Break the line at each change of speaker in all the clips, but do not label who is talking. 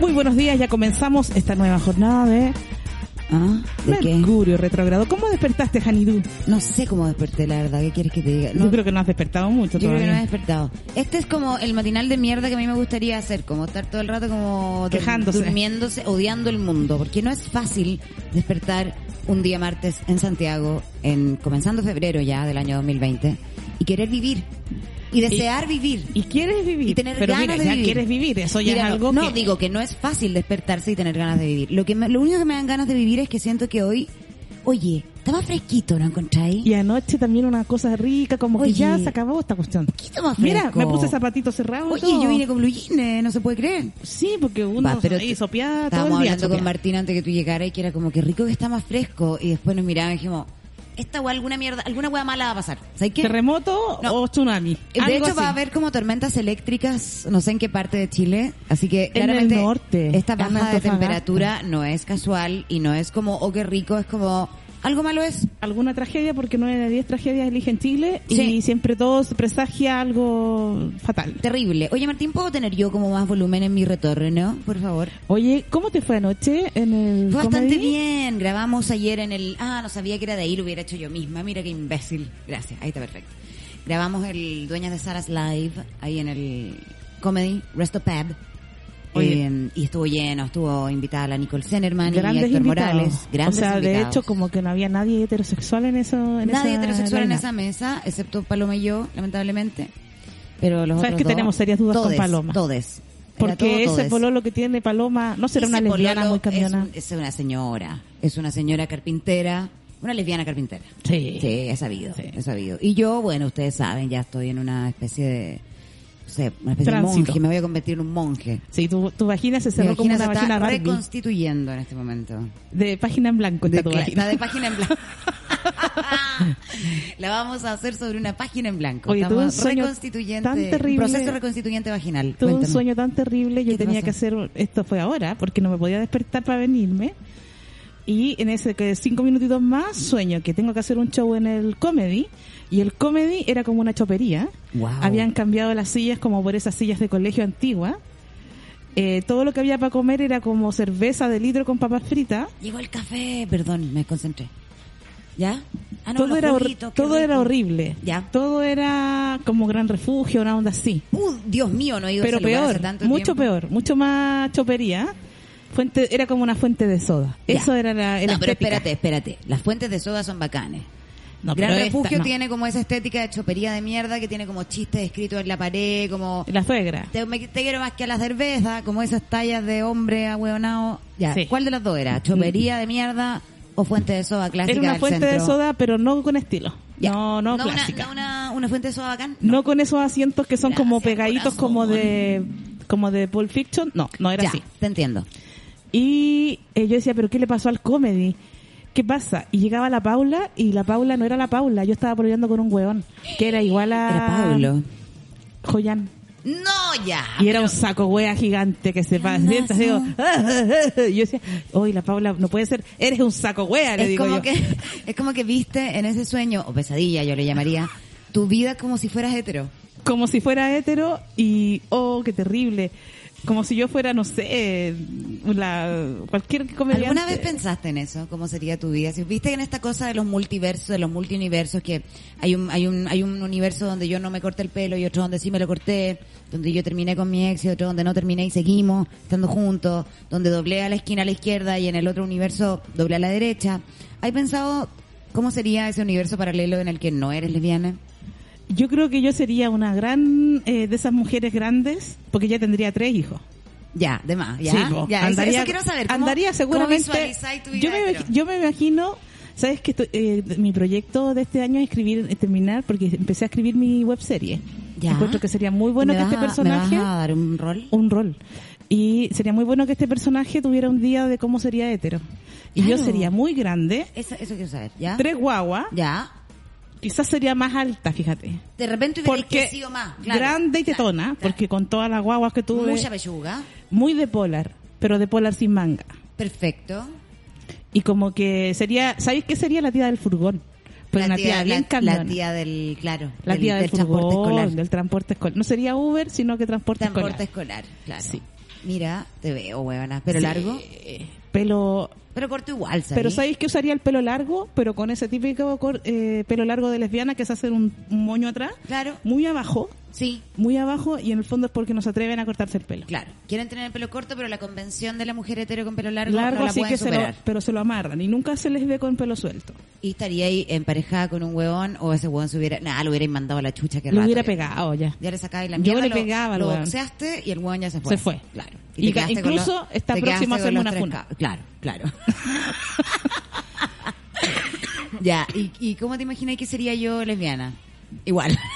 Muy buenos días, ya comenzamos esta nueva jornada de
¿Ah? ¿De qué?
Mercurio retrogrado. ¿Cómo despertaste, Janidú?
No sé cómo desperté, la verdad. ¿Qué quieres que te diga? No,
Yo creo que no has despertado mucho
yo creo que no
todavía.
he despertado. Este es como el matinal de mierda que a mí me gustaría hacer, como estar todo el rato como dur-
Quejándose.
durmiéndose, odiando el mundo, porque no es fácil despertar un día martes en Santiago, en comenzando febrero ya del año 2020, y querer vivir, y desear vivir.
Y quieres vivir.
Y tener
pero
ganas
mira,
de
ya
vivir.
quieres vivir. Eso ya
Mira,
es algo
no
que...
digo que no es fácil despertarse y tener ganas de vivir. Lo que me- lo único que me dan ganas de vivir es que siento que hoy, oye, estaba fresquito, ¿no encontráis?
Y anoche también una cosa rica, como
Oye.
que ya se acabó esta cuestión.
Poquito más
Mira,
fresco.
me puse zapatitos cerrados. y
Oye,
todo.
yo vine con blue jeans, eh, no se puede creer.
Sí, porque uno
Va, pero
ahí
te-
sopeaba todo
Estábamos
el día.
hablando con
sopeaba.
Martín antes que tú llegaras y que era como que rico que está más fresco. Y después nos mirábamos y dijimos, esta weá, alguna mierda, alguna weá mala va a pasar. ¿Sabes qué?
¿Terremoto
No.
o tsunami?
De
Algo
hecho, va a
así.
haber como tormentas eléctricas, no sé en qué parte de Chile. Así que,
el
claramente,
norte,
esta
en
baja de
Antofagasta.
temperatura no es casual y no es como, oh, qué rico, es como, algo malo es.
alguna tragedia, porque 9 de 10 tragedias eligen Chile y
Sí.
siempre todo se presagia algo fatal.
Terrible. Oye, Martín, ¿puedo tener yo como más volumen en mi retorno, por favor?
Oye, ¿cómo te fue anoche en el
Fue bastante
comedy?
bien. Grabamos ayer en el. Ah, no sabía que era de ahí, lo hubiera hecho yo misma. Mira qué imbécil. Gracias, ahí está perfecto. Grabamos el Dueñas de Saras Live, ahí en el Comedy Resto Pub.
Oye.
Eh, y estuvo lleno, estuvo invitada la Nicole Zenerman y
Grandes
Héctor
invitados.
Morales. Grandes
o sea, de
invitados.
hecho, como que no había nadie heterosexual en eso. En
Nadie
esa
heterosexual en
lineup.
esa mesa, excepto Paloma y yo, lamentablemente. Pero los
Sabes
otros
que
dos,
tenemos serias dudas con
todes,
Paloma.
Todes. Era todo
Porque ese
todes.
pololo que tiene Paloma, no será
Ese
una lesbiana
pololo
muy campeona.
Es, un- es una señora, es una señora carpintera, una lesbiana carpintera.
Sí.
Sí, he sabido,
Sí.
he sabido. Y yo, bueno, ustedes saben, ya estoy en una especie de, no sé, una especie de
Tránsito.
monje, me voy a convertir en un monje.
Sí, tu, tu vagina se
Mi
cerró como
vagina
una
se
vagina
está
Barbie.
reconstituyendo en este momento.
De página en blanco está
De,
tu
que-
vagina.
la de página en blanco. la vamos a hacer sobre una página en blanco.
Oye, tuve un
Estamos
sueño
reconstituyente,
tan terrible.
proceso reconstituyente vaginal.
Tuve un
Cuéntame.
sueño tan terrible, yo
¿Qué te
tenía
pasó?
que hacer, esto fue ahora, porque no me podía despertar para venirme. Y en ese que cinco minutitos más sueño que tengo que hacer un show en el comedy. Y el comedy era como una chopería.
Guau.
Habían cambiado las sillas como por esas sillas de colegio antigua. Eh, todo lo que había para comer era como cerveza de litro con papas fritas.
Llegó el café, perdón, me concentré. ¿Ya? Ah, no,
todo
los
era, horri-
juguitos, qué
todo era
rico.
horrible.
Ya.
Todo era como gran refugio, una onda así.
Uh, Dios mío, no he ido a
pero
ese lugar
peor,
hace tanto
mucho
tiempo.
peor, mucho más chopería. Fuente, era como una fuente de soda.
Ya.
Eso era
No,
la, era
pero
estética.
espérate, espérate. Las fuentes de soda son bacanes.
No,
Gran
pero esta,
Refugio
no.
tiene como esa estética de chopería de mierda que tiene como chistes escritos en la pared, como
La suegra.
te, me- te quiero más que a la cerveza, como esas tallas de hombre ahueonado. Ya,
Sí. Mm.
¿cuál de las dos era? ¿Chopería de mierda o fuente de soda clásica
Era una
del
fuente de
centro?
soda, pero no con estilo.
Ya.
No, no,
una-
clásica.
no una, una fuente de soda bacán.
No. con esos asientos que son como
Gracias,
pegaditos
corazón.
como de como de Pulp Fiction. No, no era
ya,
así.
te entiendo.
Y eh, yo decía, ¿pero qué le pasó al comedy? ¿Qué pasa? Y llegaba la Paula y la Paula no era la Paula. Yo estaba pololeando con un hueón que era igual a...
Era Pablo. Ah,
Joyan.
No, ya.
Y era un saco wea gigante que se va
Grandazo.
digo, yo decía, hoy la Paula, no puede ser, eres un saco wea, le
es
digo
como
yo.
que es como que viste en ese sueño o pesadilla yo le llamaría tu vida como si fueras hetero
Como si fuera hetero y, oh, qué terrible. Como si yo fuera, no sé, la, cualquier comediante.
alguna vez pensaste en eso cómo sería tu vida si viste en esta cosa de los multiversos de los multiuniversos que hay un hay un hay un universo donde yo no me corté el pelo y otro donde sí me lo corté donde yo terminé con mi ex y otro donde no terminé y seguimos estando juntos donde doblé a la esquina a la izquierda y en el otro universo doblé a la derecha ¿hay pensado cómo sería ese universo paralelo en el que no eres lesbiana?
Yo creo que yo sería una gran, eh, de esas mujeres grandes, porque ya tendría tres hijos.
Ya, de más, ya.
Sí, po.
ya eso- eso, quiero saber. ¿Cómo,
andaría
cómo
seguramente.
visualizáis tu vida
yo, me,
hetero?
imag- yo me imagino, sabes eh, que estoy- eh, mi proyecto de este año es escribir, es terminar, porque empecé a escribir mi webserie.
Ya.
Encuentro que sería muy bueno
¿Me
que
vas
este
a-
personaje...
¿Me vas a dar un rol?
un rol. Y sería muy bueno que este personaje tuviera un día de cómo sería hetero. Y yo
Claro.
sería muy grande,
Eso, eso quiero saber, ¿ya?
tres guaguas,
Ya.
quizás sería más alta, fíjate.
De repente hubiera
Porque
crecido más. Claro.
grande y
Claro,
tetona,
claro.
porque con todas las guaguas que tuve,
Mucha pechuga.
muy de polar, pero de polar sin manga.
Perfecto.
Y como que sería, ¿sabéis qué sería la tía del furgón? Pero Pues una tía, bien
la-
cambiona.
La tía del, claro.
La tía del,
transporte
furgón,
escolar.
del transporte escolar. No sería Uber, sino que transporte,
Transporte
escolar.
escolar, claro.
Sí.
Mira, te veo, huevona. Pero
Sí.
largo,
Pelo
pero corto igual, ¿sabes?
Pero ¿sabéis que usaría el pelo largo? Pero con ese típico cor- eh, pelo largo de lesbiana que se hace un, un moño atrás.
Claro.
Muy abajo.
Sí,
Muy abajo y en el fondo es porque no se atreven a cortarse el pelo.
claro. Quieren tener el pelo corto, pero la convención de la mujer hetero con pelo largo, no
Largo,
la
así
pueden
que se lo,
superar.
pero se lo amarran y nunca se les ve con pelo suelto.
Y estaría ahí emparejada con un huevón, o ese huevón se hubiera... Nada, lo hubiera mandado a la chucha que
Lo hubiera pegado ya.
Ya le sacaba la
Yo
mierda,
le
lo-
pegaba al
lo
hueón.
boxeaste y el hueón ya se fue.
Se fue.
Claro.
Y
te
que
quedaste con
incluso
los-
está
te quedaste
próximo a
con
hacerme
los
una
tres
funa.
cabros. Claro, claro. ya, ¿Y, ¿y cómo te imaginas que sería yo lesbiana? Igual.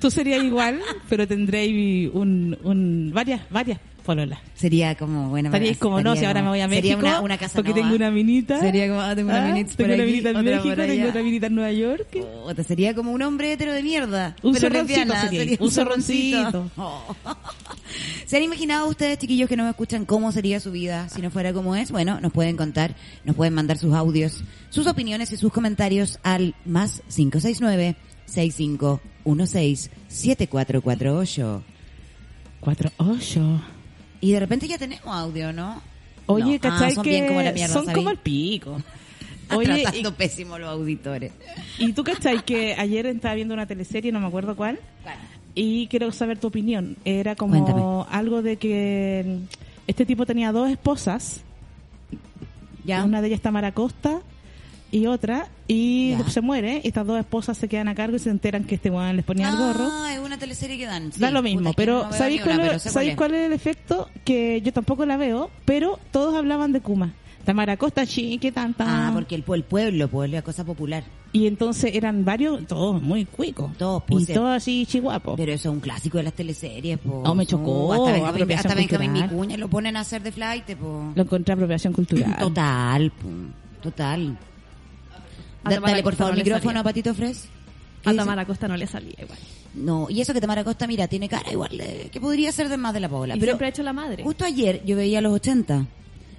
Tú serías igual, pero tendréis un, un, varias, varias pololas.
Sería como, bueno,
Estaríais como, no, si ahora me voy a México,
Sería una, una casa
porque tengo una minita.
Sería como, ah, tengo una
Ah,
minita
tengo
por
una
aquí,
minita en
otra
México,
por
tengo
allá.
otra minita en Nueva York.
Puta, sería como un hombre hetero de mierda.
Un
pero
zorroncito
lesbiana,
sería,
sería
un zorroncito.
Oh. ¿Se han imaginado ustedes, chiquillos, que no me escuchan cómo sería su vida si no fuera como es? Bueno, nos pueden contar, nos pueden mandar sus audios, sus opiniones y sus comentarios al más 569-6516-7448.
Cuatro, ocho.
Y de repente Este ya tenemos audio, ¿no?
Oye,
No. Ah,
¿cachai
son
que
bien como la mierda,
son
¿sabí?
como el pico? Oye,
Tratando pésimo los auditores.
y, y tú cachai que ayer estaba viendo una teleserie, no me acuerdo cuál, y quiero saber tu opinión. Era como
Cuéntame.
algo de que mm, este tipo tenía dos esposas,
Ya.
una de ellas Tamara Costa y otra, y
Ya.
se muere, y estas dos esposas se quedan a cargo y se enteran que este weón les ponía el gorro.
Ah, es una teleserie que dan. sí.
da lo
Puta,
mismo,
es que
pero
no veo
¿sabéis
ni
cuál,
una,
es-
pero sé cuál
¿sabéis
es.
cuál es el efecto? Que yo tampoco la veo, pero todos hablaban de Kuma. Tamara Costa, sí, qué tanta.
Ah, porque el, pue- el pueblo, pues, la cosa popular.
Y entonces eran varios, todos muy cuicos.
Todos, pues,
Y
sí.
todos así chiguapos.
Pero eso es un clásico de las teleseries, pues.
Oh, me chocó,
hasta Benjamín,
apropiación
hasta Benjamín
cultural.
Vicuña lo ponen a hacer de flight, pues.
Lo encontré apropiación cultural.
Total, po, total.
A
Da-
Tamara
dale, por
Costa
favor,
no le
micrófono
salía.
a Patito Fres. ¿Qué
A
dice?
Tamara Costa no le salía igual.
No, y eso que Tamara Costa, mira, tiene cara igual de- que podría ser de más de la Paola.
Y
pero
siempre ha hecho la madre.
Justo ayer yo veía los 80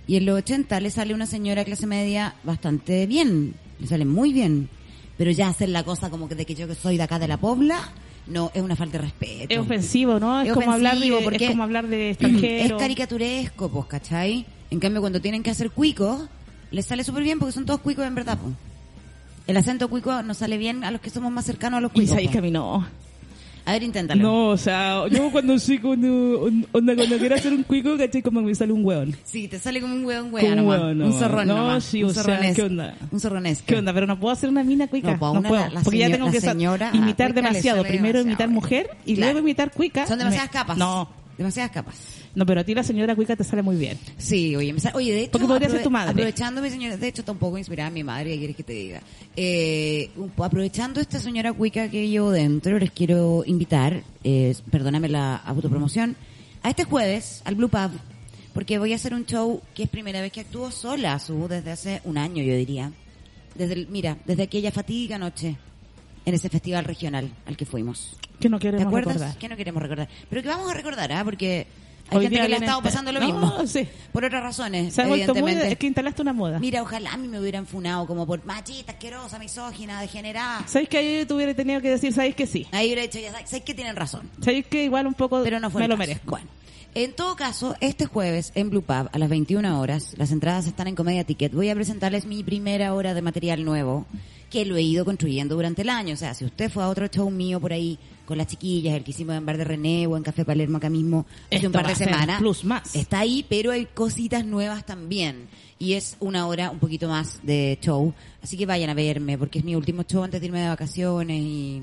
y en los 80 le sale una señora clase media bastante bien, le sale muy bien, pero ya hacer la cosa como que de que yo que soy de acá de la Pobla, no, es una falta de respeto.
Es ofensivo, ¿no? Es,
Es
como hablar
ofensivo,
de,
porque
es como hablar de
Es
extranjero.
caricaturesco, pues, ¿cachai? En cambio, cuando tienen que hacer cuicos, les sale súper bien porque son todos cuicos en verdad, pues. El acento cuico nos sale bien a los que somos más cercanos a los
y
cuicos.
ahí
po.
caminó.
A ver, inténtalo.
No, o sea, yo cuando soy cuando, on- onda, cuando quiero hacer un cuico, caché como me sale un hueón.
Sí, te sale como un hueón, hueón,
Como un
nomás.
hueón
un
nomás.
zorrón,
No,
nomás.
sí,
un
o sea,
zorronesco.
¿qué onda?
Un zorronesco.
¿Qué onda? Pero no puedo hacer una mina cuica.
No,
No
pues,
puedo.
una- la- la
porque ya
seño-
tengo
la
que sa-
señora- ah, la
imitar
cuica le
demasiado.
sale
Primero imitar
demasiado.
mujer y
Claro.
luego imitar cuica.
Son demasiadas
Me-
capas.
No,
Demasiadas capas.
no, pero a ti la señora cuica te sale muy bien.
Sí, oye, me sa- oye, de hecho,
Porque podría ser tu madre.
aprovechando mi señora, de hecho, está un poco inspirada a mi madre, ¿qué quieres que te diga? Eh, un po- aprovechando esta señora cuica que llevo dentro, les quiero invitar, eh, perdóname la autopromoción, a este jueves, al Blue Pub, porque voy a hacer un show que es primera vez que actúo sola, su, desde hace un año, yo diría. Desde el- mira, desde aquella fatídica noche en ese festival regional al que fuimos.
Que no
¿Te
queremos
acuerdas?
recordar.
Que no queremos recordar. Pero que vamos a recordar, ¿ah? Porque hay
Hoy
gente
día
que le ha
viene
estado
esta-
pasando lo
No,
mismo.
sí.
Por otras razones,
Se ha vuelto muy
evidentemente.
de- es que instalaste una moda.
Mira, ojalá a mí me hubieran funado como por machista, asquerosa, misógina, degenerada.
¿Sabéis que ahí te hubiera tenido que decir, sabéis que sí?
Ahí hubiera dicho, ya sabes, sabes que tienen razón.
¿Sabéis que igual un poco
Pero no fue
me
el
lo
caso.
merezco?
Bueno, en todo caso, este jueves en Blue Pub a las 21 horas, las entradas están en Comedia Ticket. Voy a presentarles mi primera hora de material nuevo que lo he ido construyendo durante el año. O sea, si usted fue a otro show mío por ahí con las chiquillas, el que hicimos en Bar de René o en Café Palermo acá mismo hace
Esto
un par
va
de
a ser
semanas,
plus más.
está ahí, pero hay cositas nuevas también. Y es una hora un poquito más de show. Así que vayan a verme porque es mi último show antes de irme de vacaciones y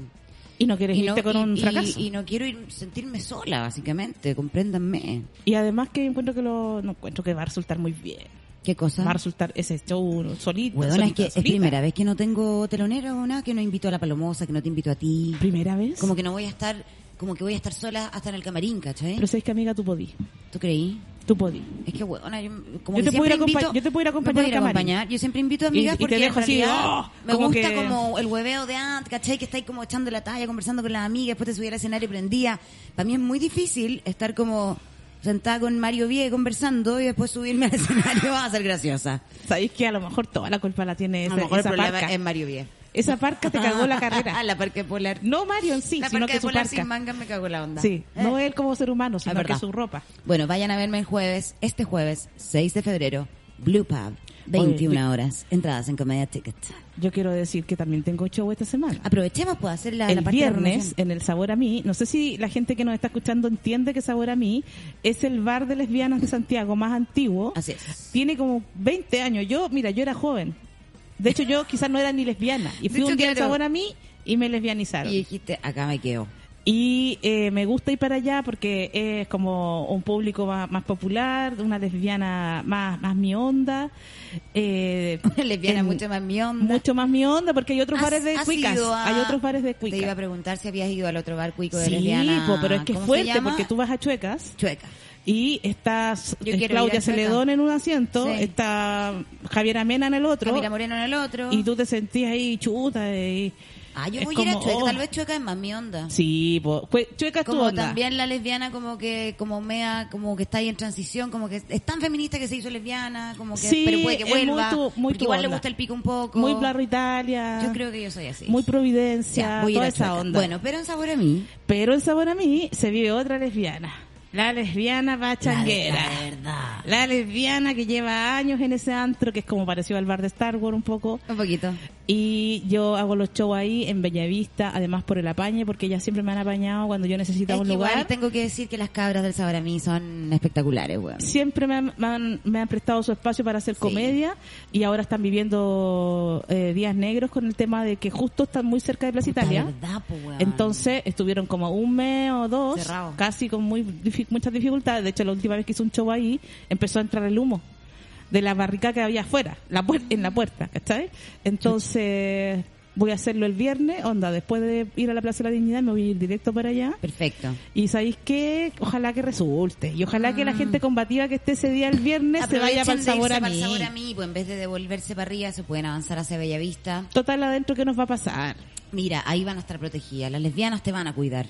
Y no quieres
y no-
irte con
y-
un
y-
fracaso.
Y,
Y,
no quiero ir, sentirme sola, básicamente, compréndanme.
además que encuentro que lo no encuentro que va a resultar muy bien.
¿Qué cosa?
Va a resultar ese show solito.
Huevona, es
solita,
que es
solita.
primera vez que no tengo telonero, una que no invito a la palomosa, que no te invito a ti.
¿Primera vez?
Como que no voy a estar como que voy a estar sola hasta en el camarín, ¿cachai?
Pero sabes que, amiga, tú podí.
¿Tú creí?
tú podí.
Es que, huevona, yo como
Yo
que
te puedo
siempre
ir a acompa-
invito-
yo te puedo ir a
me
acompañar
puedo
al camarín.
acompañar. Yo siempre invito a amigas
Y- y te
porque en
dejo así,
realidad
¡ah!
me
como
gusta
que-
como el hueveo de antes, ¿cachai? Que estáis como echando la talla, conversando con las amigas, después te subía al escenario y prendía. Para mí es muy difícil estar como sentada con Mario Vie conversando y después subirme al escenario va a ser graciosa.
Sabéis que a lo mejor toda la culpa la tiene
A
esa,
lo mejor el
esa
problema
parca.
es Mario Vie.
Esa parca te cagó la
Ah,
carrera.
la parque polar.
No Mario en sí,
la
sino
parque
que su
polar
parca.
sin manga me cagó la onda.
Sí,
Eh.
no él como ser humano,
Es
sino que
verdad.
su ropa.
Bueno, vayan a verme el jueves, este jueves, 6 de febrero, Blue Pub, 21
Oye,
horas, entradas en Comedia Ticket.
Yo quiero decir que también tengo show esta semana.
Aprovechemos, pues, hacer la, la parte de
el
la
viernes
promoción.
en el Sabor a mí, no sé si la gente que nos está escuchando entiende que Sabor a mí es el bar de lesbianas de Santiago más antiguo.
Así es.
Tiene como 20 años. Yo, mira, yo era joven. De hecho, yo quizás no era ni lesbiana. Y
De
fui
hecho,
un día al
claro.
Sabor a mí y me lesbianizaron.
Y dijiste, acá me quedo.
Y eh, me gusta ir para allá porque es como un público más, más popular, una lesbiana más, más mi onda. Eh,
Una lesbiana
en-
mucho más mi onda.
Mucho más mi onda porque hay otros
Has-
bares de
has
cuicas.
ido a-
Hay otros bares de
Te iba a
cuicas.
preguntar si habías ido al otro bar cuico de
Sí,
lesbiana.
po, pero es que es
¿Cómo se
fuerte
llama?
porque tú vas a Chuecas
Chueca.
y estás
Yo
eh,
quiero ir a
Claudia
Chuecas.
Celedón en un asiento,
Sí.
está Javier Mena en el otro
Camila Moreno en el otro.
y tú te sentís ahí chuta. Y,
Ah, yo
es
voy a ir a
como,
Chueca.
oh.
Tal vez Chueca es más mi onda.
Sí, po, pues, Chuecas tu
como
onda.
también la lesbiana como que como mea como que está ahí en transición como que es tan feminista que se hizo lesbiana como que
Sí,
pero puede que
es muy
vuelva
tu- muy
porque
tu
igual le
onda.
gusta el pico un poco
Muy Blarro Italia.
yo creo que yo soy así
muy
O
Providencia,
sea, voy a ir
toda
a
esa
Chueca.
onda.
bueno pero en sabor a mí
pero en Sabor a mí se vive otra lesbiana. La lesbiana
la de-
pachanguera.
la de verdad
La lesbiana que lleva años en ese antro, que es como parecido al bar de Star Wars un poco.
un poquito
Y yo hago los shows ahí en Bellavista, además por el apañe, porque ellas siempre me han apañado cuando yo necesitaba
Es
un
que igual
lugar.
tengo que decir que las cabras del sabor a mí son espectaculares weón
Siempre me han, me han- me han prestado su espacio para hacer comedia y ahora están viviendo eh, días negros con el tema de que justo están muy cerca de Plaza Italia.
La verdad po, weón.
Entonces estuvieron como un mes o dos,
Cerrado.
casi con muy difi- muchas dificultades. De hecho, la última vez que hice un show ahí, empezó a entrar el humo de la barrica que había afuera, la puer- en la puerta, ¿cachai? Entonces voy a hacerlo el viernes, onda, después de ir a la Plaza de la Dignidad me voy a ir directo para allá.
perfecto
Y sabéis qué, ojalá que resulte. Y ojalá que la gente combativa que esté ese día el viernes se vaya
Mm.
para el
Aprovechen de
sabor
irse
a
pa'l
mí.
sabor a mí pues en vez de devolverse para arriba se pueden avanzar hacia Bellavista
Total adentro, ¿qué nos va a pasar?
mira ahí van a estar protegidas las lesbianas te van a cuidar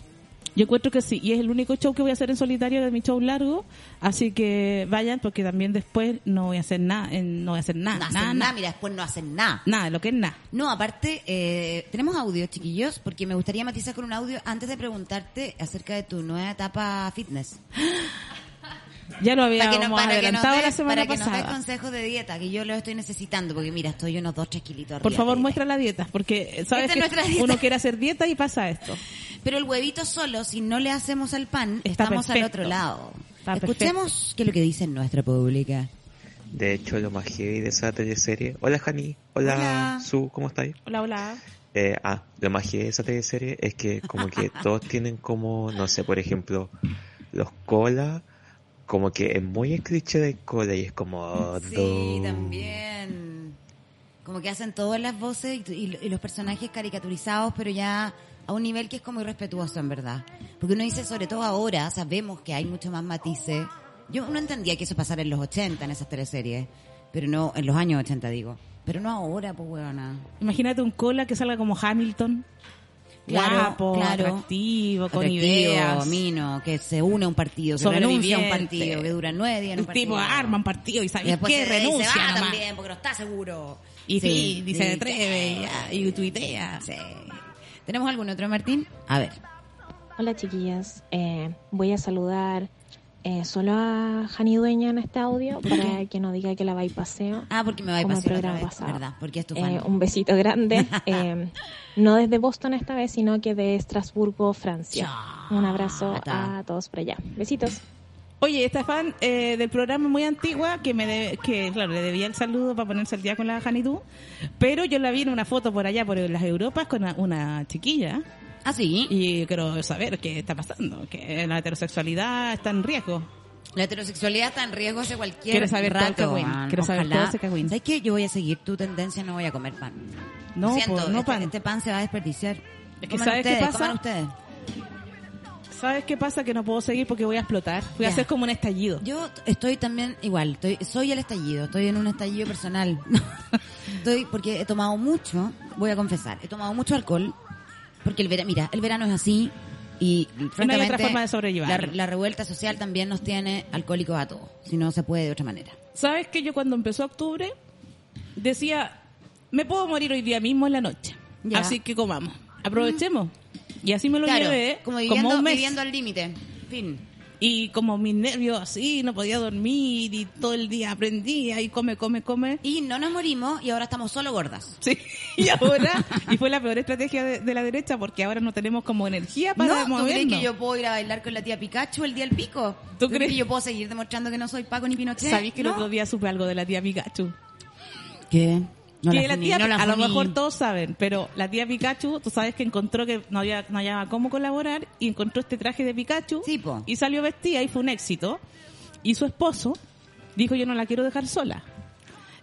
Yo encuentro que sí, y es el único show que voy a hacer en solitario de mi show largo, así que vayan porque también después no voy a hacer nada, en- no voy a hacer nada,
No hacen nada,
nada, nada,
mira, después no hacen nada.
nada, lo que es nada.
No, aparte, eh, tenemos audio, chiquillos, porque me gustaría matizar con un audio antes de preguntarte acerca de tu nueva etapa fitness.
Ya lo habíamos
nos- que nos
adelantado
des-
la semana
para que nos des
pasada.
consejos de dieta, que yo lo estoy necesitando, porque mira, estoy unos dos, tres kilitos arriba.
Por favor,
Felipe.
muestra la dieta, porque eh, sabes
Esta es nuestra
que
dieta.
uno quiere hacer dieta y pasa esto.
Pero el huevito solo, si no le hacemos al pan,
Está
estamos al
perfecto.
otro lado.
Está
Escuchemos qué es lo que dice nuestra pública.
De hecho, lo más heavy de esa teleserie. Hola, Jani. Hola,
Hola.
Su. ¿Cómo estáis?
Hola, hola.
Eh, ah, lo más heavy de esa teleserie es que, como que todos tienen como, no sé, por ejemplo, los cola. Como que es muy el cliché de cola y es como. oh,
Sí,
dude.
también. Como que hacen todas las voces y, tu- y lo- y los personajes caricaturizados, pero ya a un nivel que es como irrespetuoso, en verdad. Porque uno dice, sobre todo ahora, sabemos que hay mucho más matices. Yo no entendía que eso pasara en los 80 en esas teleseries, pero no, en los años 80 digo. Pero no ahora, pues, huevona.
Imagínate un cola que salga como Hamilton,
Claro,
guapo,
claro.
atractivo, con
Atractivo,
ideas,
mino, que se une a un partido, que renuncia a un partido, que dura nueve días en un
El tipo
partido.
arma un partido y
Y
sabes
después
que
se, renuncia
renuncia nomás.
también, porque no está seguro.
Y sí, y se
sí.
atreve y, ah, y tuitea.
Sí. ¿Tenemos algún otro, Martín? A ver.
Hola chiquillas, Eh, voy a saludar eh, solo a Jani Dueña en este audio para que no diga que la bypaseo.
Ah, porque me va a
Como el
pasar otra
programa
vez,
pasado.
¿verdad? Porque es tu fan.
Eh, un besito grande, eh, no desde Boston esta vez, sino que de Estrasburgo, Francia.
Chao.
Un abrazo
Ata.
a todos por allá. Besitos.
Oye, esta fan eh, del programa muy antigua que me de- que claro le debía el saludo para ponerse al día con la Janidu, pero yo la vi en una foto por allá por las Europas con una, una chiquilla
Ah, sí.
y quiero saber qué está pasando, que la heterosexualidad está en riesgo.
La heterosexualidad está en riesgo hace cualquier
Quiero saber todo el
rato.
cagüín.
man.
Quiero saber
Ojalá.
todo ese cagüín.
¿Sabes qué? Yo voy a seguir tu tendencia, no voy a comer pan.
No,
Lo siento,
po, no
este,
pan.
este pan se va a desperdiciar.
Es que
Coman
¿sabes qué
ustedes,
pasa?
coman ustedes.
¿Sabes qué pasa? Que no puedo seguir porque voy a explotar. Voy
Ya.
a hacer como un estallido.
Yo t- estoy también igual, estoy- soy el estallido, estoy en un estallido personal. estoy porque he tomado mucho, voy a confesar, he tomado mucho alcohol porque el verano, mira, el verano es así y francamente
otra forma de sobrellevarlo.
La, la revuelta social también nos tiene alcohólicos a todos, si no se puede de otra manera.
¿Sabes que yo cuando empezó octubre decía, me puedo morir hoy día mismo en la noche?
Ya.
Así que comamos, aprovechemos. Y así me lo llevé
como
como,
viviendo,
un mes.
viviendo al límite. Fin.
Y como mis nervios así, no podía dormir y todo el día aprendía y come, come, come.
Y no nos morimos y ahora estamos solo gordas.
Sí, y ahora, y fue la peor estrategia de, de la derecha porque ahora no tenemos como energía para
no, ¿tú crees
movernos.
que yo puedo ir a bailar con la tía Pikachu el día del pico?
¿Tú crees?
que yo puedo seguir demostrando que no soy Paco ni Pinochet?
¿Sabéis que el
No.
otro día supe algo de la tía Pikachu?
¿Qué? No
que
la
la
funí,
tía,
no la
a lo
funí.
mejor todos saben, pero la tía Pikachu, tú sabes que encontró que no había, no había cómo colaborar y encontró este traje de Pikachu
Sí, po.
y salió vestida y fue un éxito. Y su esposo dijo, yo no la quiero dejar sola.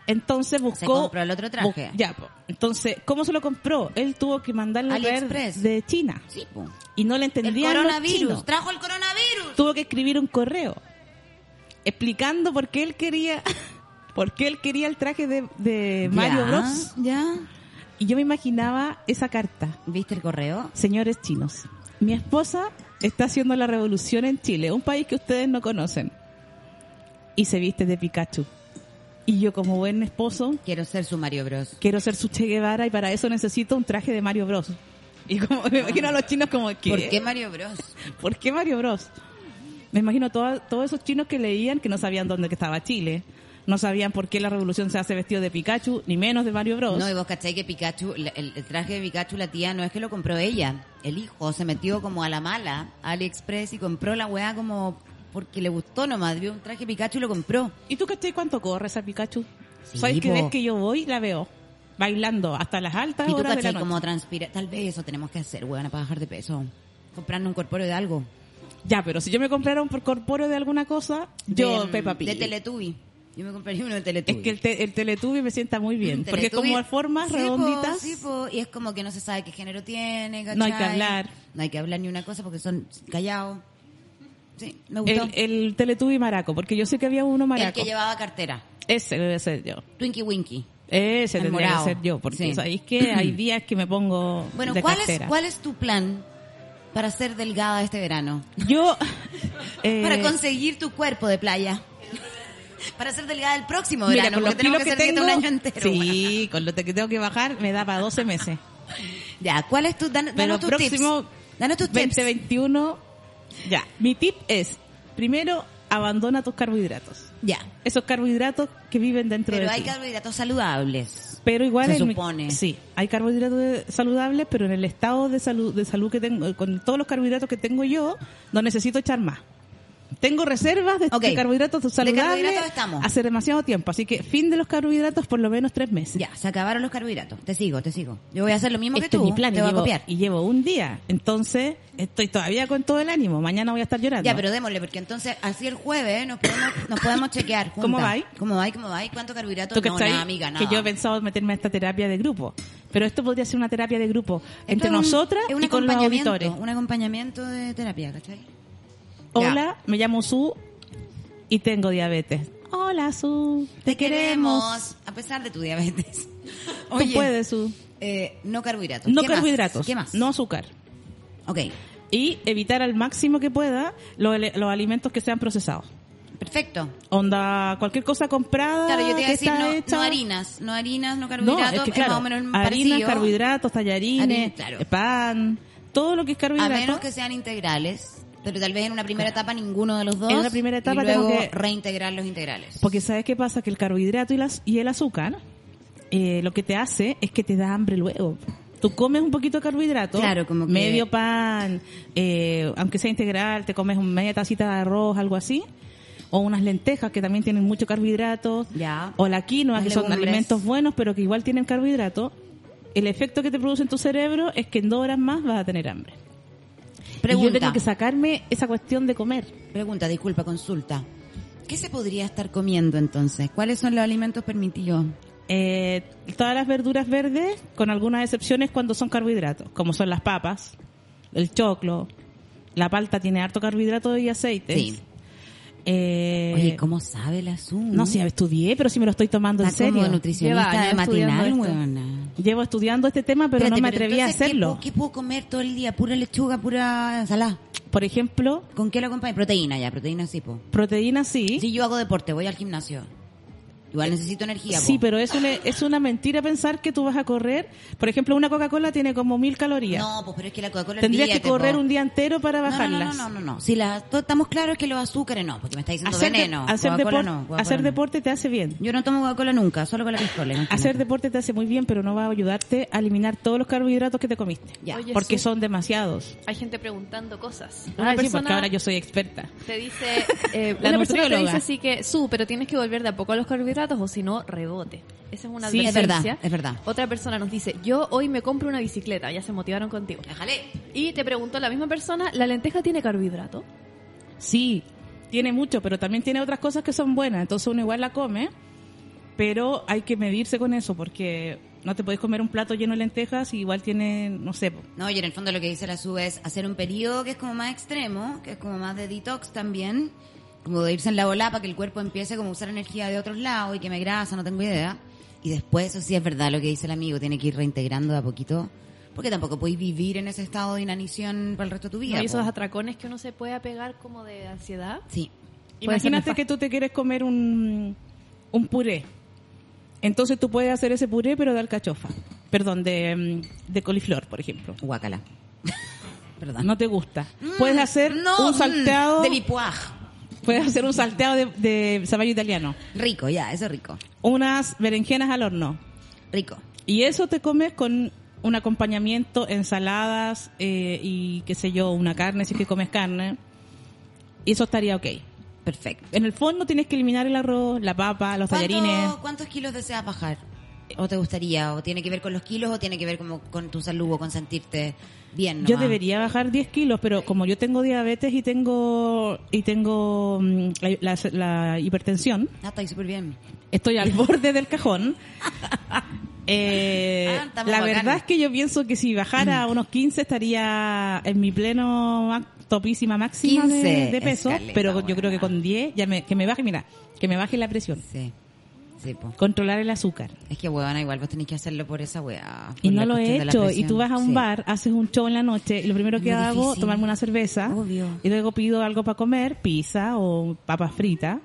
Entonces buscó...
compró el otro traje.
bu- Ya, po. entonces, ¿cómo se lo compró? Él tuvo que mandarlo a traer
AliExpress.
de China.
Sí, po.
Y no le
El
entendían los chinos
coronavirus. Trajo el coronavirus.
tuvo que escribir un correo explicando por qué él quería por qué él quería el traje de, de Mario
Ya,
Bros.
Ya.
Y yo me imaginaba esa carta,
¿Viste el correo?
señores chinos. Mi esposa está haciendo la revolución en Chile, un país que ustedes no conocen. Y se viste de Pikachu. Y yo como buen esposo
Quiero ser su Mario Bros.
quiero ser su Che Guevara y para eso necesito un traje de Mario Bros. Y como me imagino a los chinos como que
¿Por qué Mario Bros?
¿Por qué Mario Bros? Me imagino toda- todos esos chinos que leían que no sabían dónde que estaba Chile, no sabían por qué la revolución se hace vestido de Pikachu, ni menos de Mario Bros.
No, y vos cachai que Pikachu, la- el, el traje de Pikachu, la tía, no es que lo compró ella. El hijo se metió como a la mala a AliExpress y compró la weá como porque le gustó nomás. Vio un traje Pikachu y lo compró.
¿Y tú cachai cuánto corre esa Pikachu?
Sí,
¿Sabes que
po.
ves que yo voy y la veo bailando hasta las altas
Y tú
horas de la
cachai
noche?
como transpira. Tal vez eso tenemos que hacer, weón, para bajar de peso. Comprarnos un corpóreo de algo.
Ya, pero si yo me comprara un corpóreo de alguna cosa, yo
de,
Peppa Pig.
De Teletubby. Yo me compraría uno de
es
Teletubby.
que el, te- el Teletubby me sienta muy bien, porque es
Teletubby-
como formas
Sí, po,
redonditas.
sí, po, y es como que no se sabe qué género tiene, ¿cachai?
No hay que hablar.
No hay que hablar ni una cosa porque son callados. Sí, me gustó.
el,
El,
el Teletubby maraco, porque yo sé que había uno maraco.
que llevaba cartera.
Ese debe ser yo.
Twinkie Winky.
Ese
El
Eh, tendría
morado.
que ser yo, porque
Sí.
sabéis que hay días que me pongo
Bueno,
de
¿cuál es,
cartera.
¿cuál es tu plan para ser delgada este verano?
Yo eh,
Para conseguir tu cuerpo de playa. para ser delgada el próximo
mira,
verano,
con los
porque tenemos
kilos
que,
que,
hacer dieta
tengo,
un año entero. weón.
sí, con lo que tengo que bajar me da para 12 meses.
Ya, ¿cuál es tu... Dan,
Pero
danos tus tips.
próximo
Danos tus tips.
2021 ya. Mi tip es primero abandona tus carbohidratos.
Ya.
Esos carbohidratos que viven dentro
Pero
de
hay
ti.
carbohidratos saludables.
Pero igual
Se
en mi-
supone.
sí, hay carbohidratos de- saludables, pero en el estado de salud de salud que tengo, con todos los carbohidratos que tengo yo, no necesito echar más. Tengo reservas de,
Ok.
de carbohidratos saludables
carbohidratos estamos.
hace demasiado tiempo, así que fin de los carbohidratos por lo menos tres meses.
Ya, se acabaron los carbohidratos. Te sigo, te sigo. Yo voy a hacer lo mismo que
Este
tú.
es mi plan y
te voy a
llevo,
copiar.
y llevo un día, entonces estoy todavía con todo el ánimo. Mañana voy a estar llorando.
Ya, pero démosle, porque entonces así el jueves eh, nos podemos, nos podemos chequear. juntas.
¿Cómo va ahí?
¿Cómo va? ahí? ¿Cómo va? ahí? ¿Cuánto carbohidrato?
Tú que
No,
estás ahí,
nada, amiga, nada.
que yo he pensado meterme a esta terapia de grupo, pero esto podría ser una terapia de grupo entre
Esto es un-
nosotras
es un
y con los
acompañamiento,
auditores.
Un acompañamiento de terapia, ¿cachai? Ya.
Hola, me llamo Su y tengo diabetes. Hola, Su. Te queremos.
A pesar de tu diabetes.
Tú puedes, Su.
eh, no carbohidratos.
No
¿Qué más?
carbohidratos.
¿Qué más?
No azúcar.
Ok,
Y evitar al máximo que pueda los, ele- los alimentos que sean procesados.
perfecto.
Onda, cualquier cosa comprada.
Claro, yo te iba a
Ah, que
decir
está
no,
hecha-
no harinas, no harinas, no
No,
carbohidratos,
es que
más
claro,
o menos
harinas,
parecido.
carbohidratos, tallarines, eh,
Harina, claro.
pan, todo lo que es
A
carbohidrato.
menos que sean integrales, pero tal vez en una primera etapa ninguno de los dos.
En una primera etapa
y luego
tengo que-
reintegrar los integrales.
Porque sabes qué pasa, que el carbohidrato y, las, y el azúcar eh, lo que te hace es que te da hambre luego. Tú comes un poquito de carbohidrato,
Claro, como que-
medio pan, eh, aunque sea integral, te comes un- media tacita de arroz, algo así, o unas lentejas que también tienen mucho carbohidrato,
Ya.
o la quinoa,
Las
que son
legumbres.
alimentos buenos pero que igual tienen carbohidrato. El efecto que te produce en tu cerebro es que en dos horas más vas a tener hambre. Y yo
Pregunta,
tengo que sacarme esa cuestión de comer.
pregunta, disculpa, consulta. ¿Qué se podría estar comiendo entonces? ¿Cuáles son los alimentos permitidos?
Eh, todas las verduras verdes, con algunas excepciones cuando son carbohidratos, como son las papas, el choclo, La palta tiene harto carbohidrato y aceite.
Sí.
Eh,
Oye, ¿cómo sabe el asunto?
No sé, estudié, pero sí me lo estoy tomando
Está
en serio.
como nutricionista
Lleva
de
años
matinal,
estudiando esto.
weona.
Llevo estudiando este tema, pero
Espérate,
no me atreví a
entonces, ¿qué
hacerlo.
puedo- ¿qué, puedo comer todo el día? ¿Pura lechuga, pura ensalada?
Por ejemplo,
¿Con qué lo acompañas? Proteína ya, proteína sí, po.
proteína sí.
Sí, yo hago deporte, voy al gimnasio. Igual necesito energía,
Sí,
po.
pero es una, es una mentira pensar que tú vas a correr. Por ejemplo, una Coca-Cola tiene como mil calorías.
No, pues pero es que la Coca-Cola
Tendrías que
olvídate,
correr
po.
un día entero para
No, no,
bajarlas.
No, no, no, no. Si las, todos estamos claros que los azúcares no, porque me está diciendo
Hacer, de-
veneno.
hacer,
Coca-Cola
depor-
no, Coca-Cola
hacer
no.
deporte te hace bien.
Yo no tomo Coca-Cola nunca, solo con la pistola. imagínate.
Hacer deporte te hace muy bien, pero no va a ayudarte a eliminar todos los carbohidratos que te comiste.
Ya.
Oye,
porque
Su-
son demasiados.
Hay gente preguntando cosas.
Ah,
pues,
sí, porque ahora yo soy experta.
te dice, eh,
La
una persona te
nutrióloga.
dice así que, su, pero tienes que volver de a poco a los carbohidratos o si no, rebote. Esa es una
Sí, es
advertencia.
verdad, es verdad.
Otra persona nos dice, yo hoy me compro una bicicleta, ya se motivaron contigo.
Déjale.
Y te preguntó la misma persona, ¿la lenteja tiene carbohidrato?
Sí, tiene mucho, pero también tiene otras cosas que son buenas. Entonces uno igual la come, pero hay que medirse con eso porque no te podés comer un plato lleno de lentejas y igual tiene, no sé, po.
No, y en el fondo lo que dice la SU es hacer un periodo que es como más extremo, que es como más de detox también, como de irse en la bola para que el cuerpo empiece como a usar energía de otros lados y que me grasa, no tengo idea. Y después, eso sí es verdad lo que dice el amigo, tiene que ir reintegrando de a poquito, porque tampoco podéis vivir en ese estado de inanición para el resto de tu vida.
Y esos
po.
atracones que uno se puede pegar como de ansiedad.
Sí.
Puede ser
Imagínate
nefasto.
que tú te quieres comer un, un puré. Entonces tú puedes hacer ese puré, pero de alcachofa. Perdón, de, mm, de coliflor, por ejemplo.
Guácala. Perdón.
No te gusta.
Mm,
Puedes hacer
no,
un
mm,
salteado.
de lipoaj.
Puedes hacer un salteado de, de zapallo italiano.
Rico, ya, eso es rico.
Unas berenjenas al horno.
Rico.
Y eso te comes con un acompañamiento, ensaladas eh, y qué sé yo, una carne, si es que comes carne. Y eso estaría ok.
Perfecto.
En el fondo tienes que eliminar el arroz, la papa, los tallarines.
¿Cuánto- ¿Cuántos kilos deseas bajar? ¿O te gustaría? ¿O tiene que ver con los kilos o tiene que ver como con tu salud o con sentirte bien?
Yo
nomás?
debería bajar 10 kilos, pero como yo tengo diabetes y tengo y tengo mm, la, la- la hipertensión,
Ah, estoy súper bien.
estoy al borde del cajón. Eh,
Ah, estamos Mm.
la
bacán.
verdad es que yo pienso que si bajara a unos 15 estaría en mi pleno ma- topísima máxima de-
15
de, peso,
escaleta,
pero yo
buena.
creo que con 10 ya me, que me baje, mira, que me baje la presión,
Sí. Sí, po.
controlar el azúcar.
Es que, huevona, igual vos tenés que hacerlo por esa hueá.
Y
por
no
la
lo
cuestión
he
de la
hecho. Y
presión.
tú vas a un
Sí.
bar, haces un show en la noche y lo primero
Es
que
muy
hago
difícil.
tomarme una cerveza.
Obvio.
Y luego pido algo para comer, pizza o papas fritas.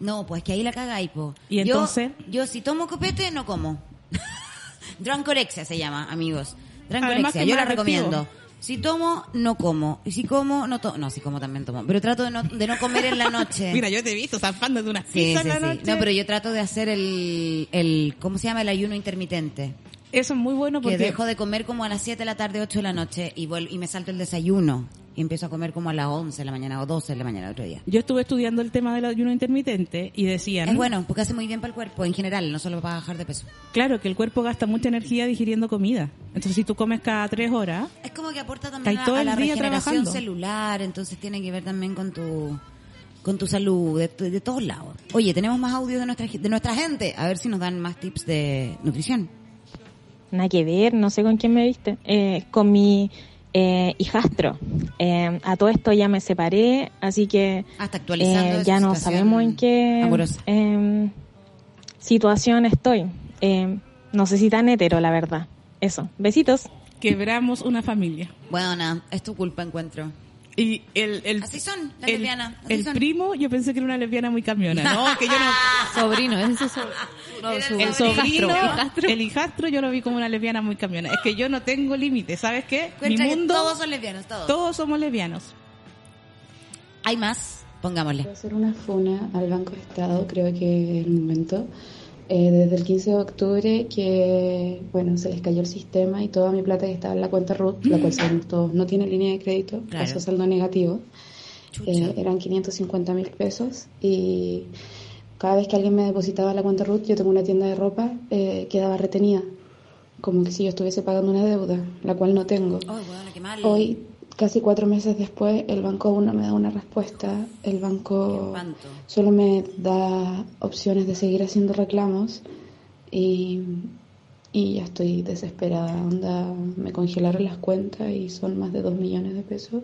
No, pues que ahí la cagáis, po.
¿Y
Yo-
entonces?
Yo, si tomo copete, no como. Drancorexia se llama, amigos.
Además que
Drancorexia,
es
yo la
más adictivo.
recomiendo. Si tomo, no como. Y si como, no tomo. No, si como también tomo. Pero trato de no, de no comer en la noche.
Mira, yo te he visto zafando de unas
Sí,
pizzas
sí,
en la
sí.
noche.
No, pero yo trato de hacer el, el ¿cómo se llama? El ayuno intermitente.
Eso es muy bueno
Que
porque
dejo de comer como a las 7 de la tarde, 8 de la noche y vuel- y me salto el desayuno. Y empiezo a comer como a las 11 de la mañana o 12 de la mañana el otro día.
yo estuve estudiando el tema del ayuno intermitente y decían,
Es bueno, porque hace muy bien para el cuerpo en general, no solo para bajar de peso.
claro, que el cuerpo gasta mucha energía digiriendo comida. Entonces, si tú comes cada tres horas,
Es como que aporta
Está ahí
también a,
todo
a
el
la
día
regeneración
trabajando.
celular, entonces tiene que ver también con tu con tu salud de, tu- de todos lados. Oye, tenemos más audio de nuestra de nuestra gente, a ver si nos dan más tips de nutrición.
Nada que ver, no sé con quién me viste. Eh, con mi eh, hijastro. Eh, a todo esto ya me separé, así que
Hasta actualizando
eh,
de
ya
su
no
situación
sabemos en qué
amorosa.
em, situación estoy. Em, no sé si tan hetero, la verdad. Eso. Besitos.
quebramos una familia.
Bueno, nada, es tu culpa, encuentro.
Y el, el,
Así son las
el,
lesbianas. así
el
son.
primo, yo pensé que era una lesbiana muy camionera. No, que yo no...
Sobrino, ese es su, no,
Era
su-
El
hijastro,
sobrino,
hijastro.
el hijastro, yo lo vi como una lesbiana muy camionera. Es que yo no tengo límites, ¿sabes qué? Mi
Encuentra que
mundo,
todos son lesbianos, todos.
todos somos lesbianos.
Hay más, pongámosle.
Quiero hacer una funa al Banco de Estado, creo que es el momento. Eh, desde el 15 de octubre que, bueno, se les cayó el sistema y toda mi plata que estaba en la cuenta RUT, la cual sabemos todos, no tiene línea de crédito,
Claro.
pasó a saldo negativo.
Chucha.
Eh, eran 550 mil pesos y cada vez que alguien me depositaba la cuenta RUT, yo tengo una tienda de ropa, eh, quedaba retenida, como que si yo estuviese pagando una deuda, la cual no tengo.
Ay, bueno, qué mal.
Hoy, casi cuatro meses después, el banco aún no me da una respuesta. El
Qué
banco
espanto.
solo me da opciones de seguir haciendo reclamos y, y ya estoy desesperada. Onda, me congelaron las cuentas y son más de dos millones de pesos.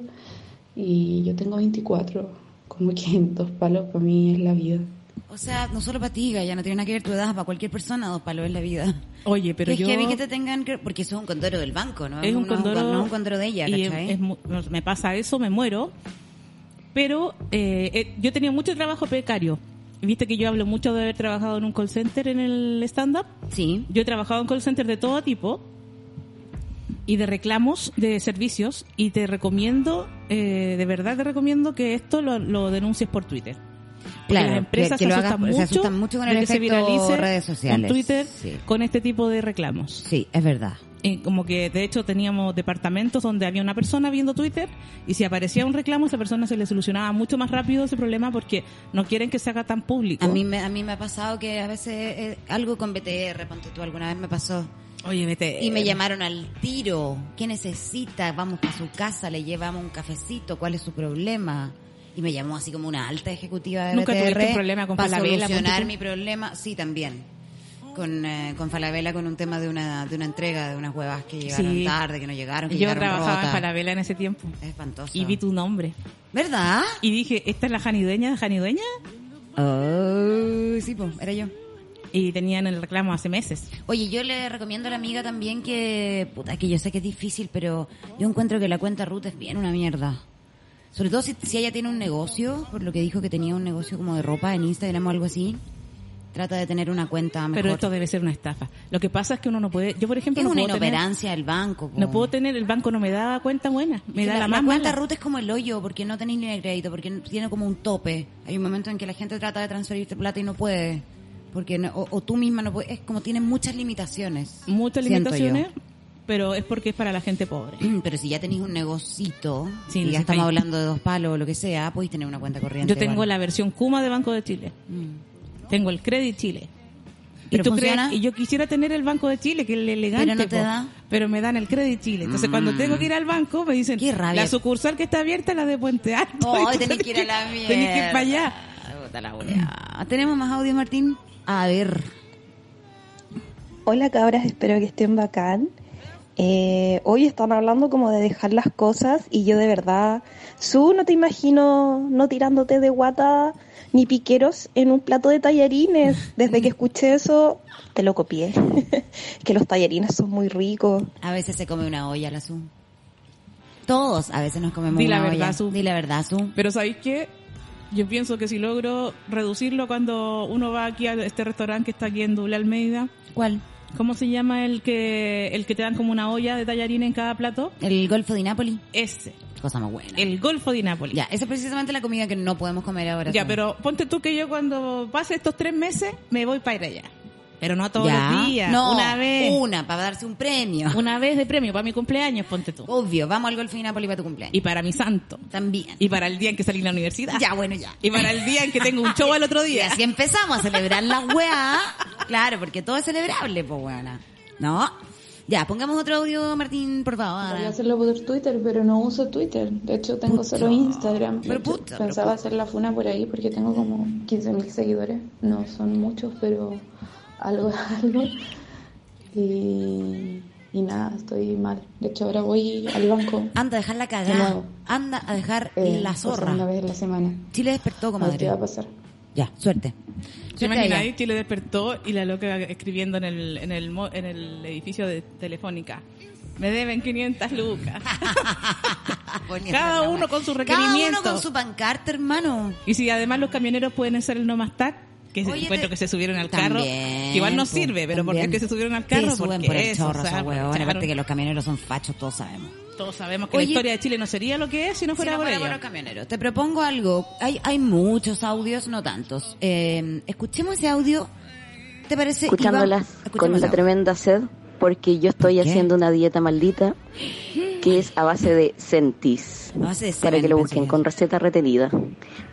y yo tengo 24, como que dos palos para mí es la vida.
O sea, no solo para ti, ya no tiene nada que ver tu edad, para cualquier persona, dos palos es la vida.
Oye, pero
es
yo...
que vi que te tengan que- porque eso es un condoro del banco, ¿no?
es un
no
condoro,
no es un condoro de ella,
y es-
¿cachai?
es mu- me pasa eso, me muero. Pero eh, eh, yo tenía mucho trabajo precario. Viste que yo hablo mucho de haber trabajado en un call center en el stand-up.
Sí.
Yo he trabajado en call center de todo tipo y de reclamos de servicios y te recomiendo, eh, de verdad te recomiendo que esto lo, lo denuncies por Twitter. Porque
Claro,
las empresas
que- que
se,
lo hagas-
asustan
se
mucho
asustan mucho con
de
el
que se
efecto
viralice
redes sociales.
en Twitter
Sí.
con este tipo de reclamos.
Sí, es verdad.
Eh, como que de hecho teníamos departamentos donde había una persona viendo Twitter y si aparecía un reclamo, esa persona se le solucionaba mucho más rápido ese problema porque no quieren que se haga tan público.
A mí, me, a mí me ha pasado que a veces eh, algo con BTR, ponte tú, alguna vez me pasó.
Oye, vete.
Y me llamaron al tiro. ¿Qué necesita? Vamos para su casa, le llevamos un cafecito, ¿cuál es su problema? Y me llamó así como una alta ejecutiva de
¿Nunca
BTR
tuviste un problema con
para
Falabella,
solucionar
ponte tú?
mi problema. Sí, también. Con, eh, con Falabella, con un tema de una, de una entrega, de unas huevas que llegaron
Sí.
tarde, que no llegaron, que
Yo
llegaron
trabajaba
rotas.
en Falabella en ese tiempo
Es espantoso.
y vi tu nombre.
¿Verdad?
Y dije, ¿esta es la janidueña de janidueña?
Oh, sí, pues, era yo.
Y tenían el reclamo hace meses.
Oye, yo le recomiendo a la amiga también que, puta, que yo sé que es difícil, pero yo encuentro que la cuenta Ruth es bien una mierda. Sobre todo si, si ella tiene un negocio, por lo que dijo que tenía un negocio como de ropa en Instagram o algo así, trata de tener una cuenta Ah, mejor.
Pero esto debe ser una estafa. Lo que pasa es que uno no puede... Yo, por ejemplo,
es
no
una
puedo, tener,
inoperancia del banco. po.
no puedo tener... El banco no me da cuenta buena. Me da la, más
cuenta
mala.
Ruth es como el hoyo, porque no tenéis línea de crédito, porque tiene como un tope. Hay un momento en que la gente trata de transferirte plata y no puede. Porque no- o, o tú misma no puedes. Es como tiene muchas limitaciones.
Muchas
siento yo.
limitaciones, pero es porque es para la gente pobre.
Pero si ya tenéis un negocito,
Sí,
y
no
ya
sé,
estamos
ahí.
hablando de dos palos o lo que sea, podéis tener una cuenta corriente.
Yo tengo
igual.
la versión Kuma de Banco de Chile.
Mm.
Tengo el Credit Chile.
¿Pero
tú crees-
funciona?
y yo quisiera tener el Banco de Chile, que es el elegante.
Pero no te da. Mm.
Pero me dan el Credit Chile. Entonces, cuando tengo que ir al banco, me dicen,
Qué rabia.
la sucursal que está abierta es la de Puente Alto.
Oh,
Y tú
tenéis que ir a la mierda.
Tenés que ir para allá.
Puta la wea. ¿Tenemos más audio, Martín? A ver.
Hola cabras, espero que estén bacán. Eh, hoy están hablando como de dejar las cosas y yo de verdad, Su, no te imagino no tirándote de guata ni piqueros en un plato de tallarines. Desde que escuché eso, te lo copié. que los tallarines son muy ricos.
A veces se come una olla la Zoom. Todos a veces nos comemos
Di
una
la verdad,
olla.
Su.
Di la verdad, Su.
Pero ¿sabéis qué? Yo pienso que si logro reducirlo cuando uno va aquí a este restaurante que está aquí en Doble Almeida,
¿Cuál?
¿cómo se llama el que el que te dan como una olla de tallarín en cada plato?
El Golfo de Nápoles.
Ese,
Cosa más buena.
el Golfo de Nápoles.
Ya, esa es precisamente la comida que no podemos comer ahora.
Ya,
Su.
pero ponte tú que yo cuando pase estos tres meses me voy para ir allá. Pero no todos
Ya.
los días,
No,
una vez.
Una, para darse un premio.
Una vez de premio para mi cumpleaños, ponte tú.
Obvio, vamos al Golfo de Nápoles para tu cumpleaños.
Y para mi santo.
También.
Y para el día en que salí de la universidad.
Ya, bueno, ya.
Y para el día en que tengo un show al otro
Y
día.
así empezamos a celebrar la weá. Claro, porque todo es celebrable, pues weona. No. Ya, pongamos otro audio, Martín, por
Podría
favor.
hacerlo por Twitter, pero no uso Twitter. De hecho, tengo solo Instagram. De
Pero
hecho,
puta, pero
pensaba hacer la funa por ahí porque tengo como 15.000 seguidores. No son muchos, pero algo es algo. Y, y nada, estoy mal. De hecho, ahora voy al banco.
Anda a dejar la
De
cagada.
nuevo.
Anda a dejar
eh,
la
por Segunda
zorra.
vez en la semana.
Chile despertó,
A ver qué
comadre.
va a pasar.
Ya, suerte.
¿Te
Suerte
imaginas
allá.
ahí Chile despertó y la loca escribiendo en el, en el, mo- en el edificio de Telefónica? Me deben 500 lucas.
Poniendo
Cada
la
uno
weá.
con
Cada
su
uno
requerimiento.
con su pancarta, hermano.
y si además los camioneros pueden hacer el no más tag, que es el
Oye,
encuentro
te-
que se subieron al carro,
También,
que igual no
po,
sirve, pero porque
también.
es que se subieron al
Sí,
carro,
suben
porque
por el
eso,
chorro,
o sea,
esos huevones.
aprovecharon.
Aparte que los camioneros son fachos, todos sabemos.
Todos sabemos que
Oye.
la historia de Chile no sería lo que es si no fuera
Si no
por
fuera
ello.
por los camioneros. Te propongo algo. Hay, hay muchos audios, no tantos. Eh, escuchemos ese audio. ¿Te parece?
escuchándolas
Iván?
con
Escuchemos
una
el audio.
tremenda sed porque yo estoy
¿Qué?
haciendo una dieta maldita que es a base de sentis
A base de
para
semen,
que lo
pensé
busquen
yo.
con receta retenida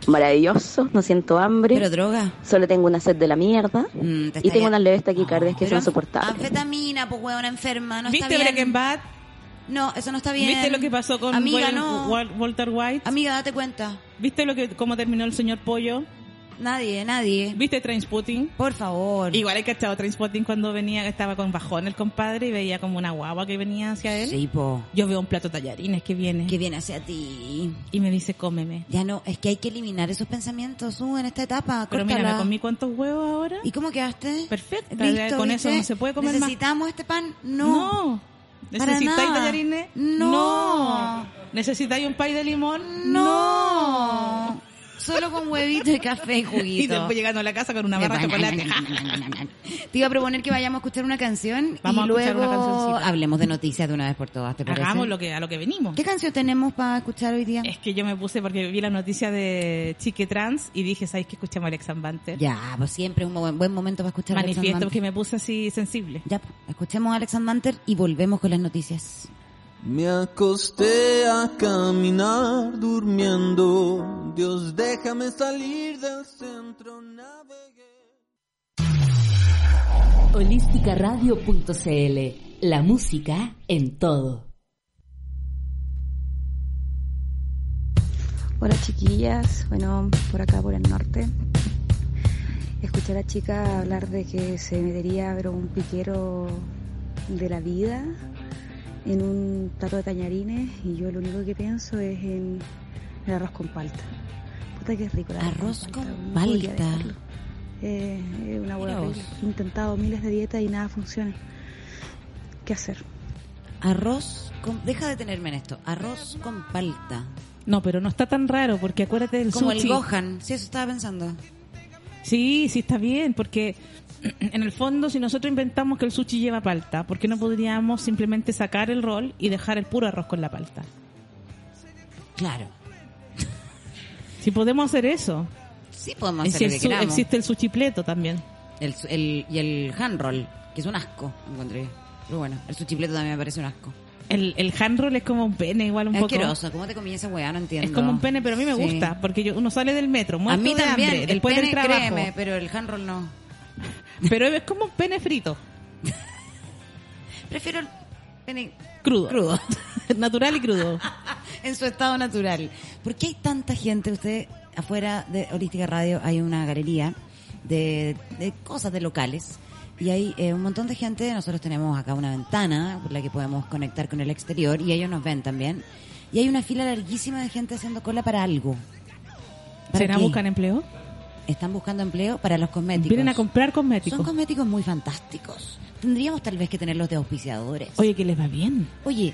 maravilloso no siento hambre
Pero droga.
solo tengo una sed de la mierda
Mm, te
y tengo
estaría-
unas leves taquicardias que
Pero
son soportables
Anfetamina, pues huevona enferma, no
¿Viste
está bien.
Breaking Bad?
No, eso no está bien.
¿Viste lo que pasó con
Amiga,
Wal-
no.
Wal- Walter White?
Amiga, date cuenta.
¿Viste lo que cómo terminó el señor Pollo?
Nadie, nadie.
¿Viste Trainspotting?
Por favor.
Igual he cachado Trainspotting cuando venía, estaba con bajón el compadre y veía como una guagua que venía hacia él.
Sí, po.
Yo veo un plato de tallarines que viene
Que viene hacia ti.
y me dice, cómeme.
Ya no, es que hay que eliminar esos pensamientos, uh, en esta etapa.
Pero mira, me
córtala.
comí cuántos huevos ahora.
¿Y cómo quedaste?
Perfecto,
Listo,
con
¿viste?
eso no se puede comer más.
¿Necesitamos este pan? No.
No.
Para
¿Necesitáis
nada.
tallarines?
No.
No. ¿Necesitáis un pay de limón?
No. Solo con huevito y café y juguito.
Y después llegando a la casa con una barra de chocolate.
Te iba a proponer que vayamos a escuchar una canción
Vamos
y
a escuchar
luego
una cancioncita.
hablemos de noticias de una vez por todas, ¿te parece?
Hagamos lo que, a lo que venimos.
¿Qué canción tenemos para escuchar hoy día?
Es que yo me puse porque vi la noticia de Chique Trans y dije, ¿sabéis que escuchamos a Alex Ambante?
Ya, pues siempre es un buen, buen momento para escuchar a Alex
Manifiesto
Van
porque
Manter.
me puse así sensible.
Ya, pues, escuchemos a Alex Van Manter y volvemos con las noticias.
Me acosté a caminar durmiendo. Dios, déjame salir del centro. Navegué.
Holísticaradio.cl La música en todo.
Hola chiquillas, bueno, por acá por el norte. Escuché a la chica hablar de que se metería pero un piquero de la vida en un plato de tañarines y yo lo único que pienso es en el arroz con palta. Puta que rico el
Arroz con
no podría
palta.
dejarlo. Eh, es una
Mira
buena
vos.
He intentado miles de dietas y nada funciona. ¿Qué hacer?
Arroz con... Deja de tenerme en esto. Arroz con palta.
No, pero no está tan raro porque acuérdate del
Como
sushi.
el Gohan. Sí, eso estaba pensando.
Sí, sí está bien porque en el fondo si nosotros inventamos que el sushi lleva palta, ¿por qué no podríamos simplemente sacar el rol y dejar el puro arroz con la palta?
Claro.
Si podemos hacer eso.
Sí podemos
Y
hacer lo
si el
que
su-
queramos.
existe el sushi pleto también.
El, su- el- y el hand roll, que es un asco, encontré. Pero bueno, el suchipleto también me parece un asco.
El, el hand roll es como un pene igual un
es
poco.
asqueroso. ¿Cómo te comí esa weá? No entiendo.
Es como un pene, pero a mí me
Sí.
gusta, porque yo, uno sale del metro,
A
muerto
mí
de
también.
hambre,
el
después
pene,
del trabajo.
créeme, pero el hand roll no.
Pero es como un pene frito,
Prefiero el pene
crudo.
crudo,
Natural y crudo.
en su estado natural. ¿Por qué hay tanta gente? Usted, afuera de Holística Radio hay una galería de, de cosas de locales. Y hay eh, un montón de gente, nosotros tenemos acá una ventana por la que podemos conectar con el exterior y ellos nos ven también. Y hay una fila larguísima de gente haciendo cola para algo. ¿Para
¿Será
qué?
buscan empleo?
Están buscando empleo para los cosméticos.
Vienen a comprar cosméticos.
Son cosméticos muy fantásticos. Tendríamos tal vez que tenerlos de auspiciadores.
Oye, que les va bien.
Oye,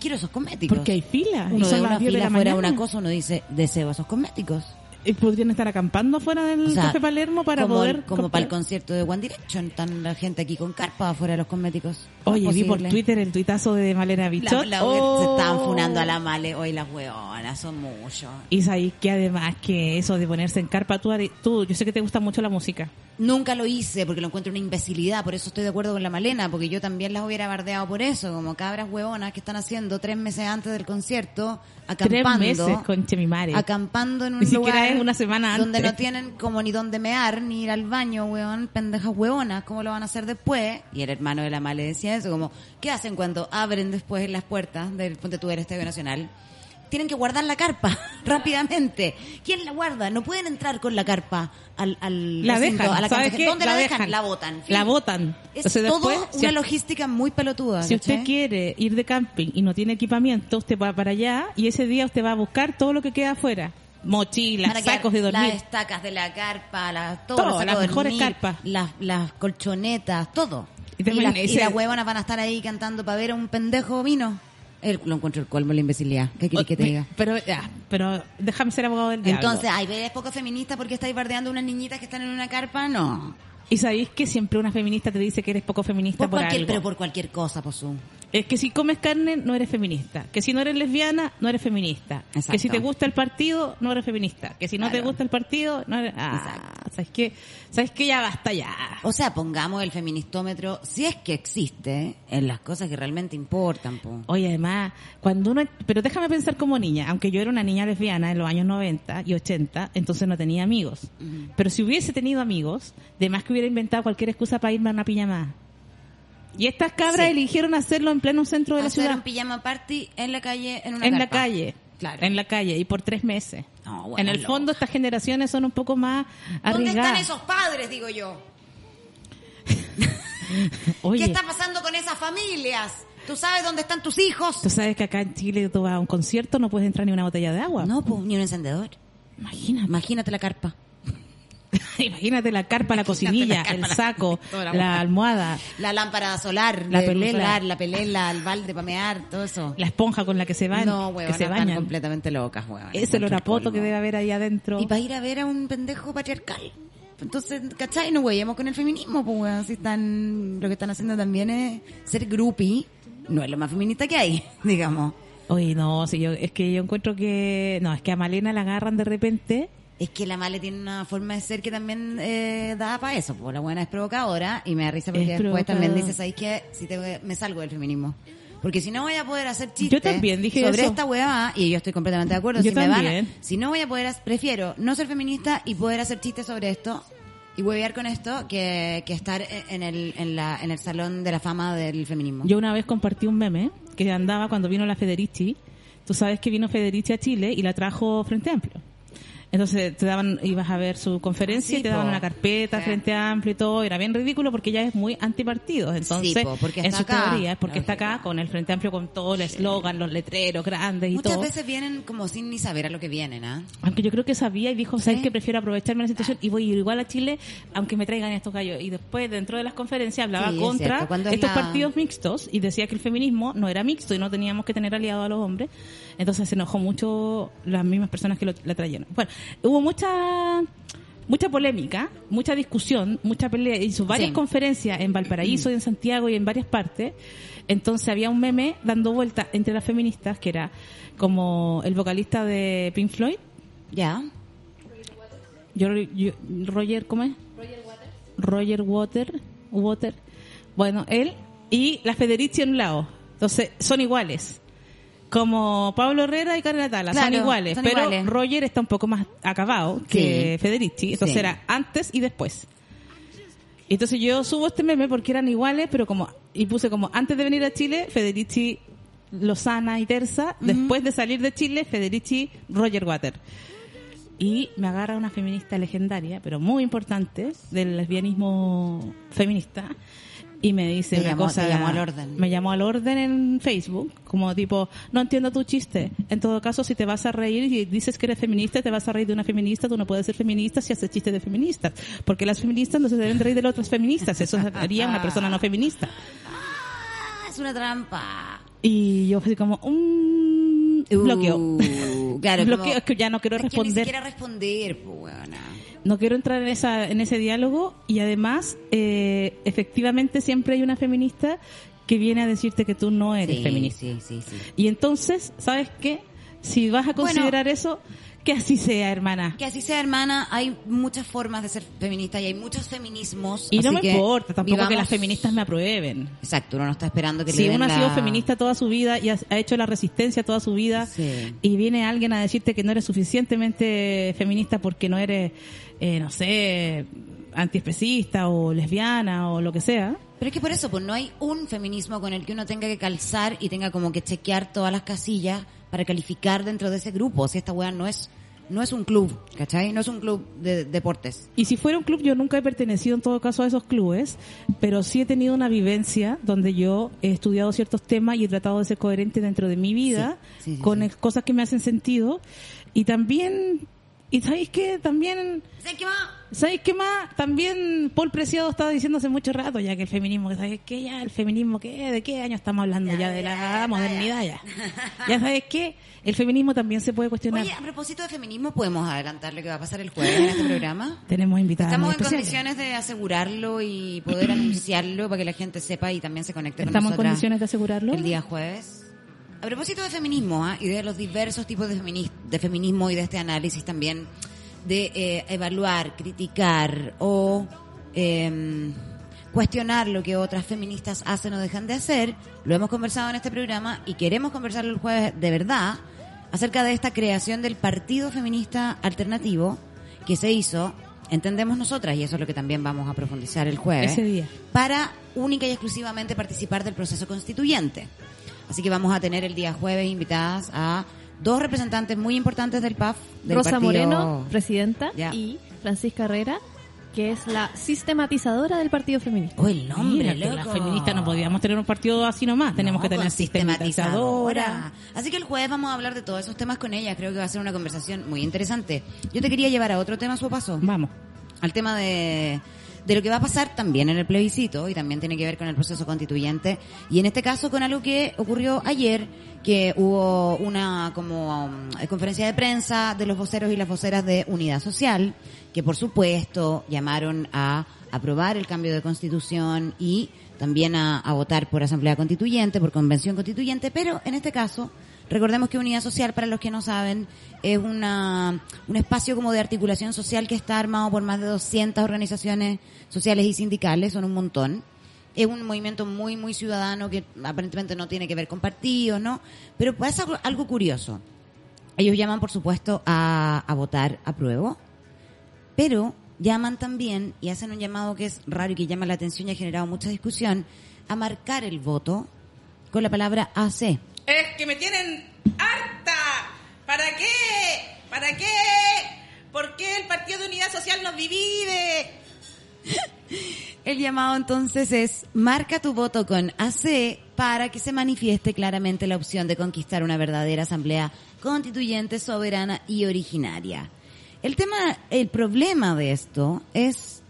quiero esos cosméticos.
Porque hay fila. Ah, y
uno de
son
una
las 10 de
fila
la
fuera
mañana.
una cosa, uno dice, deseo esos cosméticos.
Y podrían estar acampando fuera del
O sea,
Café Palermo para
como
poder.
el- como
comprar.
para el concierto de One Direction, tan la gente aquí con carpa afuera de los cosméticos.
Oye, vi por
Posible.
Twitter el tuitazo de Malena
La-
Bichot.
la-
Oh.
Se estaban funando a la male hoy las hueonas, son mucho.
Y sabéis que además que eso de ponerse en carpa, tú, Ari- tú, yo sé que te gusta mucho la música.
Nunca lo hice porque lo encuentro una imbecilidad, por eso estoy de acuerdo con la Malena, porque yo también las hubiera bardeado por eso, como cabras hueonas que están haciendo tres meses antes del concierto, acampando.
Tres meses con Chemimare.
acampando en un
Ni siquiera
lugar
es una semana
donde
antes.
no tienen como ni dónde mear ni ir al baño weón pendejas hueonas cómo lo van a hacer después y el hermano de la male decía eso como qué hacen cuando abren después las puertas del ponte tú del estadio nacional tienen que guardar la carpa rápidamente quién la guarda no pueden entrar con la carpa al, al
La
recinto,
dejan.
a la
¿sabes
cancha.
qué?
dónde la, dejan? la botan fin.
La botan.
es
Entonces,
todo
después, si
una
a-
logística muy pelotuda
Si
¿cachai?
usted quiere ir de camping y no tiene equipamiento, usted va para allá y ese día usted va a buscar todo lo que queda afuera.
Van a
Mochilas,
quedar
sacos de dormir.
Las estacas de la carpa, las, todo,
Todo,
los sacos
las
de
mejores
dormir,
carpas.
Las, las colchonetas, todo.
Y
Y,
también
las, y
ese-
las huevonas van a estar ahí cantando para ver a un pendejo vino. El, lo encuentro el colmo, la imbecilidad. ¿Qué querés que te diga?
Pero, ah, ya, Oh, pero déjame ser abogado del diablo.
Entonces, ay, ¿ves poco feminista porque estáis bardeando a unas niñitas que están en una carpa? No.
Y sabéis que siempre una feminista te dice que eres poco feminista
Por
por,
cualquier,
algo.
pero por cualquier cosa, por su.
Es que si comes carne, no eres feminista. Que si no eres lesbiana, no eres feminista.
Exacto.
Que si te gusta el partido, no eres feminista. Que si no te gusta el partido, no eres... Ah, ¿sabes qué? ¿Sabes qué? Ya basta ya.
O sea, pongamos el feministómetro, si es que existe, en las cosas que realmente importan, po.
Oye, además, cuando uno... Pero déjame pensar como niña. Aunque yo era una niña lesbiana en los años 90 y 80, entonces no tenía amigos. Pero si hubiese tenido amigos, de más que hubiera inventado cualquier excusa para irme a una piña más. Y estas cabras
Sí.
eligieron hacerlo en pleno centro de la
Hacer
ciudad.
un pijama party en la calle, en una
en la
carpa.
calle. en la calle y por tres meses.
bueno,
en el
loca.
fondo estas generaciones son un poco más
¿Dónde están
arriesgadas.
esos padres, digo yo?
Oye,
¿Qué está pasando con esas familias? ¿Tú sabes dónde están tus hijos?
tú sabes que acá en Chile tú vas a un concierto no puedes entrar ni una botella de agua.
No, pues, ni un encendedor.
Imagínate.
Imagínate la carpa.
Imagínate la carpa, la cocinilla,
carpa,
el
la-
saco,
toda la
la,
hueá.
almohada,
La lámpara solar,
La
la
pelela.
pelela, solar, la pelela, el balde para mear, todo eso.
la esponja con la que se van,
no, huevona,
que se
están
bañan.
completamente locas, huevona.
Ese olor a poto que debe haber ahí adentro.
Y para ir a ver a un pendejo patriarcal. Entonces, ¿cachai? No huevemos con el feminismo, pues, weón. Si están, lo que están haciendo también es ser groupie. No es lo más feminista que hay, digamos.
Oye, no, si yo, es que yo encuentro que... No, es que a Malena la agarran de repente.
Es que la Male tiene una forma de ser que también eh, da para eso, pues la buena es provocadora y me da risa porque
Es
después también
provocadora.
dices, ¿sabes qué? Si te- me salgo del feminismo. Porque si no voy a poder hacer chistes
Yo también dije
sobre
eso.
esta hueá, y yo estoy completamente de acuerdo,
Yo
si me van a-
también.
si no voy a poder, ha- prefiero no ser feminista y poder hacer chistes sobre esto y huevear con esto que, que estar e, en el, en, la, en el salón de la fama del feminismo.
Yo una vez compartí un meme que andaba cuando vino la Federici. Tú sabes que vino Federici a Chile y la trajo Frente Amplio. Entonces te daban, ibas a ver su
Ah,
conferencia
Sí,
y te daban
po.
una carpeta
Sí.
Frente Amplio y todo. Era bien ridículo porque ella es muy antipartidos. Entonces,
po, porque
en
está
sus
acá. Ah,
teorías, porque está acá con el Frente Amplio, con todo el eslogan, los letreros grandes y
Muchas
todo.
veces vienen como sin ni saber a lo que vienen, ¿ah?
Aunque yo creo que sabía y dijo, ¿sabes que Prefiero aprovecharme de la situación y voy igual a Chile, aunque me traigan estos gallos. Y después, dentro de las conferencias, hablaba
Sí, es
contra
cierto. Cuando es
estos
la-
partidos mixtos y decía que el feminismo no era mixto y no teníamos que tener aliado a los hombres. Entonces se enojó mucho las mismas personas que lo- la trajeron. Bueno, hubo mucha... Mucha polémica, mucha discusión, mucha pelea. Hizo varias
Sí.
conferencias en Valparaíso y en Santiago y en varias partes. Entonces había un meme dando vuelta entre las feministas que era como el vocalista de Pink Floyd,
Ya.
yo, yo- Roger, ¿cómo es? Roger Water. Water. Bueno, él y la Federici en un lado. Entonces, son iguales. Como Pablo Herrera y Carla Tala, son
Claro,
iguales.
son
pero
iguales.
Roger está un poco más acabado que Federici. Entonces
Sí.
era antes y después. Entonces yo subo este meme porque eran iguales, pero como. Y puse como antes de venir a Chile, Federici Lozana y Terza. Después de salir de Chile, Federici Roger Water. Y me agarra una feminista legendaria, pero muy importante, del lesbianismo feminista, y me dice
Te
una
llamó-
cosa...
te llamó al orden.
Me llamó al orden en Facebook, como tipo, no entiendo tu chiste. En todo caso, si te vas a reír y dices que eres feminista, te vas a reír de una feminista, tú no puedes ser feminista si haces chistes de feministas. Porque las feministas no se deben reír de las otras feministas, eso haría una persona no feminista.
Ah, es una trampa.
Y yo fui como, un bloqueo.
Uh, claro,
bloqueo,
como-
es que ya no quiero
Es que ni
responder.
siquiera responder, pues, weona.
no quiero entrar en esa en ese diálogo y además eh, efectivamente siempre hay una feminista que viene a decirte que tú no eres
Sí,
feminista
Sí, sí, sí.
y entonces sabes qué si vas a
Bueno.
considerar eso que así sea hermana
Que así sea, hermana, hay muchas formas de ser feminista y hay muchos feminismos.
y no
así
me
que
importa tampoco que
vivamos-
las feministas me aprueben
Exacto, uno no está esperando que le
si
den
uno ha sido
la-
feminista toda su vida y ha, ha hecho la resistencia toda su vida
Sí.
y viene alguien a decirte que no eres suficientemente feminista porque no eres eh, no sé antiespecista o lesbiana o lo que sea
Pero es que por eso, pues no hay un feminismo con el que uno tenga que calzar y tenga como que chequear todas las casillas para calificar dentro de ese grupo. Si esta weá no es, no es un club, ¿cachai? No es un club de deportes.
Y si fuera un club, yo nunca he pertenecido en todo caso a esos clubes, pero sí he tenido una vivencia donde yo he estudiado ciertos temas y he tratado de ser coherente dentro de mi vida
Sí, sí, sí,
con
sí.
eh, cosas que me hacen sentido. Y también, y sabéis que también,
¿Sabes qué más?
¿sabéis qué más? También Paul Preciado estaba diciendo hace mucho rato ya que el feminismo, que ¿sabéis qué? Ya, el feminismo, ¿qué? ¿De qué año estamos hablando? Ya, de la modernidad, ya. Ya sabéis qué? El feminismo también se puede cuestionar.
Oye, a propósito de feminismo, ¿podemos adelantar lo que va a pasar el jueves en este programa?
Tenemos invitadas muy
Estamos en
especiales.
condiciones de asegurarlo y poder anunciarlo para que la gente sepa y también se conecte con
Estamos en
nosotras
condiciones de asegurarlo.
el día jueves. A propósito de feminismo ¿ah? y de los diversos tipos de, feminis- de feminismo y de este análisis también de eh, evaluar, criticar o eh, cuestionar lo que otras feministas hacen o dejan de hacer, lo hemos conversado en este programa y queremos conversarlo el jueves de verdad acerca de esta creación del Partido Feminista Alternativo que se hizo, entendemos nosotras, y eso es lo que también vamos a profundizar el jueves
Ese día.
para única y exclusivamente participar del proceso constituyente. Así que vamos a tener el día jueves invitadas a dos representantes muy importantes del PAF. Del
Rosa
partido-
Moreno, presidenta,
Ya.
y Francisca Herrera, que es la sistematizadora del Partido Feminista.
¡Oh, el
Mira, que las feministas no podíamos tener un partido así nomás, tenemos que
pues,
tener sistematizadora.
Ahora. Así que el jueves vamos a hablar de todos esos temas con ella. Creo que va a ser una conversación muy interesante. Yo te quería llevar a otro tema, su paso.
Vamos.
Al tema de, de lo que va a pasar también en el plebiscito y también tiene que ver con el proceso constituyente. Y en este caso con algo que ocurrió ayer, que hubo una como um, conferencia de prensa de los voceros y las voceras de Unidad Social, que por supuesto llamaron a aprobar el cambio de constitución y también a, a votar por asamblea constituyente, por convención constituyente, pero en este caso, recordemos que Unidad Social, para los que no saben, es una, un espacio como de articulación social que está armado por más de 200 organizaciones sociales y sindicales, son un montón. Es un movimiento muy, muy ciudadano que aparentemente no tiene que ver con partidos, ¿no? Pero pasa algo- algo curioso. Ellos llaman, por supuesto, a, a votar a prueba, pero llaman también y hacen un llamado que es raro y que llama la atención y ha generado mucha discusión, a marcar el voto con la palabra AC.
Es que me tienen harta. ¿Para qué? ¿Para qué? ¿Por qué el Partido de Unidad Social nos divide?
El llamado entonces es marca tu voto con AC para que se manifieste claramente la opción de conquistar una verdadera asamblea constituyente, soberana y originaria. El tema, el problema de esto es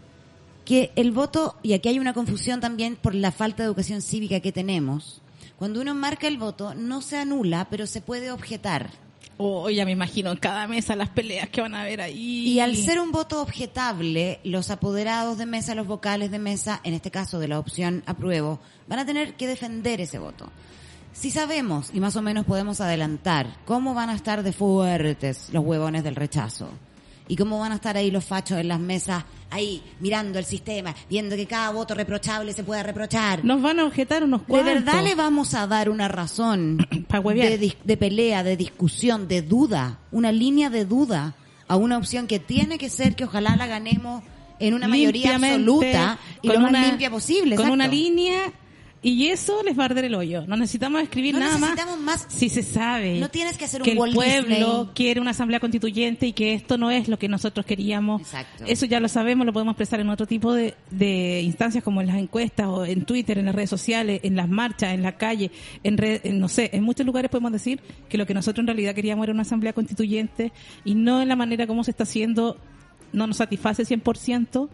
que el voto, y aquí hay una confusión también por la falta de educación cívica que tenemos, cuando uno marca el voto no se anula, pero se puede objetar.
Oh, ya me imagino en cada mesa las peleas que van a haber ahí.
Y al ser un voto objetable, los apoderados de mesa, los vocales de mesa, en este caso de la opción apruebo, van a tener que defender ese voto. Si sabemos, y más o menos podemos adelantar, cómo van a estar de fuertes los huevones del rechazo. Y cómo van a estar ahí los fachos en las mesas, ahí, mirando el sistema, viendo que cada voto reprochable se pueda reprochar.
Nos van a objetar unos cuantos.
¿De verdad le vamos a dar una razón de, dis- de pelea, de discusión, de duda, una línea de duda a una opción que tiene que ser que ojalá la ganemos en una mayoría
Limpiamente,
absoluta y lo
con
más
una-
limpia posible?
Con
exacto.
una línea y eso les va a arder el hoyo. No necesitamos escribir
No
nada
necesitamos más.
Si se sabe
No tienes que hacer un
que el
Walt
pueblo
Disney.
quiere una asamblea constituyente y que esto no es lo que nosotros queríamos. Eso ya lo sabemos, lo podemos expresar en otro tipo de, de instancias como en las encuestas o en Twitter, en las redes sociales, en las marchas, en la calle, en, red, en, no sé, en muchos lugares podemos decir que lo que nosotros en realidad queríamos era una asamblea constituyente y no en la manera como se está haciendo, no nos satisface 100%.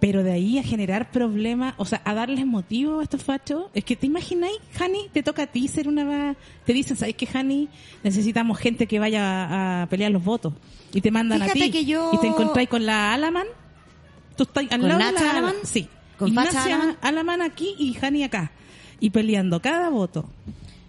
Pero de ahí a generar problemas, o sea, a darles motivo a estos fachos, es que te imagináis, Hani, te toca a ti ser una... va- Te dicen, ¿sabes qué, Hani? Necesitamos gente que vaya a, a pelear los votos. Y te mandan
Fíjate
a ti.
que yo-
Y te encontráis con la Alaman. Tú estás al
¿Con
lado de
Nacha
la
Alaman?
Sí.
¿Con
Ignacia
Pacha Alaman?
Alaman aquí y Hani acá. Y peleando cada voto.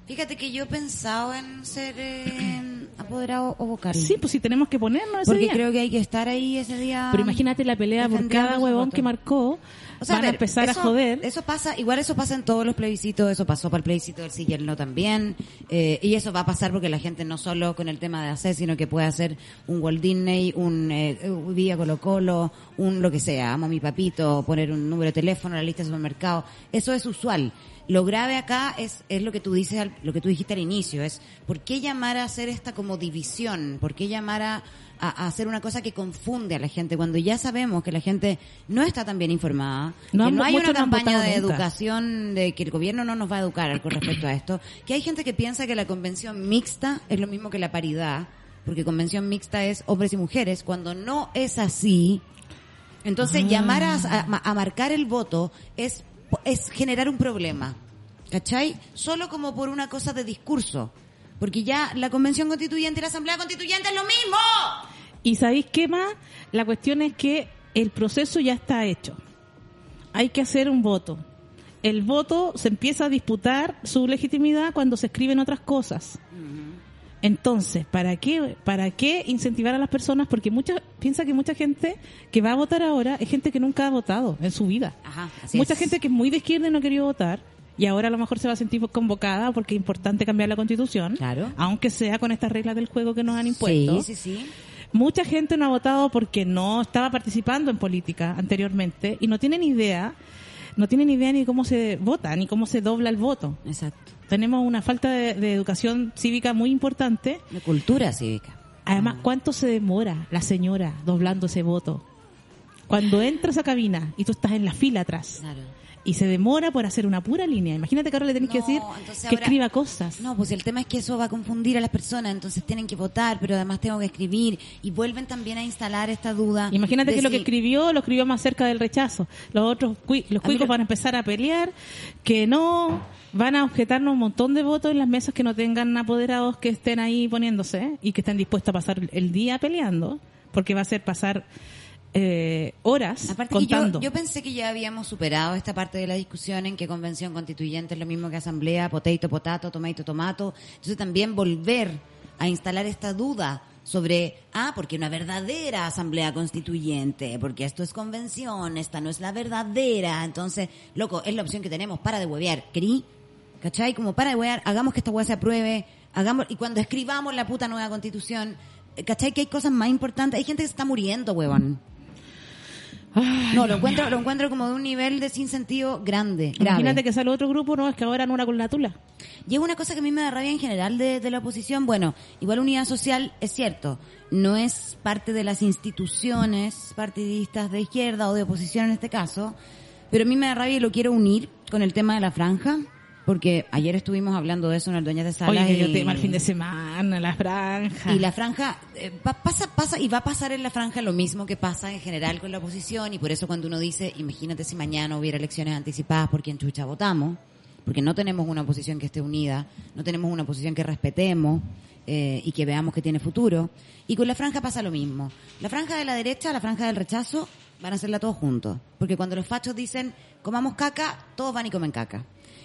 Fíjate que yo he pensado en ser eh, apoderado o vocal.
Sí, pues si tenemos que ponernos ese
Porque
día.
creo que hay que estar ahí ese día.
Pero imagínate la pelea por
defendiendo
cada
su
huevón
voto.
que marcó.
O sea,
van a,
ver,
empezar
eso-
a joder.
Eso pasa, igual eso pasa en todos los plebiscitos, eso pasó para el plebiscito del sí y el no también, eh, y eso va a pasar porque la gente no solo con el tema de hacer, sino que puede hacer un Walt Disney, un eh, un Día Colo Colo, un lo que sea, amo a mi papito, poner un número de teléfono en la lista de supermercado, eso es usual. Lo grave acá es, es lo que tú dices, al- lo que tú dijiste al inicio, es por qué llamar a hacer esta como división, por qué llamar a, a- a hacer una cosa que confunde a la gente cuando ya sabemos que la gente no está tan bien informada,
No
que
han-
no hay una
muchos no han
campaña
votado
de
nunca.
educación de que el gobierno no nos va a educar al- con respecto a esto, que hay gente que piensa que la convención mixta es lo mismo que la paridad, porque convención mixta es hombres y mujeres, cuando no es así, entonces
Ah.
llamar a, a- a marcar el voto es, es generar un problema, ¿cachai? Solo como por una cosa de discurso, porque ya la convención constituyente y la asamblea constituyente es lo mismo.
Y sabéis qué más? La cuestión es que el proceso ya está hecho. Hay que hacer un voto. El voto se empieza a disputar su legitimidad cuando se escriben otras cosas. Entonces, ¿para qué, ¿para qué incentivar a las personas? Porque mucha, piensa que mucha gente que va a votar ahora es gente que nunca ha votado en su vida.
Ajá,
Mucha gente que es muy de izquierda y no ha querido votar. Y ahora a lo mejor se va a sentir convocada porque es importante cambiar la constitución. Aunque sea con estas reglas del juego que nos han impuesto.
Sí, sí, sí.
Mucha gente no ha votado porque no estaba participando en política anteriormente y no tienen idea no tienen idea ni cómo se vota, ni cómo se dobla el voto.
Exacto.
Tenemos una falta de, de educación cívica muy importante.
De cultura cívica. Mm.
Además, ¿cuánto se demora la señora doblando ese voto? Cuando entras a cabina y tú estás en la fila atrás. Y se demora por hacer una pura línea. Imagínate que ahora le tenés que decir
entonces
que
ahora-
escriba cosas.
No, pues el tema es que eso va a confundir a las personas, entonces tienen que votar, pero además tengo que escribir y vuelven también a instalar esta duda.
Imagínate
de
que lo que
si-
escribió lo escribió más cerca del rechazo. Los otros cui- los cuicos van a empezar a pelear, que no van a objetarnos un montón de votos en las mesas que no tengan apoderados que estén ahí poniéndose ¿eh? y que estén dispuestos a pasar el día peleando, porque va a ser pasar eh, horas
Aparte que yo,
contando.
yo pensé que ya habíamos superado esta parte de la discusión en que convención constituyente es lo mismo que asamblea, potato, potato, tomato, tomato. Entonces también volver a instalar esta duda sobre, ah, porque una verdadera asamblea constituyente, porque esto es convención, esta no es la verdadera. Entonces, loco, es la opción que tenemos, para de huevear, ¿querí? ¿Cachai? Como para de huevear, hagamos que esta hueá se apruebe, hagamos, y cuando escribamos la puta nueva constitución, ¿cachai? Que hay cosas más importantes, hay gente que se está muriendo, huevón. No, lo encuentro, lo encuentro como de un nivel de sinsentido grande, grave.
Imagínate que sale otro grupo, no, es que ahora no una con la tula.
Y es una cosa que a mí me da rabia en general de, de la oposición. Bueno, igual unidad social es cierto, no es parte de las instituciones partidistas de izquierda o de oposición en este caso, pero a mí me da rabia y lo quiero unir con el tema de la franja, porque ayer estuvimos hablando de eso en el Doña de Salas.
Oye, que yo
y-
tema el fin de semana, la franja.
y la franja eh, pa- pasa pasa y va a pasar en la franja lo mismo que pasa en general con la oposición y por eso cuando uno dice, imagínate si mañana hubiera elecciones anticipadas por quien chucha votamos, porque no tenemos una oposición que esté unida, no tenemos una oposición que respetemos eh, y que veamos que tiene futuro. Y con la franja pasa lo mismo. La franja de la derecha, la franja del rechazo, van a hacerla todos juntos. Porque cuando los fachos dicen, comamos caca, todos van y comen caca.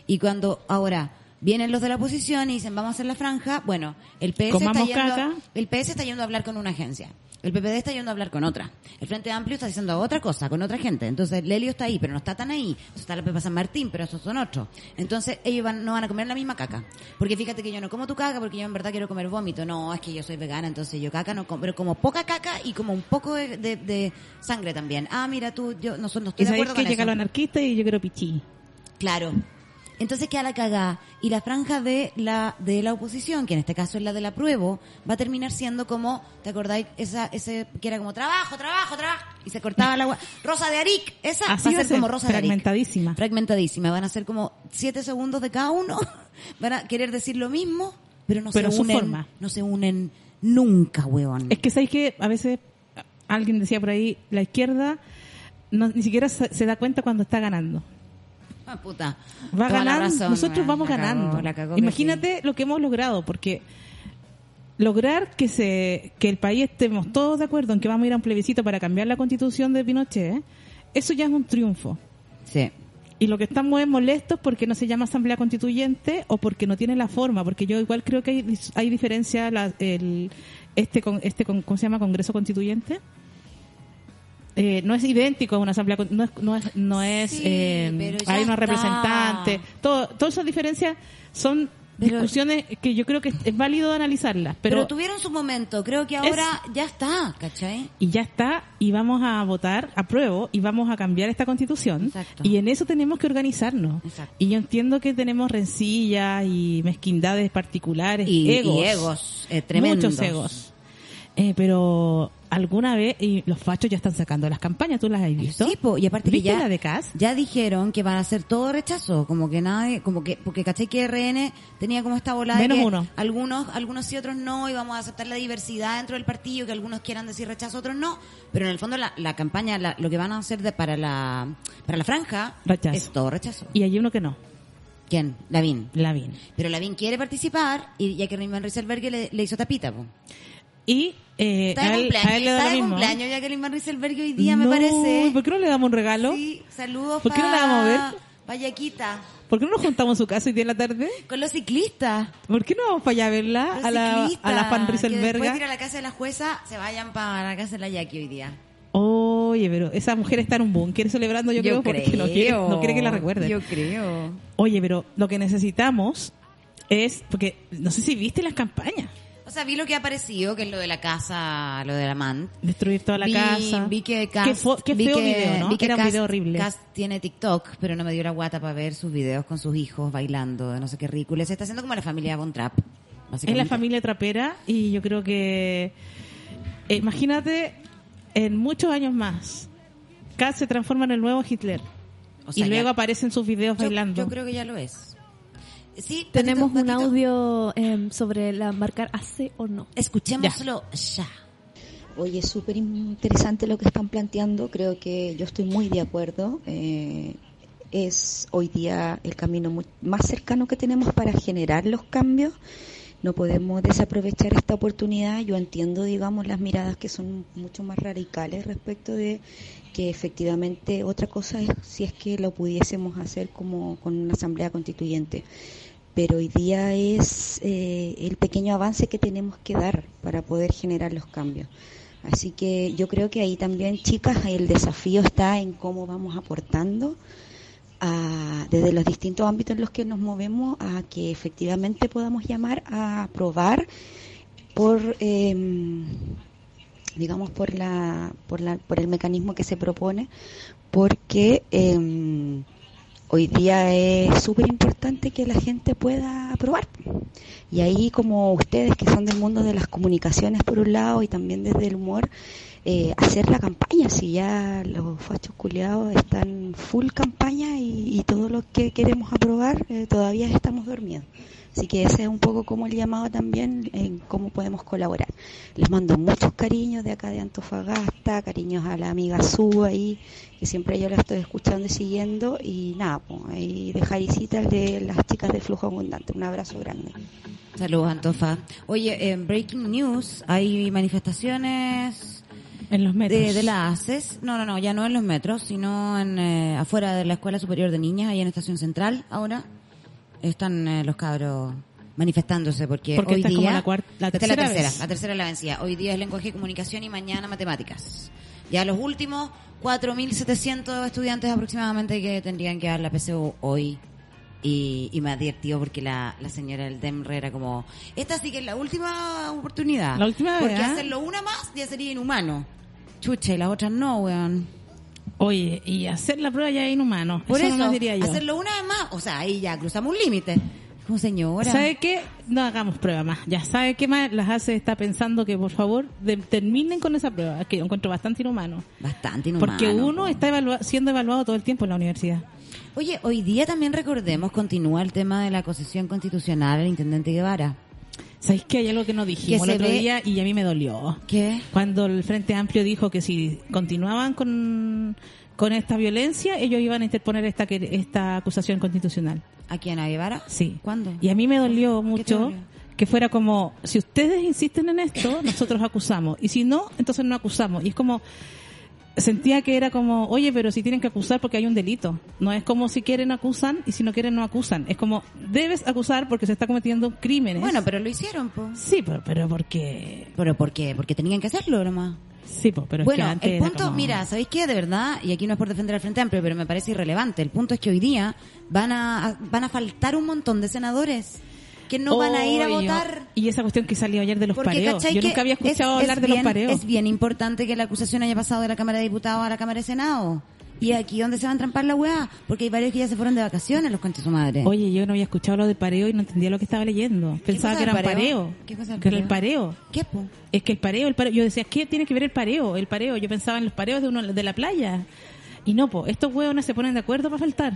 Y cuando ahora vienen los de la oposición y dicen, vamos a hacer la franja, bueno, el PS, está
Comamos
yendo,
caca.
el PS está yendo a hablar con una agencia. El PPD está yendo a hablar con otra. El Frente Amplio está diciendo otra cosa, con otra gente. Entonces, Lelio está ahí, pero no está tan ahí. Entonces, está la Pepa San Martín, pero esos son otros. Entonces, ellos van- no van a comer la misma caca. Porque fíjate que yo no como tu caca porque yo en verdad quiero comer vómito. No, es que yo soy vegana, entonces yo caca no como, pero como poca caca y como un poco de, de- de sangre también. Ah, mira tú, yo no, soy- no estoy
Y
de
sabéis
acuerdo
que
con
llega
eso.
los anarquistas y yo quiero pichí.
Claro. Entonces queda la cagada. Y la franja de la, de la oposición, que en este caso es la del apruebo, va a terminar siendo como, ¿te acordáis? Esa, ese, que era como trabajo, trabajo, trabajo. Y se cortaba la agua. Rosa de Aric. Esa
Así
va a ser
va a ser,
como Rosa de Aric.
fragmentadísima.
Fragmentadísima. Van a ser como siete segundos de cada uno. Van a querer decir lo mismo, pero no
Pero
se
su
unen.
forma.
No se unen nunca, huevón.
Es que sabéis que a veces alguien decía por ahí, la izquierda no- ni siquiera se, se da cuenta cuando está ganando.
Ah, puta.
Va
Toda la
ganando,
razón,
nosotros
weón.
vamos
La cagó,
ganando.
la cagó que
Imagínate lo que hemos logrado, porque lograr que se que el país estemos todos de acuerdo en que vamos a ir a un plebiscito para cambiar la constitución de Pinochet, ¿eh? eso ya es un triunfo.
Sí.
Y lo que estamos es molestos porque no se llama asamblea constituyente o porque no tiene la forma, porque yo igual creo que hay, dis- hay diferencia la- el, este con este con, ¿cómo se llama? Congreso constituyente. Eh, no es idéntico a una asamblea con- no es no es, no es, eh,
pero ya
hay unos
está.
representantes todo, todas esas diferencias son discusiones que yo creo que es, es válido analizarlas
Pero,
pero,
tuvieron su momento. Creo que ahora ya está, ¿cachai?
y ya está y vamos a votar apruebo y vamos a cambiar esta constitución y en eso tenemos que organizarnos y yo entiendo que tenemos rencillas y mezquindades particulares
Y- y
egos,
egos, eh, tremendos.
muchos egos Eh, pero alguna vez y los fachos ya están sacando las campañas tú las has visto
Sí, po, y aparte que
¿Viste
ya,
la de
ya dijeron que van a hacer todo rechazo, como que nadie, como que, porque caché que RN tenía como esta volada de
Menos
que
uno.
algunos, algunos sí, otros no, y vamos a aceptar la diversidad dentro del partido, que algunos quieran decir rechazo, otros no, pero en el fondo la, la campaña, la- lo que van a hacer de, para la, para la franja,
rechazo
es todo rechazo.
y hay uno que no
¿Quién? Lavín.
Lavín
Pero Lavín quiere participar, y ya que Riemann Rieselberg le, le hizo tapita, po.
y eh,
Está de
a él-
cumpleaños,
a él le da
está
lo
de
mismo.
cumpleaños ya que Riemann Rieselberg hoy día, me
No,
parece.
¿por qué no le damos un regalo?
Saludos
¿Por qué no la vamos a ver?
pa' Yaquita.
¿Por qué no nos juntamos en su casa hoy día en la tarde?
Con los ciclistas.
¿Por qué no vamos para allá a verla?
Los
A la,
ciclistas,
a la Fan
que Después
Rieselberga.
de ir a la casa de la jueza, se vayan para la casa de la Jackie hoy día.
Oye, pero esa mujer está en un búnker celebrando, yo, creo, porque no quiere, no quiere que la recuerden.
Yo creo.
Oye, pero lo que necesitamos es, porque no sé si viste las campañas.
O sea, vi lo que ha aparecido, que es lo de la casa, lo de la man.
Destruir toda la
vi,
casa.
Vi que Cast,
Qué fo- qué
vi
feo
que-
video, ¿no?
vi que
Era un
Cast-
video horrible.
Cast tiene TikTok, pero no me dio la guata para ver sus videos con sus hijos bailando, de no sé qué ridículo. Se está haciendo como la familia Von Trapp.
Es la
básicamente.
familia trapera y yo creo que eh, imagínate en muchos años más Kat se transforma en el nuevo Hitler
O sea,
y luego
ya-
aparecen sus videos
Yo-
bailando.
Yo, creo que ya lo es. Sí,
Tenemos
Patito,
un
Patito,
audio em, sobre la marcar hace o no.
Escuchémoslo ya.
Oye, es súper interesante lo que están planteando. Creo que yo estoy muy de acuerdo. Eh, es hoy día el camino mu- más cercano que tenemos para generar los cambios. No podemos desaprovechar esta oportunidad. Yo entiendo, digamos, las miradas que son mucho más radicales respecto de que efectivamente otra cosa es si es que lo pudiésemos hacer como con una asamblea constituyente pero hoy día es eh, el pequeño avance que tenemos que dar para poder generar los cambios. Así que yo creo que ahí también, chicas, el desafío está en cómo vamos aportando a- desde los distintos ámbitos en los que nos movemos a que efectivamente podamos llamar a aprobar por em, digamos por la, por la por el mecanismo que se propone porque em, hoy día es súper importante que la gente pueda aprobar. Y ahí como ustedes que son del mundo de las comunicaciones por un lado y también desde el humor, eh, hacer la campaña, si ya los fachos culiados están full campaña y, y todo lo que queremos aprobar eh, todavía estamos dormidos. Así que ese es un poco como el llamado también en cómo podemos colaborar. Les mando muchos cariños de acá de Antofagasta, cariños a la amiga Su ahí, que siempre yo la estoy escuchando y siguiendo. Y nada, pues, ahí de Jaricita, el de las chicas de Flujo Abundante. Un abrazo grande.
Saludos, Antofa. Oye, en Breaking News hay manifestaciones...
En los metros.
De, de la ACES. No, no, no, ya no en los metros, sino en eh, afuera de la Escuela Superior de Niñas, ahí en Estación Central, ahora. Están eh, los cabros manifestándose porque,
Porque
hoy
esta es
día...
como la cuarta- la
Esta es
tercera
la tercera,
vez.
la tercera es la vencida. Hoy día es lenguaje y comunicación y mañana matemáticas. Ya los últimos 4.700 estudiantes aproximadamente que tendrían que dar la PSU hoy. Y, y me ha divertido porque la, la señora del DEMRE era como, esta sí que es la última oportunidad.
La última vez,
Porque
¿ah?
hacerlo una más ya sería inhumano. Chucha, y las otras no, weón.
Oye, y hacer la prueba ya es inhumano.
Por eso,
no nos diría yo.
hacerlo una vez más, o sea, ahí ya cruzamos un límite. Como señora.
¿Sabe qué? No hagamos prueba más. Ya sabe qué más las hace está pensando que por favor de- terminen con esa prueba, Es que yo encuentro bastante inhumano.
Bastante inhumano.
Porque uno está evalua- siendo evaluado todo el tiempo en la universidad.
Oye, hoy día también recordemos, continúa el tema de la concesión constitucional al intendente Guevara.
¿Sabéis que hay algo que no dijimos el
se
otro
ve-
día y a mí me dolió?
¿Qué?
Cuando el Frente Amplio dijo que si continuaban con, con esta violencia, ellos iban a interponer esta, que- esta acusación constitucional.
¿A quién? ¿A Guevara?
Sí.
¿Cuándo?
Y a mí me dolió mucho
dolió?
que fuera como, si ustedes insisten en esto, nosotros acusamos. Y si no, entonces no acusamos. Y es como, sentía que era como, oye, pero si tienen que acusar porque hay un delito. No es como si quieren acusan y si no quieren no acusan. Es como, debes acusar porque se está cometiendo crímenes.
Bueno, pero lo hicieron, po.
Sí, pero, pero porque...
Pero porque, porque tenían que hacerlo nomás.
Sí, po, pero es
bueno,
que antes
el
era
punto,
como-
mira, ¿sabéis qué? De verdad, y aquí no es por defender al Frente Amplio, pero me parece irrelevante. El punto es que hoy día van a, a- van a faltar un montón de senadores que no van a ir a
Oh, yo-
votar.
Y esa cuestión que salió ayer de los
Porque,
pareos.
¿cachai
Yo
que
nunca había
es-
escuchado
es
hablar de
bien-
los pareos.
Es bien importante que la acusación haya pasado de la Cámara de Diputados a la Cámara de Senado. Y aquí donde se va a entrampar la weá, porque hay varios que ya se fueron de vacaciones, los conches su madre.
Oye, yo no había escuchado lo de pareo y no entendía lo que estaba leyendo. Pensaba
cosa
que
del
era un
pareo?
pareo.
¿Qué cosa del
Que era el pareo.
¿Qué, po?
Es que el pareo, el pareo, yo decía, ¿qué tiene que ver el pareo? El pareo, yo pensaba en los pareos de uno de la playa. Y no, po, estos hueones se ponen de acuerdo para faltar.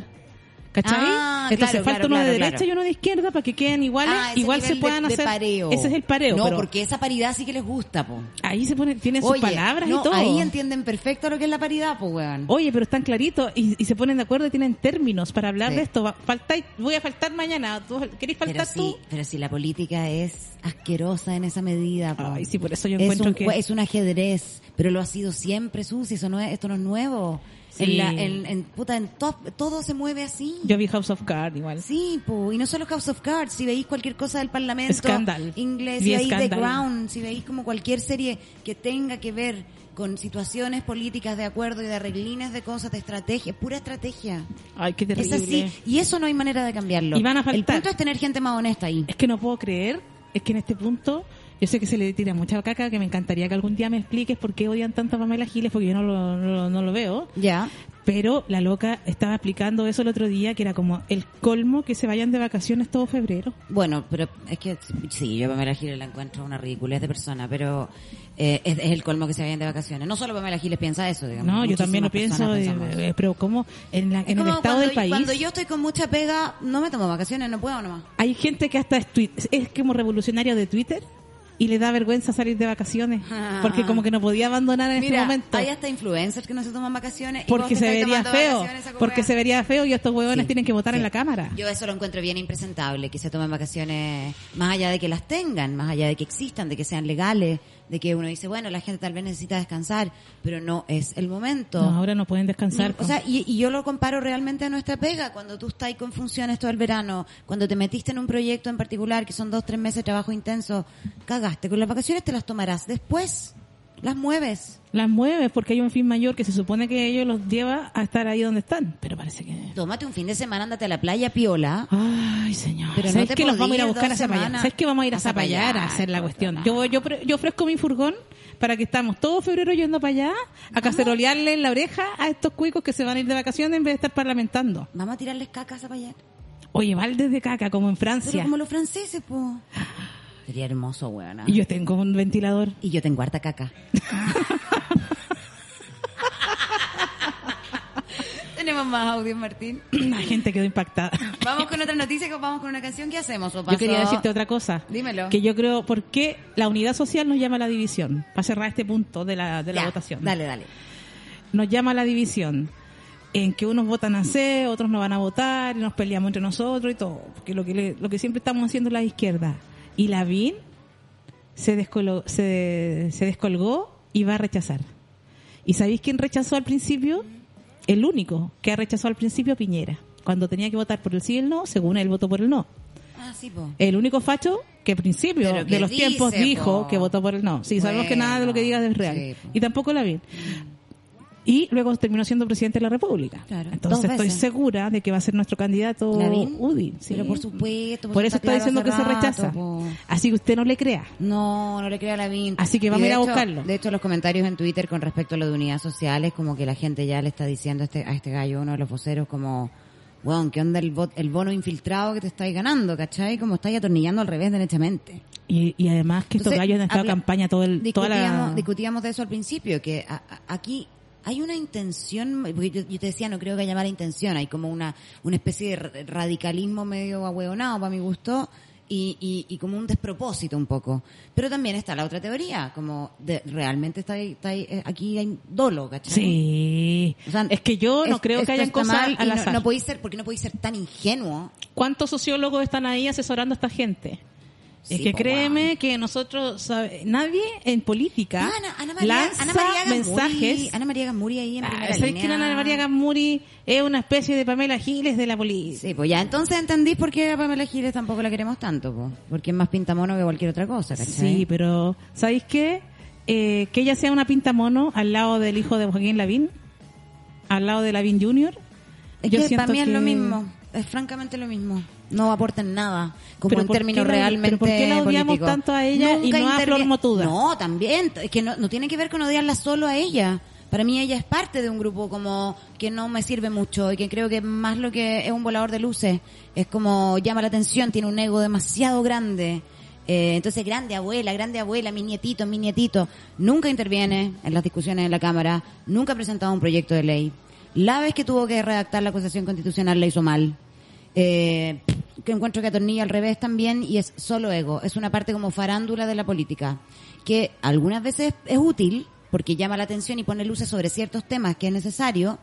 ¿Cachai?
Ah,
Entonces
claro,
falta
claro,
uno de
claro,
derecha
claro.
y uno de izquierda para que queden iguales,
Ah, ese
igual se
nivel de-
puedan
de
hacer.
pareo.
Ese es el pareo.
No,
pero
porque esa paridad sí que les gusta, po.
ahí se pone, tiene sus
Oye,
palabras
no,
y todo.
Ahí entienden perfecto lo que es la paridad, po, weón.
Oye, pero están claritos y, y se ponen de acuerdo y tienen términos para hablar
Sí.
de esto. Va- faltáis- voy a faltar mañana. ¿Tú querés faltar
Pero sí,
tú?
pero si la política es asquerosa en esa medida. po.
Ay, sí, por eso yo
es
encuentro
un,
que-
jue- Es un ajedrez, pero lo ha sido siempre, Susi. Eso no es, esto no es nuevo.
Sí.
En, la, en, en- puta, en to- todo se mueve así.
Yo vi House of Cards igual.
Sí, po, y no solo House of Cards, si veis cualquier cosa del Parlamento
Scandal.
inglés,
Vi
si veis The
Scandal.
Crown, si veis como cualquier serie que tenga que ver con situaciones políticas de acuerdo y de arreglines de cosas, de estrategia, pura estrategia.
Ay, qué terrible.
Es así, y eso no hay manera de cambiarlo.
Y van a
El
faltar.
punto es tener gente más honesta ahí.
Es que no puedo creer, es que en este punto Yo sé que se le tira mucha caca, que me encantaría que algún día me expliques por qué odian tanto a Pamela Giles, porque yo no lo, no, lo- no lo veo.
Ya.
Pero la loca estaba explicando eso el otro día, que era como el colmo que se vayan de vacaciones todo febrero.
Bueno, pero es que sí, yo a Pamela Giles la encuentro una ridiculez de persona, pero eh, es, es el colmo que se vayan de vacaciones. No solo Pamela Giles piensa eso, digamos.
No, yo
muchísimas
también lo pienso,
personas
eh,
pensamos eso.
eh, pero como en, la- en el
Como
estado
cuando,
del país...
cuando yo estoy con mucha pega, no me tomo vacaciones, no puedo nomás.
Hay gente que hasta es, twi- es como revolucionario de Twitter y le da vergüenza salir de vacaciones porque como que no podía abandonar en
Ah. Mira,
ese momento
hay hasta influencers que no se toman vacaciones. y vos
porque
te
se
estás
vería
tomando
feo
vacaciones, esa
porque
weá.
se vería feo y estos huevones
Sí,
tienen que votar
sí.
en la cámara
Yo eso lo encuentro bien impresentable, que se tomen vacaciones, más allá de que las tengan, más allá de que existan, de que sean legales, de que uno dice, bueno, la gente tal vez necesita descansar, pero no es el momento.
No, ahora no pueden descansar
O sea, y, y yo lo comparo realmente a nuestra pega, cuando tú estás con funciones todo el verano, cuando te metiste en un proyecto en particular, que son dos, tres meses de trabajo intenso, cagaste. Con las vacaciones te las tomarás después, las mueves.
las mueves porque hay un fin mayor que se supone que ellos los lleva a estar ahí donde están pero parece que
Tómate un fin de semana, ándate a la playa, piola.
Ay, señor.
Pero no
¿Sabes
te
que los
podís
vamos a ir a buscar a
dos
Zapallar?
semanas
¿Sabes que vamos a ir a
a
Zapallar a
Zapallar,
hacer la cuestión? Yo, yo, pre- yo ofrezco mi furgón para que estamos todo febrero yendo para allá a cacerolearle en la oreja a estos cuicos que se van a ir de vacaciones en vez de estar parlamentando.
Vamos a tirarles cacas a Zapallar.
Oye, baldes de caca, como en
Pero
Francia.
como los franceses, po. Sería hermoso, weona.
Y yo tengo un ventilador.
Y yo tengo harta caca. Tenemos más audio, Martín.
La gente quedó impactada.
Vamos con otra noticia, que vamos con una canción. ¿Qué hacemos? ¿O
Yo
pasó?
quería decirte otra cosa.
Dímelo.
Que yo creo, ¿por qué la unidad social nos llama a la división? Para cerrar este punto de la, de la
Ya,
votación.
Dale, dale.
nos llama a la división en que unos votan a C, otros no van a votar, y nos peleamos entre nosotros y todo, porque lo que le- lo que siempre estamos haciendo la izquierda. Y Lavín se descoló- se, se descolgó y va a rechazar. ¿Y sabéis quién rechazó al principio? El único que ha rechazado al principio Piñera. Cuando tenía que votar por el sí y el no, según él votó por el no.
Ah, sí, po.
El único facho que al principio
Pero
de
que
los tiempos
dice,
dijo
po.
que votó por el no. Sí, sabemos que
Bueno,
nada de lo que digas es real. y tampoco la vi. Y luego terminó siendo presidente de la República.
Claro.
Entonces
Dos
estoy
veces.
segura de que va a ser nuestro candidato
¿Lavín?
Udi. sí.
Pero por supuesto. pues
Por eso
está
está
claro
diciendo
hace
que se
rato,
rechaza.
po.
Así que usted no le crea.
No, no le crea a Lavín.
Así que
Y
vamos a
de
ir a
hecho-
buscarlo.
De hecho, los comentarios en Twitter con respecto a lo de unidades sociales, como que la gente ya le está diciendo a este, a este gallo, uno de los voceros, como, weón, ¿qué onda el, bot- el bono infiltrado que te estáis ganando, cachai? Como estáis atornillando al revés, derechamente.
Y, y además que estos
Entonces,
gallos han estado en
habla-
campaña todo el, toda
Discutíamos,
la...
discutíamos de eso al principio, que a- a- aquí hay una intención, porque yo, yo te decía, no creo que haya mala intención, hay como una, una especie de r- radicalismo medio ahueonado, para mi gusto, y, y, y como un despropósito un poco. Pero también está la otra teoría, como de- realmente está, ahí- está ahí, eh, aquí hay dolo, ¿cachai?
Sí. es que yo no
Es-
creo
esto
que hayan
está
cosas
mal y
al
no-
azar.
no podéis ser, porque no podéis ser tan ingenuo
¿Cuántos sociólogos están ahí asesorando a esta gente? es
Sí,
que
po,
créeme que nosotros, sabe- nadie en política
Ana, Ah, Ana María,
lanza
Ana María Gamuri,
mensajes. Ah,
Ana María Gamuri ahí en primera
¿Sabes
línea.
quién Ana María Gamuri es una especie de Pamela Giles de la política?
Sí, pues ya entonces entendí por qué a Pamela Giles tampoco la queremos tanto, po. porque es más pintamono que cualquier otra cosa, ¿cachai?
Sí, pero ¿sabéis qué? Eh, que ella sea una pinta mono al lado del hijo de Joaquín Lavín, al lado de Lavín Jr.
es
yo
que
siento
para mí es
que-
lo mismo, es francamente lo mismo. No aportan nada, como
Pero
en
¿por qué
términos
la-
realmente
pero ¿por qué la odiamos
políticos.
tanto a ella y
Nunca
no a
intervie-
Flor Motuda?
No, también, es que no, no tiene que ver con odiarla solo a ella. Para mí ella es parte de un grupo como que no me sirve mucho y que creo que más lo que es un volador de luces, es como llama la atención, tiene un ego demasiado grande. Eh, entonces, grande abuela, grande abuela, mis nietitos, mis nietitos. Nunca interviene en las discusiones en la Cámara, nunca ha presentado un proyecto de ley. La vez que tuvo que redactar la acusación constitucional la hizo mal. Eh, que encuentro que atornilla al revés también y es solo ego. Es una parte como farándula de la política, que algunas veces es útil porque llama la atención y pone luces sobre ciertos temas que es necesario,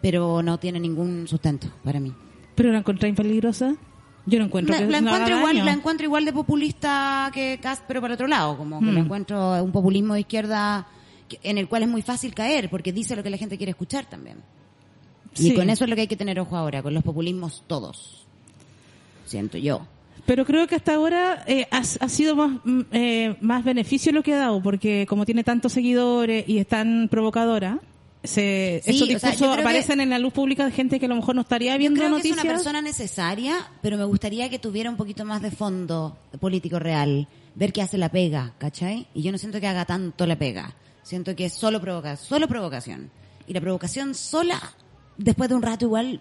pero no tiene ningún sustento para mí.
Pero la encontráis peligrosa. Yo no encuentro
La,
que
la
no haga
encuentro igual,
daño.
la encuentro igual de populista que Cast, pero para otro lado, como que
Mm.
la encuentro un populismo de izquierda que- en el cual es muy fácil caer porque dice lo que la gente quiere escuchar también.
Sí.
Y con eso es lo que hay que tener ojo ahora, con los populismos todos. Siento yo.
Pero creo que hasta ahora eh, ha, ha sido más, mm, eh, más beneficio lo que ha dado, porque como tiene tantos seguidores y es tan provocadora, se,
Sí,
esos
o sea, yo
discursos
creo que-
aparecen en la luz pública de gente que a lo mejor no estaría
Yo
viendo
creo
noticias.
que es una persona necesaria, pero me gustaría que tuviera un poquito más de fondo político real, ver qué hace la pega, ¿cachai? Y yo no siento que haga tanto la pega. Siento que es solo provoca, solo provocación. Y la provocación sola, después de un rato igual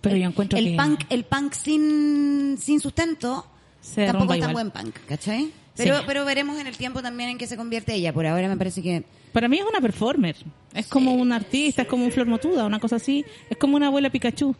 Pero yo encuentro
el
que-
punk, el punk sin, sin sustento
Se
tampoco
derrumba
es tan
igual.
buen punk, ¿cachai? Pero,
Sí.
pero veremos en el tiempo también en qué se convierte ella. Por ahora me parece que
Para mí es una performer. Es como un artista, es como un flormotuda, una cosa así. Es como una abuela Pikachu.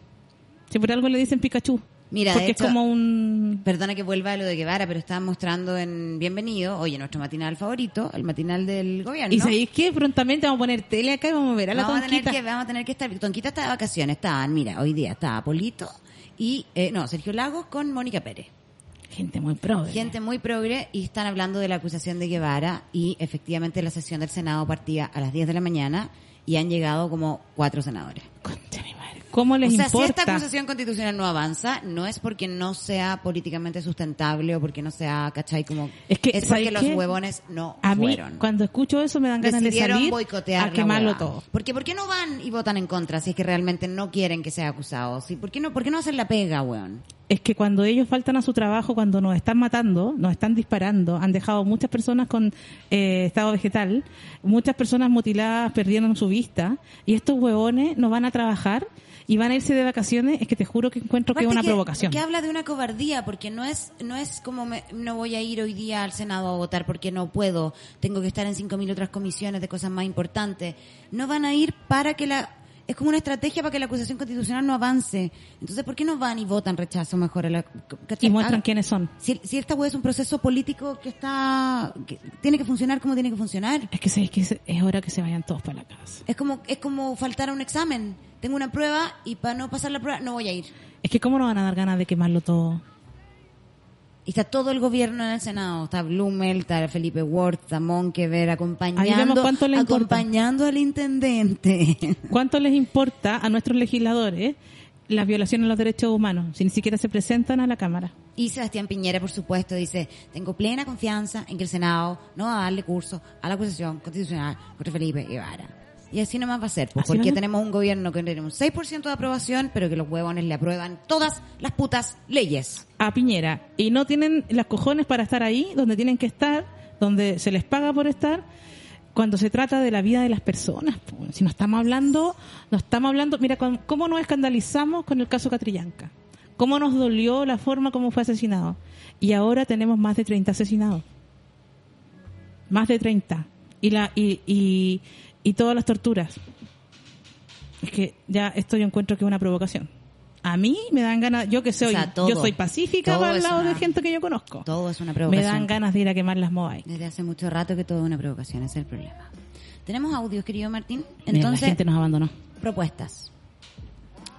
Si por algo le dicen Pikachu.
Mira, de
porque
hecho-
es como un...
Perdona que vuelva a lo de Guevara, pero estaban mostrando en Bienvenido, oye, nuestro matinal favorito, el matinal del gobierno.
Y sabéis que prontamente vamos a poner tele acá y vamos a ver a la
vamos a tener
tonquita.
que Vamos a tener que estar. Tonquita está de vacaciones, estaban, mira, hoy día estaba Polito y, eh, no, Sergio Lagos con Mónica Pérez.
Gente muy ¿eh? progre.
Gente muy progre y están hablando de la acusación de Guevara y efectivamente la sesión del Senado partía a las 10 de la mañana y han llegado como cuatro senadores.
¿Cómo les
o sea, si
importa?
esta acusación constitucional no avanza, no es porque no sea políticamente sustentable o porque no sea, ¿cachai? Como,
Es que,
porque
¿sabéis
los
qué?
huevones no
a mí,
fueron.
cuando escucho eso, me dan ganas de
Decidieron
salir
boicotear
a
la
quemarlo
hueá.
todo.
¿Por qué, por qué no van y votan en contra si es que realmente no quieren que sea acusado? ¿Sí? ¿Por, qué no, ¿Por qué no hacen la pega, weón?
Es que cuando ellos faltan a su trabajo, cuando nos están matando, nos están disparando, han dejado muchas personas con eh, estado vegetal, muchas personas mutiladas perdieron su vista, y estos huevones no van a trabajar y van a irse de vacaciones, es que te juro que encuentro que es
Aparte
una provocación.
Que habla de una cobardía, porque no es, no es como me- no voy a ir hoy día al Senado a votar porque no puedo, tengo que estar en 5.000 otras comisiones de cosas más importantes. No van a ir para que la... Es como una estrategia para que la acusación constitucional no avance. Entonces, ¿por qué no van y votan rechazo mejor a la... Ah,
Y muestran quiénes son.
Si, si esta hueá es un proceso político que está... que tiene que funcionar como tiene que funcionar.
Es que sabéis que es- es hora que se vayan todos para la casa.
Es como, es como faltar a un examen. Tengo una prueba y para no pasar la prueba no voy a ir.
Es que cómo nos van a dar ganas de quemarlo todo.
Y está todo el gobierno en el Senado. Está Blumel, está Felipe Ward, está Monkever
Ahí vemos
acompañando,
cuánto les importa.
acompañando al intendente.
¿Cuánto les importa a nuestros legisladores las violaciones a los derechos humanos si ni siquiera se presentan a la Cámara?
Y Sebastián Piñera, por supuesto, dice, tengo plena confianza en que el Senado no va a darle curso a la acusación constitucional contra Felipe Guevara. Y así nomás va a ser, pues,
Así
porque
nomás.
tenemos un gobierno que tiene un 6% de aprobación, pero que los huevones le aprueban todas las putas leyes.
a Piñera y no tienen las cojones para estar ahí donde tienen que estar, donde se les paga por estar, cuando se trata de la vida de las personas. po. Si no estamos hablando, no estamos hablando, mira con- cómo nos escandalizamos con el caso Catrillanca, cómo nos dolió la forma como fue asesinado. Y ahora tenemos más de 30 asesinados. Más de 30. Y, la, y, y, y todas las torturas. Es que ya esto yo encuentro que es una provocación. A mí me dan ganas, yo que soy,
O sea, todo.
yo soy pacífica
Todo
para el
es
lado
una-
de gente que yo conozco.
Todo es una
me
provocación.
dan ganas de ir a quemar las Moai.
Desde hace mucho rato que todo es una provocación, ese es el problema. Tenemos audios, querido Martín.
Entonces, la
Entonces,
gente nos abandonó.
propuestas.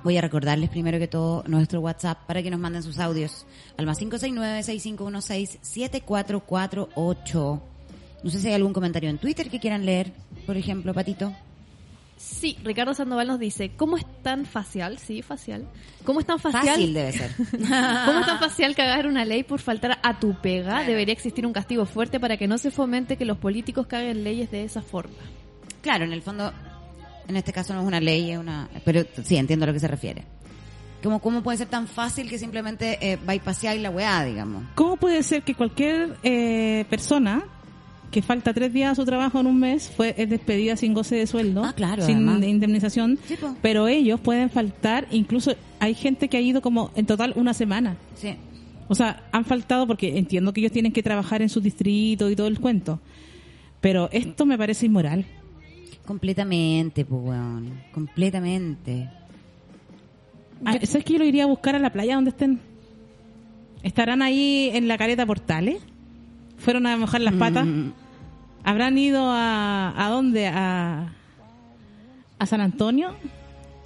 Voy a recordarles primero que todo nuestro WhatsApp para que nos manden sus audios al más 569-6516-7448. No sé si hay algún comentario en Twitter que quieran leer, por ejemplo, Patito.
Sí, Ricardo Sandoval nos dice, ¿cómo es tan facial? Sí, facial. ¿Cómo es tan facial?
Fácil debe ser.
¿Cómo es tan facial cagar una ley por faltar a tu pega? Debería existir un castigo fuerte para que no se fomente que los políticos caguen leyes de esa forma.
Claro, en el fondo, en este caso no es una ley, es una... Pero sí, entiendo a lo que se refiere. Como, ¿Cómo puede ser tan fácil que simplemente eh, bypasseáis la weá, digamos?
¿Cómo puede ser que cualquier eh, persona que falta tres días a su trabajo en un mes fue es despedida sin goce de sueldo, sin
Ah, además.
indemnización,
Sí, po.
pero ellos pueden faltar, incluso hay gente que ha ido como en total una semana.
Sí.
O sea, han faltado porque entiendo que ellos tienen que trabajar en su distrito y todo el cuento. Pero esto me parece inmoral.
Completamente, pues, weón. Completamente.
Ah, ¿Sabes que yo lo iría a buscar a la playa donde estén? ¿Estarán ahí en la careta Portales? ¿Fueron a mojar las patas?
Mm.
¿Habrán ido a, a dónde? ¿A, ¿A San Antonio?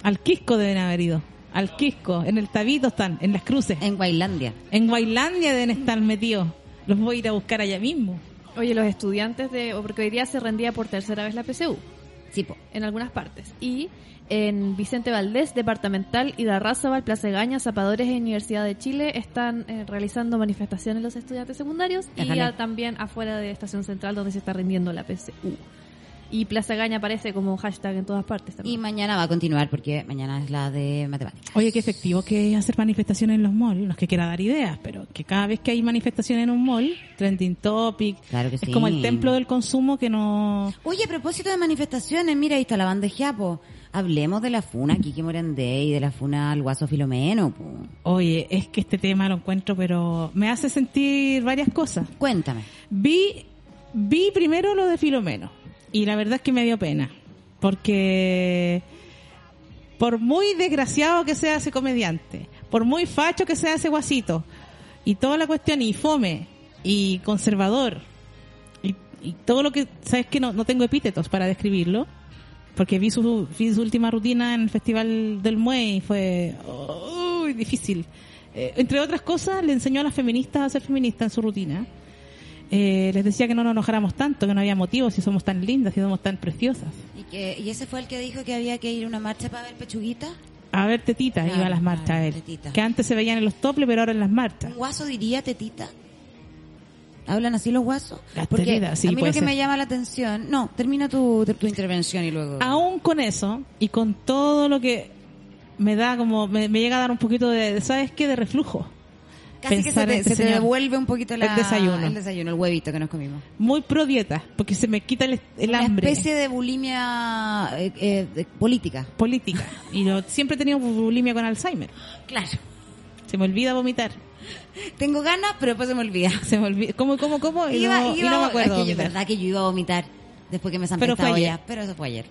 Al Quisco deben haber ido. Al Quisco. En el Tabito están, en las cruces.
En Guailandia.
En Guailandia deben estar metidos. Los voy a ir a buscar allá mismo.
Oye, los estudiantes de... o Porque hoy día se rendía por tercera vez la PCU.
Sí, po.
En algunas partes. Y en Vicente Valdés, Departamental, Idarrázaval, Plaza Gaña, Zapadores en Universidad de Chile están eh, realizando manifestaciones los estudiantes secundarios y
Déjale.
ah, también afuera de Estación Central donde se está rindiendo la PCU. Y Plaza Gaña aparece como hashtag en todas partes también.
Y mañana va a continuar porque mañana es la de matemáticas.
Oye, qué efectivo que es hacer manifestaciones en los malls, no es que quiera dar ideas, pero que cada vez que hay manifestaciones en un mall, trending topic,
Claro que
es
sí.
como el templo del consumo que no...
Oye, a propósito de manifestaciones, mira, ahí está la banda de Giapo. Hablemos de la funa a Kiki Morandé y de la funa al guaso Filomeno. po.
Oye, es que este tema lo encuentro, pero me hace sentir varias cosas.
Cuéntame.
Vi, vi primero lo de Filomeno y la verdad es que me dio pena, porque por muy desgraciado que sea ese comediante, por muy facho que sea ese guasito, y toda la cuestión, y fome, y conservador, y, y todo lo que, sabes que no, no tengo epítetos para describirlo, porque vi su, vi su última rutina en el Festival del Mue y fue oh, uy, difícil. Eh, entre otras cosas, le enseñó a las feministas a ser feministas en su rutina. Eh, les decía que no nos enojáramos tanto, que no había motivos, si somos tan lindas, si somos tan preciosas.
¿Y, que, ¿Y ese fue el que dijo que había que ir a una marcha para ver pechuguita?
A ver, tetitas,
Claro,
iba a las marchas
claro,
él.
tetitas.
Que antes se veían en los toples, pero ahora en las marchas.
¿Un guaso diría tetita? ¿Hablan así los guasos?
Gastelera, sí,
a mí lo
puede
que
ser.
me llama la atención... No, termina tu, tu intervención y luego...
Aún con eso, y con todo lo que me da como, me, me llega a dar un poquito de, ¿sabes qué? De reflujo.
Casi que se
Pensar en
te,
este
se te
señor.
devuelve un poquito la-
El desayuno.
el desayuno, el huevito que nos comimos.
Muy pro dieta, porque se me quita el, el
Una
hambre.
especie de bulimia eh, eh, de- política.
política. Y yo siempre he tenido bulimia con Alzheimer.
Claro.
Se me olvida vomitar.
Tengo ganas, pero después se me olvida.
Se me olvida. ¿Cómo, cómo, cómo? Y, no, y no me
es
acuerdo.
que yo-
vomitar.
verdad que yo iba a vomitar después que me zampé
Pero
esta
fue ayer.
olla, pero eso fue ayer.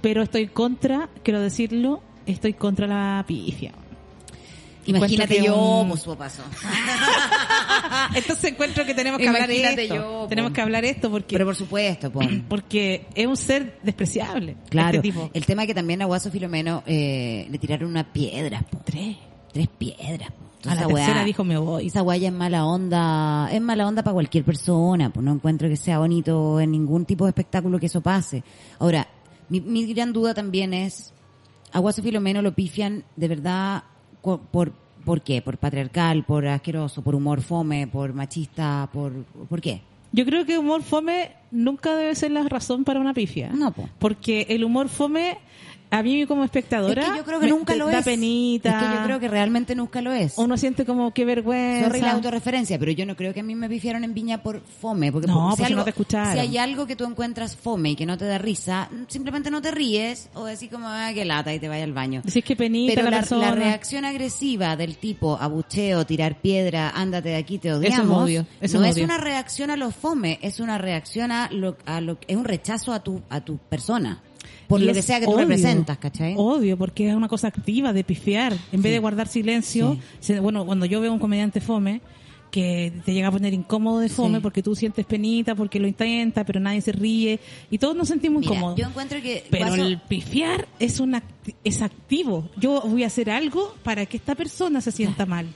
Pero estoy contra, quiero decirlo, estoy contra la pifia.
Imagínate
Encuentro que
yo,
un-
pues su paso.
Entonces encuentro que tenemos que hablar de
Imagínate
esto.
yo, po.
tenemos que hablar esto porque
Pero por supuesto, po.
porque es un ser despreciable.
Claro.
Este tipo.
El tema es que también a Guaso Filomeno eh, le tiraron pues. unas piedras, po.
Tres.
Tres piedras, po.
A la
esa weá-
tercera dijo me voy.
Esa guaya es mala onda, es mala onda para cualquier persona, pues no encuentro que sea bonito en ningún tipo de espectáculo que eso pase. Ahora, mi, mi gran duda también es, a Guaso Filomeno lo pifian de verdad co- por, por qué, por patriarcal, por asqueroso, por humor fome, por machista, por, ¿por qué?
Yo creo que humor fome nunca debe ser la razón para una pifia.
No, po.
Porque el humor fome, a mí como espectadora,
es que yo creo que
me-
nunca
te
lo
da
es.
penita.
Es que yo creo que realmente nunca lo es.
Uno siente como qué vergüenza.
Sorry la autorreferencia, pero yo no creo que a mí me pifiaron en Viña por fome. Porque
No,
por-
porque no te escucharon.
Si hay algo que tú encuentras fome y que no te da risa, simplemente no te ríes o decís como, ah, qué lata y te vaya al baño.
Decís que penita
Pero
la,
la,
persona.
la reacción agresiva del tipo abucheo, tirar piedra, ándate de aquí, te
es
odiamos,
odio, eso
no
es
es
odio.
una reacción a lo fome, es una reacción a lo, a lo es un rechazo a tu a tu persona por
Y
lo que
es
sea que tú
odio,
representas, ¿cachai?
Odio, porque es una cosa activa de pifiar. En vez de guardar silencio, se- bueno, cuando yo veo un comediante fome, que te llega a poner incómodo de fome
Sí.
porque tú sientes penita, porque lo intenta, pero nadie se ríe y todos nos sentimos
Mira,
incómodos.
yo encuentro que
Pero
Guaso-
el pifiar es, un act- es activo. Yo voy a hacer algo para que esta persona se sienta mal.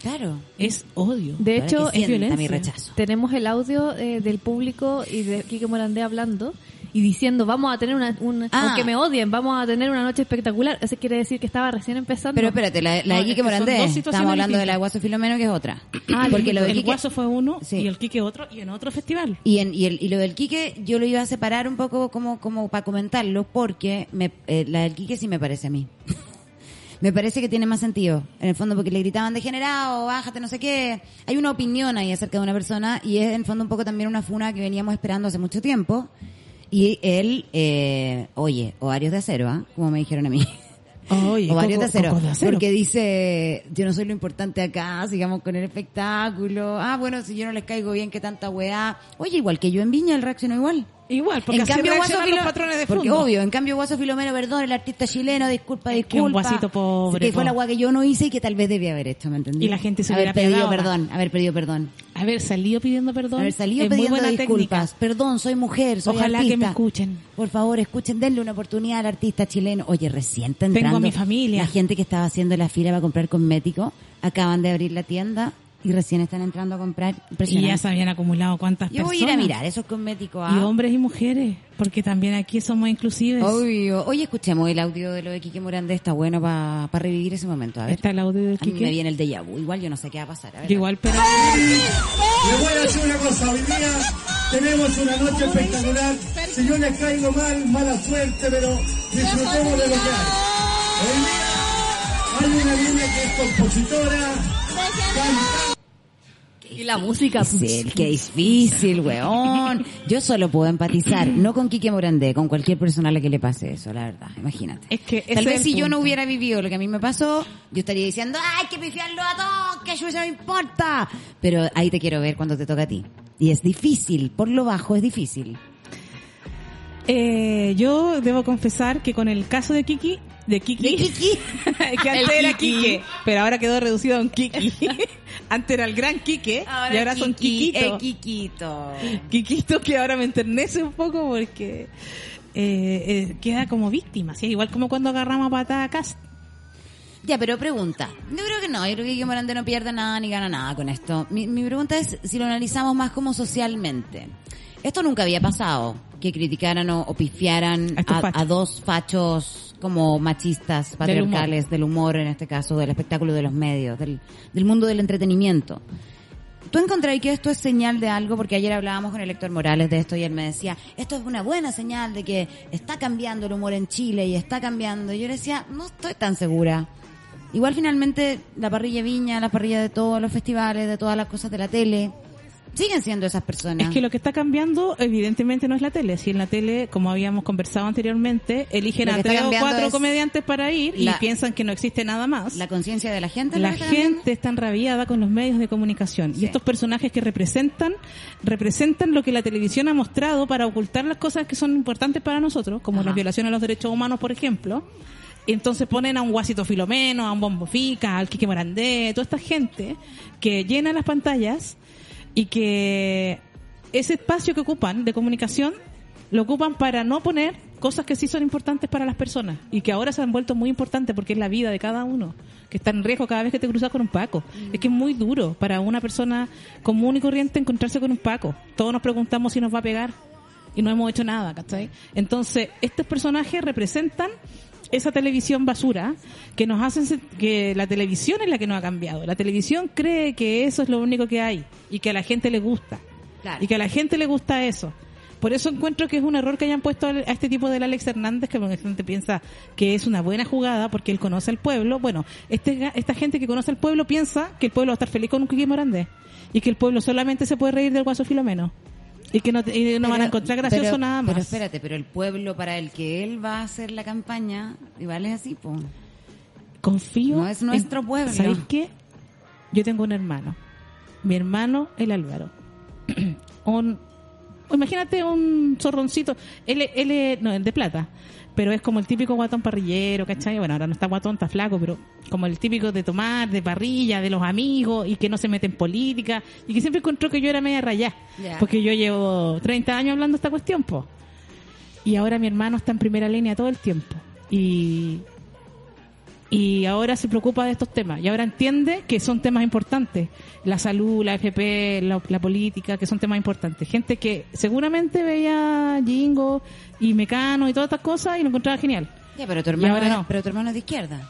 claro,
Es odio.
De
Para
hecho,
que sienta
es violencia.
mi rechazo.
Tenemos el audio eh, del público y de Quique Morandé hablando y diciendo, vamos a tener una, una-
Ah.
aunque me odien, vamos a tener una noche espectacular. Eso quiere decir que estaba recién empezando.
Pero espérate, la, la
No,
de
es
Quique
que son
Morandé,
dos situaciones
estamos hablando de
distintas.
la de Guaso Filomeno, que es otra.
Ah,
Porque lo de
el
Quique-
guaso fue uno
Sí.
y el Quique otro y en otro festival.
Y, en, y, el- y lo del Quique, yo lo iba a separar un poco como, como para comentarlo, porque me, eh, la del Quique sí me parece a mí. me parece que tiene más sentido, en el fondo, porque le gritaban degenerado, bájate, no sé qué. Hay una opinión ahí acerca de una persona y es, en el fondo, un poco también una funa que veníamos esperando hace mucho tiempo. Y él, eh, oye, ovarios de acero, ¿ah? Como me dijeron a mí.
Oye,
Ovarios
coco-
de acero,
cocos de acero.
Porque dice, yo no soy lo importante acá, sigamos con el espectáculo. Ah, bueno, si yo no les caigo bien, qué tanta weá. Oye, igual que yo en Viña, él reaccionó igual.
Igual, porque así reaccionan
Guaso
los
Filo-
patrones de
Porque
fondo.
obvio, en cambio Guaso Filomeno, perdón, el artista chileno, disculpa,
Es
disculpa.
que un guasito pobre,
Que fue
po.
la weá que yo no hice y que tal vez debía haber hecho, ¿me entendí?
Y la gente se
Haber
hubiera
pedido
pegado.
perdón, haber pedido perdón.
Haber salido pidiendo perdón.
Haber salido
es muy
pidiendo
buena técnica.
disculpas. Perdón, soy mujer, soy
Ojalá
artista.
que me escuchen.
Por favor, escuchen, denle una oportunidad al artista chileno. Oye, recién está
Tengo
entrando.
a mi familia.
La gente que estaba haciendo la fila para comprar cosméticos, acaban de abrir la tienda y recién están entrando a comprar.
Y
Impresionante.
ya se habían acumulado cuántas
Yo voy
personas.
a ir a mirar esos cosméticos.
Y
ah.
hombres y mujeres, porque también aquí somos inclusives.
Obvio. Oye, escuchemos el audio de lo de Quique Morandé. Está bueno para revivir ese momento. A ver.
Está el audio del
A mí
Quique.
me viene el déjà vu. Igual yo no sé qué va a pasar. A ver.
Yo igual, pero...
Le voy a decir una cosa, hoy día Tenemos una noche espectacular. Si yo les caigo mal, mala suerte, pero disfrutemos de lo que hay. ¿Eh? Hay una niña que es compositora, cantante.
Y la música.
Difícil, qué difícil, weón. Yo solo puedo empatizar, no con Quique Morandé, con cualquier persona a la que le pase eso, la verdad. Imagínate.
Es que
Tal vez si yo no hubiera vivido lo que a mí me pasó, yo estaría diciendo, ¡ay, que pifiarlo a todos! ¡Que yo ya no importa! Pero ahí te quiero ver cuando te toca a ti. Y es difícil, por lo bajo es difícil.
Eh, yo debo confesar que con el caso de Kiki, de Kiki, que antes
El
era
Kiki.
Kike, pero ahora quedó reducido a un Kiki. antes era el gran Kike y ahora son Kikito.
Kikito.
Kikito que ahora me enternece un poco porque eh, eh, queda como víctima, ¿sí? igual como cuando agarramos a patada a Cast.
Ya, pero pregunta. Yo creo que no, yo creo que Guillermo Morandé no pierde nada ni gana nada con esto. Mi, mi pregunta es si lo analizamos más como socialmente. Esto nunca había pasado, que criticaran o, o pifiaran
estos
a,
fachos.
a dos fachos como machistas, patriarcales, del humor. en este caso, del espectáculo de los medios, del, del mundo del entretenimiento. ¿Tú encontrás que esto es señal de algo? Porque ayer hablábamos con el Héctor Morales de esto y él me decía, esto es una buena señal de que está cambiando el humor en Chile y está cambiando. Y yo le decía, no estoy tan segura. Igual finalmente la parrilla de viña, la parrilla de todos los festivales, de todas las cosas de la tele, siguen siendo esas personas.
Es que lo que está cambiando, evidentemente, no es la tele. Si en la tele, como habíamos conversado anteriormente, eligen
Lo
a
que está
tres o
cambiando
cuatro
es
comediantes para ir y
la-
piensan que no existe nada más.
La conciencia de la gente.
La
¿no?
gente está enrabiada con los medios de comunicación y estos personajes que representan representan lo que la televisión ha mostrado para ocultar las cosas que son importantes para nosotros, como
Ajá.
las violaciones a los derechos humanos, por ejemplo. Y entonces ponen a un Guasito Filomeno, a un Bombo Fica, al Quique Morandé, toda esta gente que llena las pantallas y que ese espacio que ocupan de comunicación lo ocupan para no poner cosas que sí son importantes para las personas y que ahora se han vuelto muy importantes porque es la vida de cada uno que está en riesgo cada vez que te cruzas con un paco es que es muy duro para una persona común y corriente encontrarse con un paco todos nos preguntamos si nos va a pegar y no hemos hecho nada ¿cachai? entonces estos personajes representan esa televisión basura que nos hacen se- que la televisión es la que nos ha cambiado la televisión cree que eso es lo único que hay y que a la gente le gusta
Claro.
y que a la gente le gusta eso. Por eso encuentro que es un error que hayan puesto al- a este tipo del Alex Hernández, que la gente piensa que es una buena jugada porque él conoce al pueblo. Bueno, este, ga- esta gente que conoce al pueblo piensa que el pueblo va a estar feliz con un Quique Morandé y que el pueblo solamente se puede reír del guaso filomeno y que no, te- y no van a
Pero-
encontrar gracioso
pero-
nada más.
Pero espérate, pero el pueblo para el que él va a hacer la campaña, igual es así, po.
Confío.
No es nuestro
en-
pueblo.
¿Sabéis qué? Yo tengo un hermano. Mi hermano, el Álvaro. un, o imagínate un zorroncito. Él, es- él es- no, el de plata. Pero es como el típico guatón parrillero, ¿cachai? Bueno, ahora no está guatón, está flaco, pero como el típico de tomar, de parrilla, de los amigos y que no se mete en política y que siempre encontró que yo era media rayá.
Ya.
Porque yo llevo 30 años hablando esta cuestión, po. Y ahora mi hermano está en primera línea todo el tiempo. Y, y ahora se preocupa de estos temas. Y ahora entiende que son temas importantes. La salud, la FP, la, la política, que son temas importantes. Gente que seguramente veía Jingo y Mecano y todas estas cosas y lo encontraba genial.
Ya, pero tu
Y
hermano,
ahora
es,
no.
pero tu hermano es de izquierda.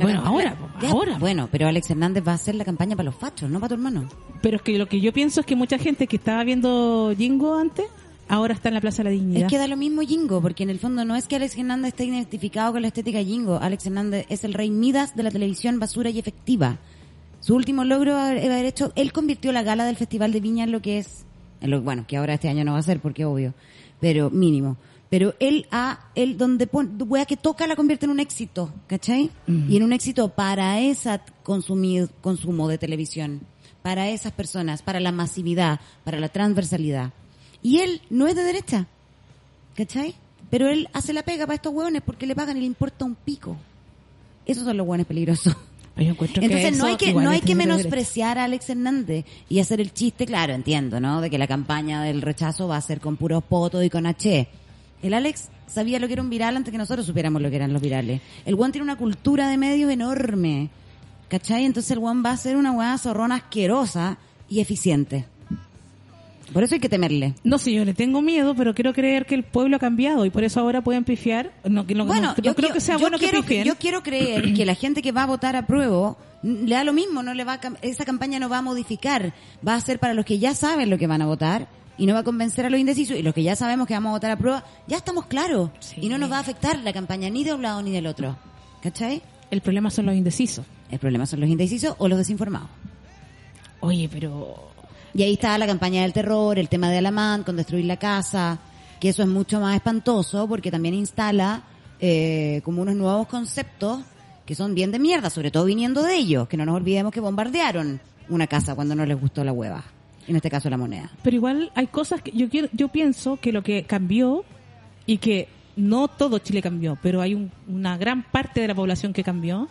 Bueno,
La-
ahora,
la-
po,
ya,
ahora.
Bueno, pero Alex Hernández va a hacer la campaña para los fachos, no para tu hermano.
Pero es que lo que yo pienso es que mucha gente que estaba viendo Jingo antes, ahora está en la Plaza de la Dignidad.
Es que da lo mismo Jingo, porque en el fondo no es que Alex Hernández esté identificado con la estética Jingo. Alex Hernández es el rey Midas de la televisión basura y efectiva. Su último logro era haber hecho, él convirtió la gala del Festival de Viña en lo que es, en lo- bueno, que ahora este año no va a ser porque obvio, pero mínimo. Pero él a, él donde pone, wea que toca la convierte en un éxito, ¿cachai? Y en un éxito para ese consumir, consumo de televisión, para esas personas, para la masividad, para la transversalidad. Y él no es de derecha, ¿Cachai? Pero él hace la pega para estos hueones porque le pagan y le importa un pico. Esos son los hueones peligrosos. Entonces no hay que no hay que menospreciar a Alex Hernández y hacer el chiste, claro, entiendo, ¿no? De que la campaña del rechazo va a ser con puros potos y con H. El Alex sabía lo que era un viral antes que nosotros supiéramos lo que eran los virales. El Juan tiene una cultura de medios enorme. ¿Cachai? Entonces el Juan va a ser una hueá zorrona asquerosa y eficiente. Por eso hay que temerle.
No sé, yo le tengo miedo, pero quiero creer que el pueblo ha cambiado y por eso ahora pueden pifiar. No, que no-
Bueno,
no- no
yo
creo
qui-
que sea
yo
bueno
quiero,
que pifien.
Yo quiero creer que la gente que va a votar a prueba n- le da lo mismo, no le va a cam- esa campaña no va a modificar, va a ser para los que ya saben lo que van a votar y no va a convencer a los indecisos y los que ya sabemos que vamos a votar a prueba, ya estamos claros y no nos va a afectar la campaña ni de un lado ni del otro. ¿Cachai?
El problema son los indecisos.
El problema son los indecisos o los desinformados.
Oye, pero
Y ahí está la campaña del terror, el tema de Alamán, con destruir la casa, que eso es mucho más espantoso porque también instala eh, como unos nuevos conceptos que son bien de mierda, sobre todo viniendo de ellos, que no nos olvidemos que bombardearon una casa cuando no les gustó la hueva, en este caso la moneda.
pero igual hay cosas que yo quiero, yo pienso que lo que cambió y que no todo Chile cambió, pero hay un- una gran parte de la población que cambió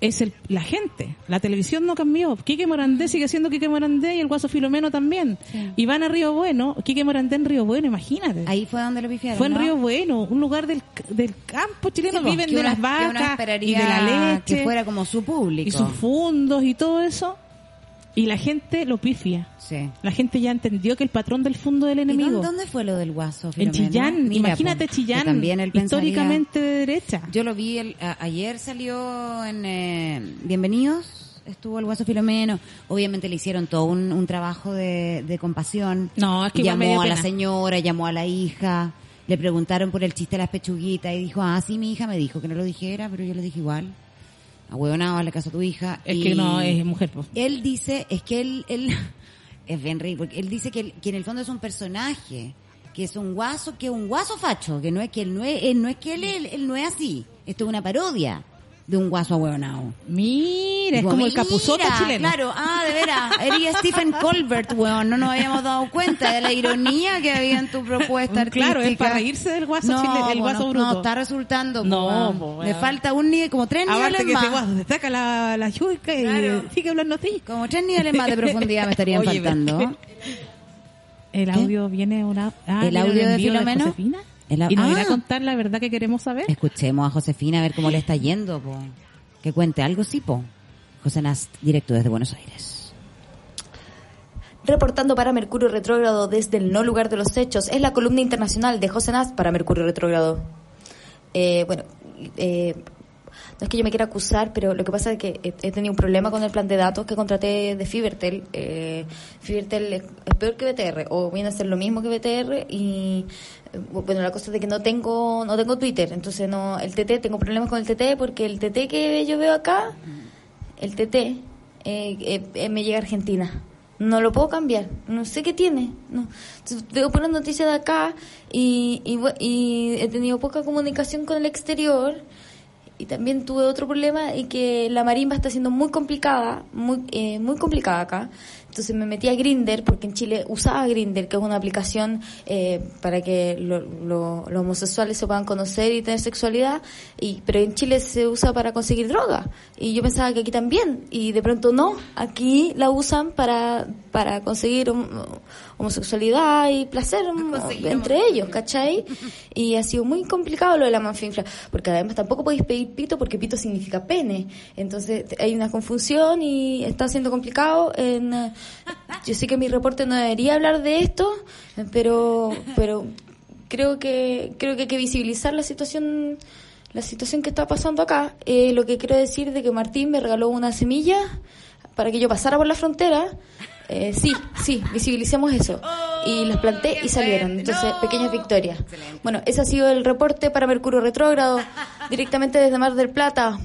es el, la gente. La televisión no cambió. Quique Morandé sigue siendo Quique Morandé y el Guaso Filomeno también. Iván a Río Bueno, Quique Morandé en Río Bueno, imagínate.
Ahí fue donde lo pifiaron.
Fue en
¿no?
Río Bueno, un lugar del, del campo chileno.
Sí, pues,
viven
que
de
uno-
las
que uno
vacas y
esperaría
de la leche.
que fuera como su público.
Y sus fundos y todo eso. Y la gente lo pifia.
Sí.
La gente ya entendió que el patrón del fondo del
¿Y
enemigo.
dónde, dónde fue lo del guaso?
En
Filomena?
Chillán,
Mira,
imagínate
pues,
Chillán,
que también él pensaría-
históricamente de derecha.
Yo lo vi, el- a- ayer salió en eh, Bienvenidos, estuvo el guaso Filomeno. Obviamente le hicieron todo un, un trabajo de, de compasión.
No, es que igual
Llamó
me dio
a la
pena.
señora, llamó a la hija, le preguntaron por el chiste de las pechuguitas y dijo, ah, sí, mi hija me dijo que no lo dijera, pero yo lo dije igual. Ahueonado, le caso a tu hija.
Es
y-
que no, es mujer. pues.
él dice, es que él, él es bien rico, porque él dice que, él- que en el fondo es un personaje, que es un guaso, que es un guaso facho, que no es que él no es, él no es que él, él- él no es así, esto es una parodia de un guaso ahueonado.
Mira, es como el capuzoto chileno.
Claro, ah, de veras, era Stephen Colbert, weón, no nos habíamos dado cuenta de la ironía que había en tu propuesta artística.
Mm, Claro, es para reírse del guaso
no,
chileno, el
po,
guaso
no,
bruto.
No, está resultando,
No,
no,
po, weón.
le falta un nivel, como tres niveles
Aparte que
más.
ese guaso destaca la, la yuca y
Claro.
sigue hablando así.
Como tres niveles más de profundidad me estarían
Oye,
faltando.
pero- El audio viene una... ah,
¿El
viene
audio
un
de
envío
Filomeno?
Josefina.
El au-
y nos
Ah.
irá a contar la verdad que queremos saber.
Escuchemos a Josefina a ver cómo le está yendo, po. Que cuente algo, sí, po. José Nast, directo desde Buenos Aires.
Reportando para Mercurio Retrógrado desde el no lugar de los hechos, es la columna internacional de José Nast para Mercurio Retrógrado. Eh, bueno, eh, no es que yo me quiera acusar, pero lo que pasa es que he, he tenido un problema con el plan de datos que contraté de Fivertel. Eh, Fivertel es, es peor que BTR, o viene a ser lo mismo que BTR, y eh, bueno, la cosa es de que no tengo, no tengo Twitter, entonces no, el TT, tengo problemas con el TT porque el TT que yo veo acá, el TT, eh, eh, eh, me llega a Argentina. No lo puedo cambiar, no sé qué tiene. No. Entonces, veo puras noticias de acá y, y, bu- y he tenido poca comunicación con el exterior y también tuve otro problema y que la marimba está siendo muy complicada, muy, eh, muy complicada acá. Entonces me metí a Grinder porque en Chile usaba Grinder, que es una aplicación eh, para que lo- lo- los homosexuales se puedan conocer y tener sexualidad, y, pero en Chile se usa para conseguir droga. Y yo pensaba que aquí también, y de pronto no, aquí la usan para, para conseguir hom- homosexualidad y placer mm, entre ellos, ¿cachai? Y ha sido muy complicado lo de la manfinfla, porque además tampoco podéis pedir pito porque pito significa pene. Entonces te- hay una confusión y está siendo complicado. En, eh, yo sé que mi reporte no debería hablar de esto, eh, pero, pero creo que creo que hay que visibilizar la situación la situación que está pasando acá. Eh, lo que quiero decir de que Martín me regaló una semilla para que yo pasara por la frontera. Eh, sí, sí, visibilicemos eso. Y las planté y salieron. Entonces, pequeñas victorias. Bueno, ese ha sido el reporte para Mercurio Retrógrado, directamente desde Mar del Plata.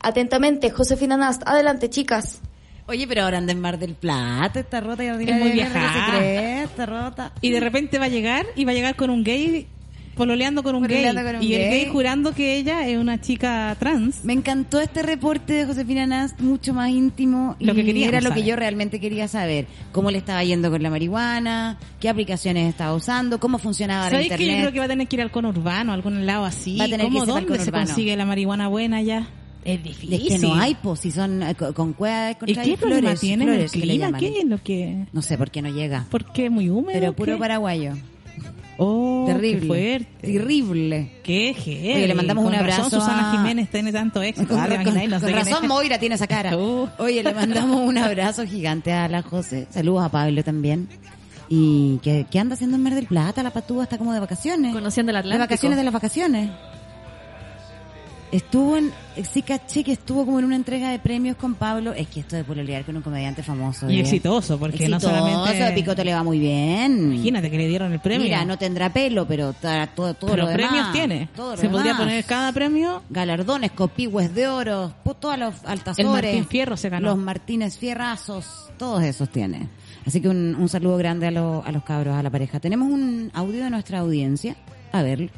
Atentamente, Josefina Nast. Adelante, chicas.
Oye, pero ahora anda en Mar del Plata, está rota y ordinaria.
Es muy
de mierda,
viajada.
¿qué se cree? Está rota.
Y de repente va a llegar y va a llegar con un gay, pololeando con un
Pololeando
gay.
con un
y el
gay.
gay jurando que ella es una chica trans.
Me encantó este reporte de Josefina Nast, mucho más íntimo.
Lo que
y
queríamos
Era lo que
saber.
yo realmente quería saber. Cómo le estaba yendo con la marihuana, qué aplicaciones estaba usando, cómo funcionaba la
¿Sabes que yo creo
internet.
que va a tener que ir al conurbano, a algún lado así?
Va a tener
¿Cómo,
que irse para el
dónde se
conurbano.
consigue la marihuana buena ya? Es difícil.
Es que no hay, pues, si son eh, co- con cueva, con
¿Y qué problema
flores,
tienen
flores,
el
que le
clima?
llaman.
¿Qué es lo que...?
No sé por qué no llega.
Porque es muy húmedo.
Pero puro
¿qué?
paraguayo.
Oh,
Terrible.
Qué fuerte.
Terrible.
Qué heavy.
Oye, le mandamos
Con
un
razón
abrazo
Susana
a-
Jiménez tiene tanto éxito.
Con,
Ah,
con-
imagináis, no
con
sé Oh, quién
razón
es. Uh.
Moira tiene esa cara. Oye, le mandamos un abrazo gigante a la José. Saludos a Pablo también. ¿Y qué, qué anda haciendo en Mar del Plata? La patúa está como de vacaciones.
Conociendo el
De
Atlántico.
vacaciones de las vacaciones. Estuvo en, sí caché que estuvo como en una entrega de premios con Pablo. Es que esto de pololear con un comediante famoso.
Y
¿eh?
exitoso, porque no
Exitoso,
solamente-
a Picoto le va muy bien.
Imagínate que le dieron el premio.
Mira, no tendrá pelo, pero ta- todo, todo
Pero
lo
premios
demás,
tiene.
todo lo
Se podría
demás.
poner cada premio.
Galardones, copigües de oro, pu- todos los altazores.
El Martín Fierro se ganó.
Los Martínez Fierrazos, todos esos tiene. Así que un, un saludo grande a, lo- a los cabros, a la pareja. Tenemos un audio de nuestra audiencia. A ver.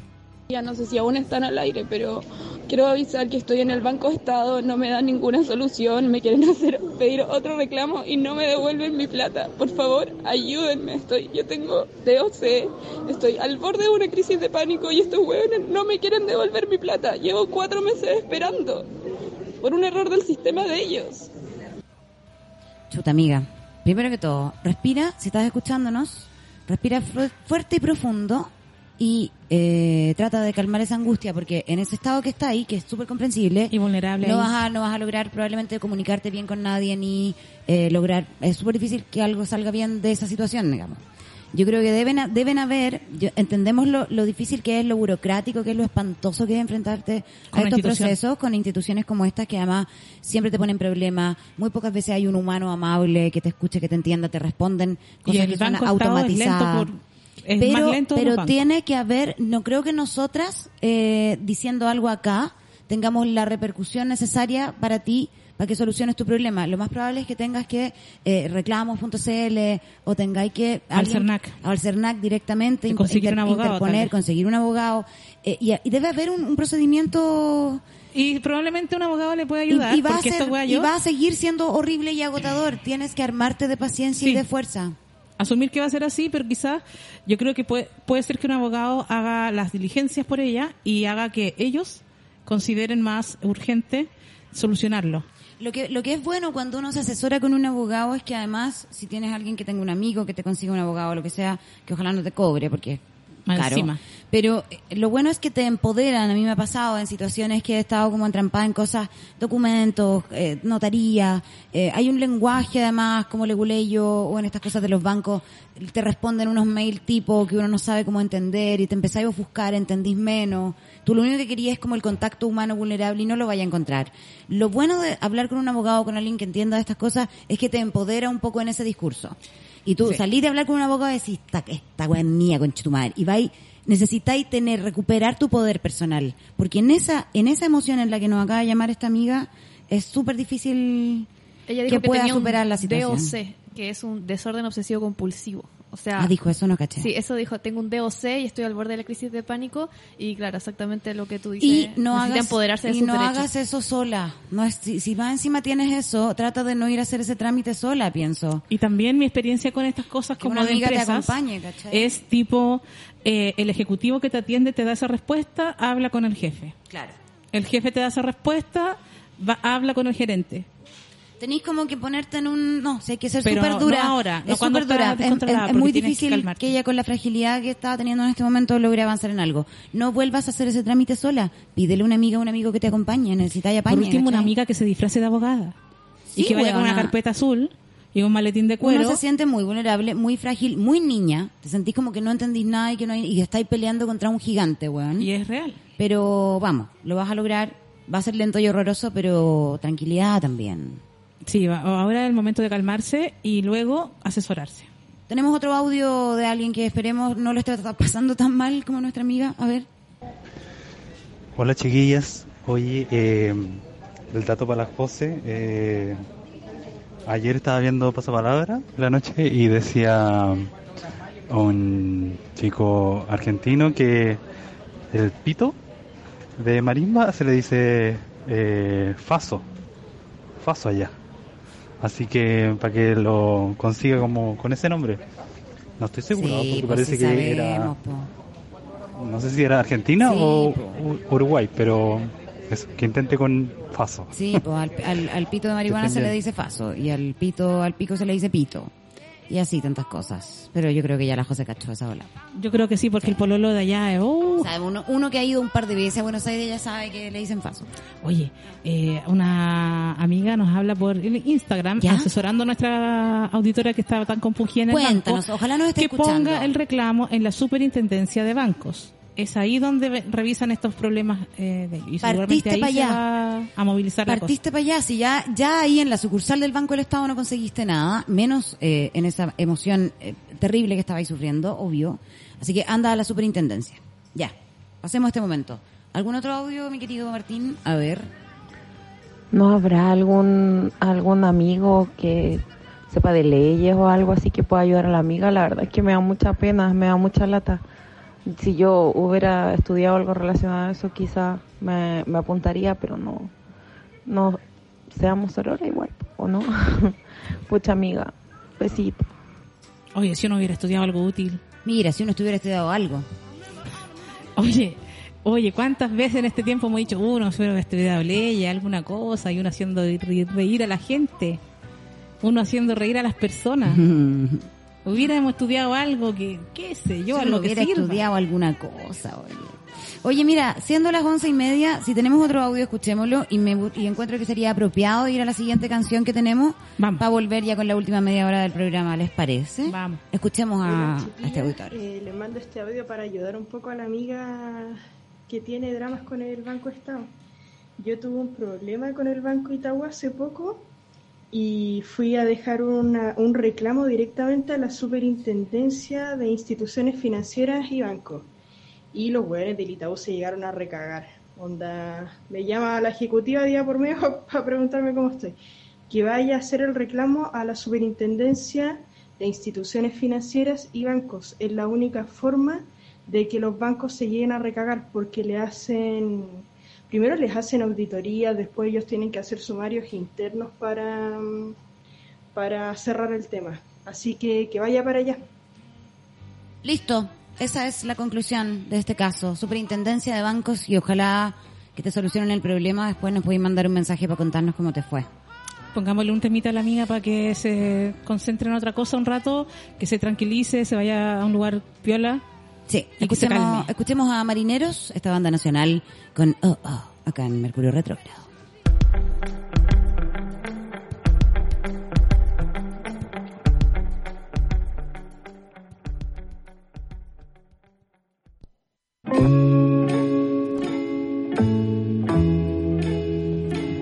Ya no sé si aún están al aire, pero quiero avisar que estoy en el Banco Estado, no me dan ninguna solución, me quieren hacer pedir otro reclamo y no me devuelven mi plata. Por favor, ayúdenme, estoy, yo tengo DOC, estoy al borde de una crisis de pánico y estos hueones no me quieren devolver mi plata. Llevo cuatro meses esperando por un error del sistema de ellos.
Chuta, amiga. Primero que todo, respira, si estás escuchándonos, respira fu- fuerte y profundo y eh, trata de calmar esa angustia porque en ese estado que está ahí, que es súper comprensible y
vulnerable,
no
ahí.
vas, a, no vas a lograr probablemente comunicarte bien con nadie ni eh, lograr, es súper difícil que algo salga bien de esa situación, digamos. Yo creo que deben, a- deben haber, yo- entendemos lo, lo difícil que es, lo burocrático que es, lo espantoso que es enfrentarte
Con
a estos
institución.
procesos con instituciones como estas que además siempre te ponen problemas. Muy pocas veces hay un humano amable que te escuche, que te entienda, te responden
Y
cosas
el
que son
Banco Estado es lento
automatizadas.
por- es
pero
más lento de los
pero
bancos.
tiene que haber, no creo que nosotras eh, diciendo algo acá tengamos la repercusión necesaria para ti para que soluciones tu problema. Lo más probable es que tengas que eh, reclamos.cl o tengáis que
Al
alguien-
Cernac.
al Cernac directamente
Y conseguir un abogado, tal
interponer,
vez.
conseguir un abogado eh, y, y debe haber un- un procedimiento
Y probablemente un abogado le puede ayudar.
y, y va a
porque
ser-
estos
y
guayos-
va a seguir siendo horrible y agotador. Tienes que armarte de paciencia y de fuerza.
asumir que va a ser así, pero quizás yo creo que puede, puede ser que un abogado haga las diligencias por ella y haga que ellos consideren más urgente solucionarlo.
Lo que, lo que es bueno cuando uno se asesora con un abogado es que además, si tienes alguien que tenga un amigo, que te consiga un abogado, lo que sea, que ojalá no te cobre, porque es
Más
caro.
encima.
Pero eh, lo bueno es que te empoderan. A mí me ha pasado en situaciones que he estado como entrampada en cosas, documentos, eh, notaría. eh, hay un lenguaje además, como leguleyo, o en estas cosas de los bancos, te responden unos mail tipo que uno no sabe cómo entender y te empezáis a buscar, entendís menos. Tú lo único que querías es como el contacto humano vulnerable y no lo vaya a encontrar. Lo bueno de hablar con un abogado, con alguien que entienda estas cosas, es que te empodera un poco en ese discurso. Y tú
Sí.
salís de hablar con un abogado y decís, esta, esta wea es mía, concha tu madre. Y vais, necesitáis tener, recuperar tu poder personal. Porque en esa, en esa emoción en la que nos acaba de llamar esta amiga, es súper difícil
Ella dijo
que
que,
pueda
tenía un
superar la situación.
DOC, que es un desorden obsesivo compulsivo. O sea,
Ah, dijo eso, no caché.
Sí, eso dijo, tengo un DOC y estoy al borde de la crisis de pánico y claro, exactamente lo que tú dices.
y no
necesita
hagas,
empoderarse de
y
sus
no
derechos.
hagas eso sola. No es, si, si más encima tienes eso, trata de no ir a hacer ese trámite sola, pienso.
Y también mi experiencia con estas cosas
Que
como
una
de
amiga te
empresas
acompañe, ¿cachai?
es tipo eh, el ejecutivo que te atiende te da esa respuesta, habla con el jefe.
Claro.
El jefe te da esa respuesta, va- habla con el gerente.
Tenéis como que ponerte en un... No, sé, hay que ser
Pero
súper dura.
no ahora, no
es
cuando
súper dura. Es,
estás
es-
descontrolada,
es
porque
muy
tienes que
difícil que,
calmarte.
ella con la fragilidad que estaba teniendo en este momento logre avanzar en algo. No vuelvas a hacer ese trámite sola. Pídele a una amiga o un amigo que te acompañe. Necesitáis apañe.
Por último, una
¿cachai?
amiga que se disfrace de abogada
Sí,
y que vaya con
weona.
una carpeta azul y un maletín de cuero.
Uno se siente muy vulnerable, muy frágil, muy niña. Te sentís como que no entendís nada y que no hay, y que estáis peleando contra un gigante, weón.
Y es real.
Pero vamos, lo vas a lograr. Va a ser lento y horroroso, pero tranquilidad también.
Sí, va- ahora es el momento de calmarse y luego asesorarse.
Tenemos otro audio de alguien que esperemos no lo esté tra- pasando tan mal como nuestra amiga. A ver.
Hola chiquillas, oye, eh, el dato para las voces. eh, ayer estaba viendo Pasapalabra en la noche y decía un chico argentino que el pito de marimba se le dice eh, faso, faso allá. Así que para que lo consiga como con ese nombre. No estoy seguro,
Sí,
porque
pues
parece
sí
que era
sabemos, po.
no sé si era Argentina
Sí,
o U- Uruguay, pero eso, que intente con Faso.
Sí, pues al, al- al pito de marihuana se le dice faso y al pito, al pico se le dice pito. Y así tantas cosas. Pero yo creo que ya la José cachó esa ola.
Yo creo que sí, porque el pololo de allá es... ¡uh!
Sabe, Uno, uno que ha ido un par de veces a Buenos Aires ya sabe que le dicen faso.
Oye, eh, una amiga nos habla por el Instagram asesorando a nuestra auditora que estaba tan compungida en el
Cuéntanos,
banco,
ojalá nos esté
que
escuchando.
ponga el reclamo en la superintendencia de bancos. es ahí donde ve- revisan estos problemas eh, de ellos. Y seguramente
Partiste
ahí
para
se
allá.
va a movilizar la cosa.
Partiste para allá, si ya, ya ahí en la sucursal del Banco del Estado no conseguiste nada, menos eh, en esa emoción eh, terrible que estabais sufriendo, obvio. Así que anda a la superintendencia. Ya, pasemos este momento. ¿Algún otro audio, mi querido Martín? A ver.
¿No habrá algún, algún amigo que sepa de leyes o algo así que pueda ayudar a la amiga? La verdad es que me da mucha pena, me da mucha lata. Si yo hubiera estudiado algo relacionado a eso, quizá me, me apuntaría, pero no. No, seamos sorora igual, ¿o no? Pucha amiga, besito.
Oye, si uno hubiera estudiado algo útil.
Mira, si uno estuviera estudiado algo.
Oye, oye, ¿cuántas veces en este tiempo hemos dicho, uno, si hubiera estudiado ley, alguna cosa, y uno haciendo re- reír a la gente? Uno haciendo reír a las personas. Hubiéramos estudiado algo que, qué sé yo,
Si uno
algo que
hubiera
sirva.
estudiado alguna cosa, oye. Oye, mira, siendo las once y media, si tenemos otro audio, escuchémoslo y, me, bu- y encuentro que sería apropiado ir a la siguiente canción que tenemos para volver ya con la última media hora del programa, ¿les parece?
Vamos.
Escuchemos a, a este auditor.
Eh, le mando este audio para ayudar un poco a la amiga que tiene dramas con el Banco Estado. Yo tuve un problema con el Banco Itaú hace poco y fui a dejar una- un reclamo directamente a la Superintendencia de Instituciones Financieras y Bancos. Y los hueones del Itaú se llegaron a recagar. Onda, me llama la ejecutiva día por medio para preguntarme cómo estoy. Que vaya a hacer el reclamo a la Superintendencia de instituciones financieras y bancos. Es la única forma de que los bancos se lleguen a recagar porque le hacen, primero les hacen auditoría, después ellos tienen que hacer sumarios internos para, mm, para cerrar el tema. Así que que vaya para allá.
Listo, esa es la conclusión de este caso. Superintendencia de bancos y ojalá que te solucionen el problema. Después nos podéis mandar un mensaje para contarnos cómo te fue.
Pongámosle un temita a la amiga para que se concentre en otra cosa un rato, que se tranquilice, se vaya a un lugar piola.
Sí,
y que se calme.
Escuchemos, escuchemos a Marineros, esta banda nacional, con Oh Oh, acá en Mercurio Retrógrado.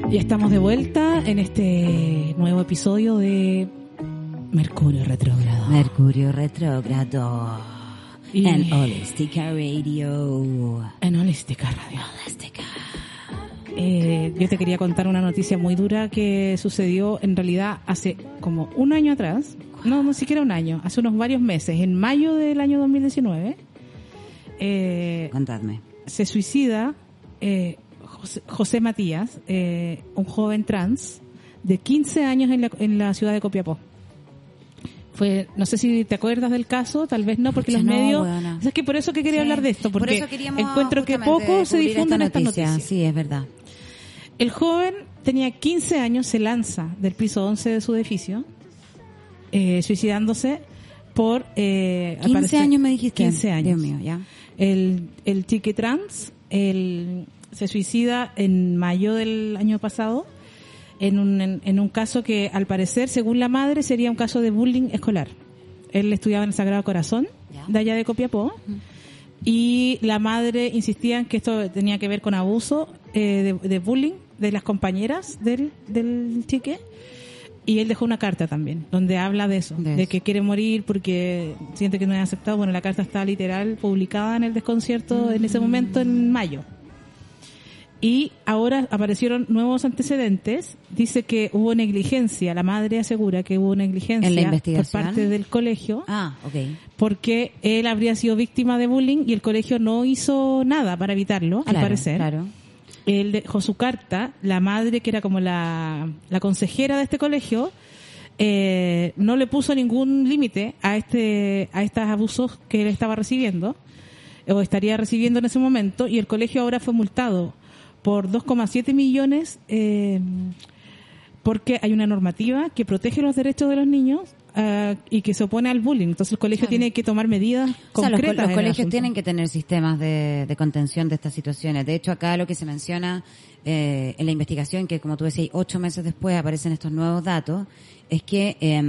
Y estamos de vuelta en este nuevo episodio de Mercurio Retrógrado.
Mercurio Retrógrado.
Y-
En Holística Radio.
En Holística Radio. Eh, yo te quería contar una noticia muy dura que sucedió en realidad hace como un año atrás, no, no siquiera un año, hace unos varios meses, en mayo del año 2019, eh,
Contadme.
se suicida eh, José, José Matías, eh, un joven trans de 15 años en la, en la ciudad de Copiapó. Fue, no sé si te acuerdas del caso, tal vez no, porque
Pucha,
los
no,
medios...
weona.
Es que por eso que quería
Sí,
hablar de esto,
por
porque
eso queríamos
encuentro que
justamente
poco se
cubrir
difunden
esta
estas
noticia.
noticias.
Sí, es verdad.
El joven tenía 15 años, se lanza del piso 11 de su edificio, eh, suicidándose por... Eh,
15
aparecer-
años me dijiste.
15 años.
Dios mío, ya.
El, el chique trans el, se suicida en mayo del año pasado en un, en, en un caso que, al parecer, según la madre, sería un caso de bullying escolar. Él estudiaba en el Sagrado Corazón, de allá de Copiapó, y la madre insistía en que esto tenía que ver con abuso eh, de, de bullying de las compañeras del, del chique. Y él dejó una carta también, donde habla de eso, de, que quiere morir porque siente que no es aceptado. Bueno, la carta está literal publicada en el desconcierto en ese momento, en mayo. Y ahora aparecieron nuevos antecedentes. Dice que hubo negligencia, la madre asegura que hubo negligencia
¿En la investigación?
por parte del colegio
Ah, ok.
porque él habría sido víctima de bullying y el colegio no hizo nada para evitarlo, al
Claro,
parecer. Él dejó su carta, la madre, que era como la, la consejera de este colegio, eh, no le puso ningún límite a este a estos abusos que él estaba recibiendo o estaría recibiendo en ese momento y el colegio ahora fue multado por 2,7 millones eh, porque hay una normativa que protege los derechos de los niños ah, y que se opone al bullying. Entonces el colegio tiene que tomar medidas
O sea, los, co-
concretas.
los
en el
colegios
asunto.
tienen que tener sistemas de, de contención de estas situaciones. De hecho, acá lo que se menciona eh, en la investigación, que como tú decías, ocho meses después aparecen estos nuevos datos, es que eh,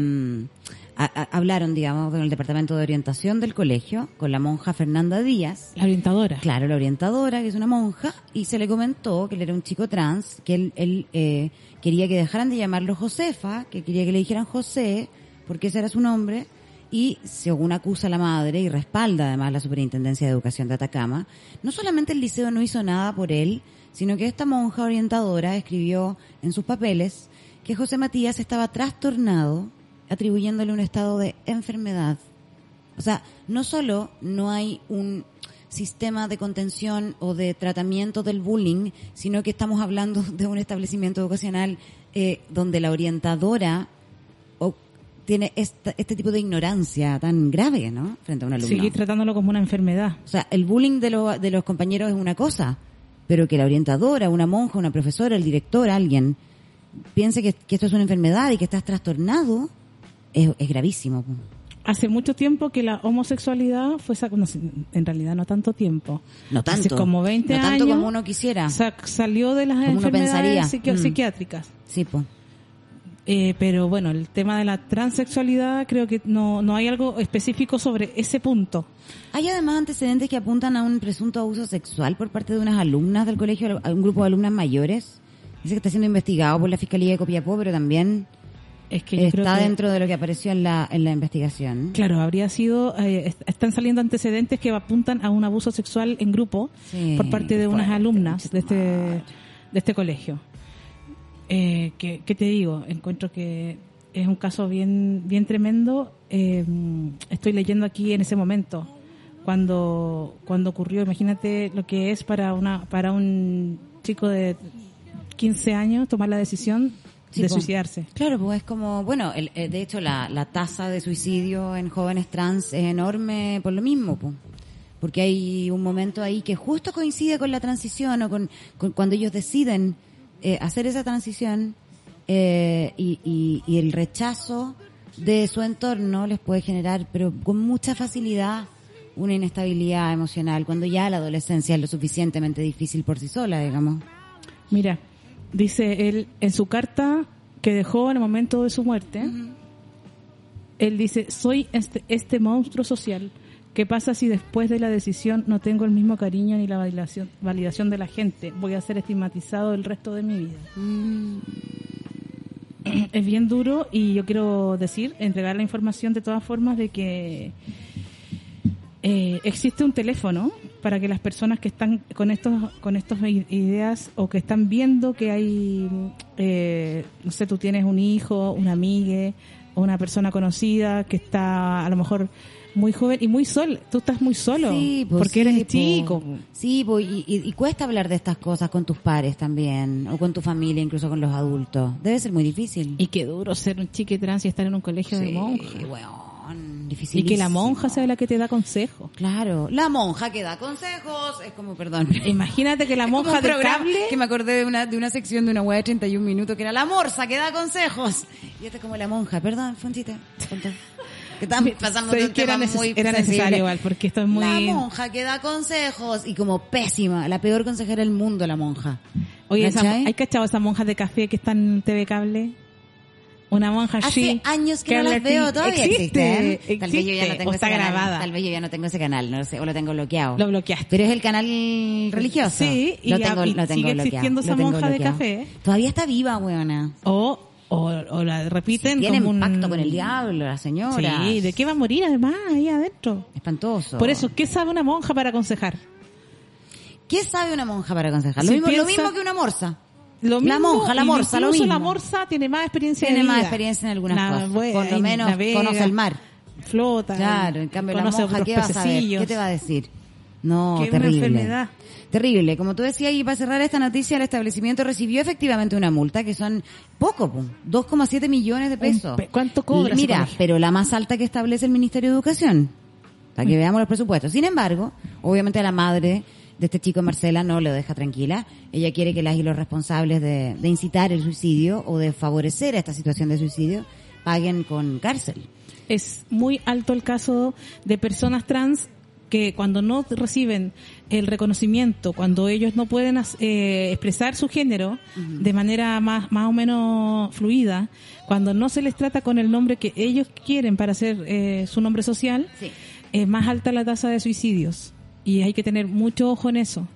a- a- hablaron, digamos, con el departamento de orientación del colegio, con la monja Fernanda Díaz.
La orientadora.
Claro, la orientadora, que es una monja, y se le comentó que él era un chico trans, que él, él, eh, quería que dejaran de llamarlo Josefa, que quería que le dijeran José, porque ese era su nombre, y según acusa la madre y respalda además la Superintendencia de Educación de Atacama, no solamente el liceo no hizo nada por él, sino que esta monja orientadora escribió en sus papeles que José Matías estaba trastornado, atribuyéndole un estado de enfermedad. O sea, no solo no hay un sistema de contención o de tratamiento del bullying, sino que estamos hablando de un establecimiento educacional eh, donde la orientadora o- tiene esta- este tipo de ignorancia tan grave, ¿no? Frente a un alumno.
Seguir tratándolo como una enfermedad.
O sea, el bullying de, lo- de los compañeros es una cosa, pero que la orientadora, una monja, una profesora, el director, alguien, piense que, que esto es una enfermedad y que estás trastornado, es, es gravísimo.
Ah,
po.
Hace mucho tiempo que la homosexualidad fue sac- no sé, en realidad no tanto tiempo.
No tanto.
Hace como 20
No
años.
tanto como uno quisiera.
sac- salió de las
Como uno pensaría.
enfermedades psiqui-
Mm.
psiquiátricas.
Sí, po.
Eh, pero bueno, el tema de la transexualidad creo que no, no hay algo específico sobre ese punto.
Hay además antecedentes que apuntan a un presunto abuso sexual por parte de unas alumnas del colegio, a un grupo de alumnas mayores. Dice que está siendo investigado por la Fiscalía de Copiapó, pero también
Es que yo
está
creo que-
dentro de lo que apareció en la, en la investigación.
Claro, habría sido, eh, est- están saliendo antecedentes que apuntan a un abuso sexual en grupo
Sí,
por parte de unas alumnas de este, de este colegio. Eh, ¿qué, qué te digo? Encuentro que es un caso bien, bien tremendo. Eh, estoy leyendo aquí en ese momento cuando, cuando ocurrió. Imagínate lo que es para una, para un chico de 15 años tomar la decisión
Sí,
de
po.
suicidarse.
Claro, pues es como, bueno, el- eh, de hecho la, la tasa de suicidio en jóvenes trans es enorme por lo mismo, po. porque hay un momento ahí que justo coincide con la transición o con, con cuando ellos deciden eh, hacer esa transición eh, y, y- y el rechazo de su entorno les puede generar, pero con mucha facilidad, una inestabilidad emocional cuando ya la adolescencia es lo suficientemente difícil por sí sola, digamos.
Mira, dice él en su carta que dejó en el momento de su muerte, él dice, soy este, este monstruo social. ¿Qué pasa si después de la decisión no tengo el mismo cariño ni la validación, validación de la gente? Voy a ser estigmatizado el resto de mi vida. Es bien duro y yo quiero decir, entregar la información de todas formas de que eh, existe un teléfono para que las personas que están con estos con estas i- ideas o que están viendo que hay eh, no sé tú tienes un hijo una amiga o una persona conocida que está a lo mejor muy joven y muy sol tú estás muy solo
Sí, pues,
porque
sí,
eres
pues.
chico
Sí, pues, y, y- y cuesta hablar de estas cosas con tus pares también, o con tu familia, incluso con los adultos. Debe ser muy difícil.
y qué duro ser un chique trans y estar en un colegio de monjas y
dificilísimo.
que la monja sea la que te da consejo
claro La monja que da consejos, es como, perdón.
imagínate que la
Es como
monja
un
de
programa
cable
que me acordé de una, de una sección de una web de 31 minutos que era la morsa que da consejos. Y esta es como la monja, perdón, fue un chiste, perdón. Que estamos pasando de
Sé
un
que era,
tema
neces-
muy
era
sensible.
necesario igual porque esto es muy
La monja que da consejos y como pésima, la peor consejera del mundo, la monja.
Oye, esa,
¿Cachai?
¿hay cachado esas monjas de café que están en TV Cable? Una monja
Hace
así.
años que no las
habla
veo,
así.
todavía
existe,
existen. Tal vez yo ya no
existe,
tengo
o está
ese
grabada.
Canal, tal vez yo ya no tengo ese canal, no lo sé, o lo tengo bloqueado.
Lo bloqueaste.
Pero es el canal religioso.
Sí, y
lo
ya-
tengo,
y
lo tengo
sigue
bloqueado,
existiendo
lo
esa
tengo
monja de
bloqueado.
café. ¿eh?
Todavía está viva, weona.
O, o, o la repiten
Sí, tiene
como un
pacto con el diablo, la señora.
Sí, ¿de qué va a morir además ahí adentro?
Espantoso.
Por eso, ¿qué sabe una monja para aconsejar?
¿Qué sabe una monja para aconsejar? Lo,
Si
mismo, lo
piensa-
mismo que una morsa. la
Lo mismo,
monja, la
y
morsa, lo
incluso
mismo.
la morsa tiene más experiencia
Tiene
de
más
vida.
experiencia en algunas
Na-
cosas.
bueno,
Por lo
ahí
menos
navega,
conoce el mar.
Flota.
Claro, en cambio
conoce
la monja,
otros
¿qué va a saber?
pececillos.
¿Qué te va a decir? No,
Que es una
terrible.
enfermedad.
Terrible. Como tú decías, y para cerrar esta noticia, el establecimiento recibió efectivamente una multa que son poco, po, 2,7 millones de pesos.
pe- ¿cuánto cobra ese
Mira,
colegio?
pero la más alta que establece el Ministerio de Educación, para
Mm.
que veamos los presupuestos. Sin embargo, obviamente a la madre de este chico, Marcela, no lo deja tranquila. Ella quiere que las y los responsables de, de incitar el suicidio o de favorecer esta situación de suicidio paguen con cárcel.
es muy alto el caso de personas trans que cuando no reciben el reconocimiento, cuando ellos no pueden as- eh, expresar su género de manera más, más o menos fluida, cuando no se les trata con el nombre que ellos quieren para hacer eh, su nombre social, es más alta la tasa de suicidios. Y hay que tener mucho ojo en eso.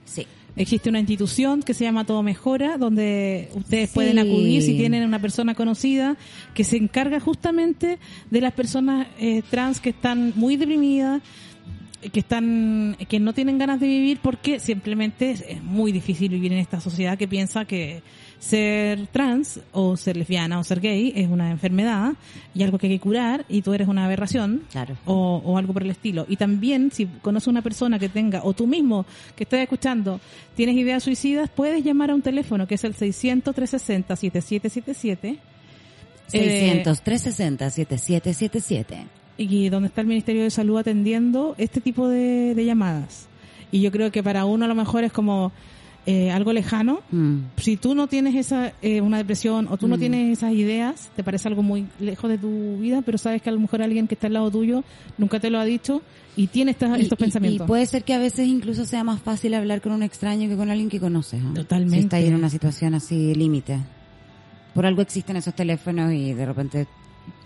Existe una institución que se llama Todo Mejora, donde ustedes
Sí.
pueden acudir si tienen una persona conocida que se encarga justamente de las personas eh, trans que están muy deprimidas, que están que no tienen ganas de vivir porque simplemente es, es muy difícil vivir en esta sociedad que piensa que ser trans o ser lesbiana o ser gay es una enfermedad y algo que hay que curar y tú eres una aberración o, o algo por el estilo y también si conoces una persona que tenga o tú mismo que estás escuchando tienes ideas suicidas puedes llamar a un teléfono que es el 600 360 7777 Eh,
600 360 7777.
y donde está el Ministerio de Salud atendiendo este tipo de, de llamadas. Y yo creo que para uno a lo mejor es como eh, algo lejano. Si tú no tienes esa eh, una depresión o tú no
Mm.
tienes esas ideas, te parece algo muy lejos de tu vida, pero sabes que a lo mejor alguien que está al lado tuyo nunca te lo ha dicho y tiene estas-
Y-
Ah, estos
y-
pensamientos.
Y puede ser que a veces incluso sea más fácil hablar con un extraño que con alguien que conoces. ¿no?
Totalmente.
Si está ahí en una situación así límite. Por algo existen esos teléfonos y de repente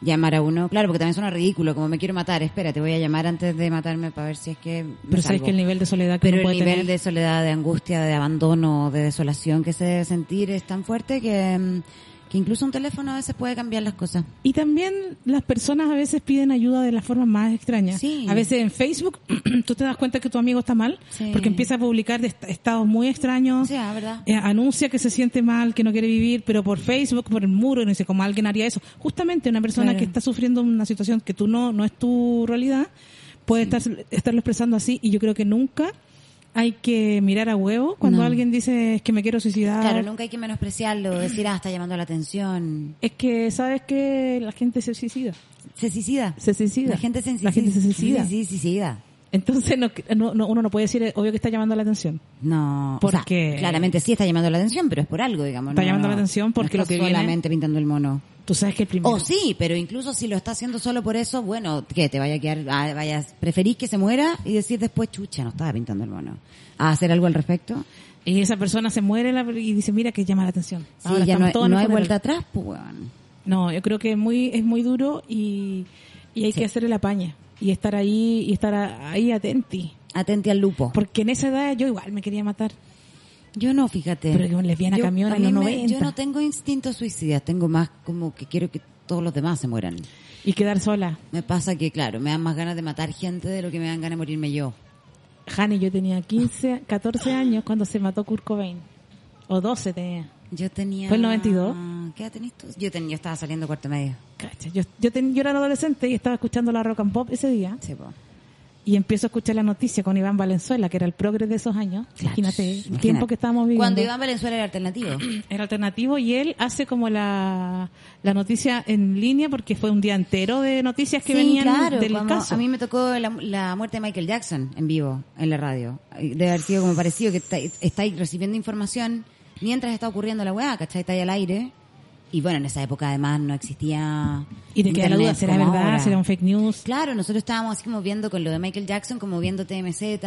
llamar a uno. Claro, porque también suena ridículo, como me quiero matar. Espera, te voy a llamar antes de matarme para ver si es que. me
pero sabes
salvo.
que el nivel de soledad que
Pero
uno
el
puede
nivel
tener-
de soledad, de angustia, de abandono, de desolación que se debe sentir es tan fuerte que, mm, que incluso un teléfono a veces puede cambiar las cosas.
Y también las personas a veces piden ayuda de las formas más extrañas. A veces en Facebook tú te das cuenta que tu amigo está mal
Sí.
porque empieza a publicar de est- estados muy extraños.
ah, ¿verdad?
Eh, anuncia que se siente mal, que no quiere vivir, pero por Facebook, por el muro, no sé cómo alguien haría eso. Justamente una persona
Claro.
que está sufriendo una situación que tú no, no es tu realidad, puede estar, estarlo expresando así y yo creo que nunca hay que mirar a huevo cuando
No.
alguien dice es que me quiero suicidar.
Claro, nunca hay que menospreciarlo, decir, ah, está llamando la atención.
Es que sabes que la gente se suicida.
Se suicida.
Se suicida.
La gente se
La gente se suicida.
Sí, sí, suicida.
Entonces no, no- no- uno no puede decir, eh, obvio que está llamando la atención.
No, o sea,
Porque
claramente sí está llamando la atención, pero es por algo, digamos.
Está
no,
llamando
no,
la atención
no está
porque lo que viene-
solamente pintando el mono.
Tú sabes que el primero.
Oh, sí, pero incluso si lo está haciendo solo por eso, bueno, que te vaya a quedar, ah, vayas, preferís que se muera y decir después, chucha, no estaba pintando el mono. ¿A hacer algo al respecto?
Y esa persona se muere la- y dice, mira que llama la atención.
Sí,
Ahora
ya
estamos
no, hay-
todos en
no
el
hay
funeral.
vuelta atrás, pues, weón.
No, yo creo que es muy, es muy duro y, y hay
Sí.
que hacer el apañe y estar ahí y estar a- ahí atenti.
Atenti al lupo.
Porque en esa edad yo igual me quería matar.
Yo no, fíjate.
Pero que un lesbiana
Yo-
camión
a
en los
mí me-
90.
Yo no tengo instinto suicida, tengo más como que quiero que todos los demás se mueran.
Y quedar sola.
Me pasa que, claro, me dan más ganas de matar gente de lo que me dan ganas de morirme yo.
Jane, yo tenía 15, 14 años cuando se mató Kurt Cobain. O 12 tenía.
Yo tenía...
¿Fue el 92?
¿Qué edad tenés tú? Yo, ten- yo estaba saliendo cuarto medio.
Cacha, Yo, yo, ten- yo era adolescente y estaba escuchando la rock and pop ese día. Y empiezo a escuchar la noticia con Iván Valenzuela, que era el progres de esos años. Imagínate el
imagínate.
tiempo que estábamos viviendo.
Cuando Iván Valenzuela era alternativo.
Era alternativo y él hace como la, la noticia en línea porque fue un día entero de noticias que
Sí,
venían
claro,
del
cuando
caso.
A mí me tocó la, la muerte de Michael Jackson en vivo, en la radio. Debe haber sido como parecido, que está- estáis recibiendo información mientras está ocurriendo la weá, ¿cachai? Estáis al aire. Y bueno, en esa época además no existía.
Y te queda la duda,
internet
¿será
como
verdad?
ahora.
¿Será un fake news?
Claro, nosotros estábamos así como viendo con lo de Michael Jackson, como viendo TMZ,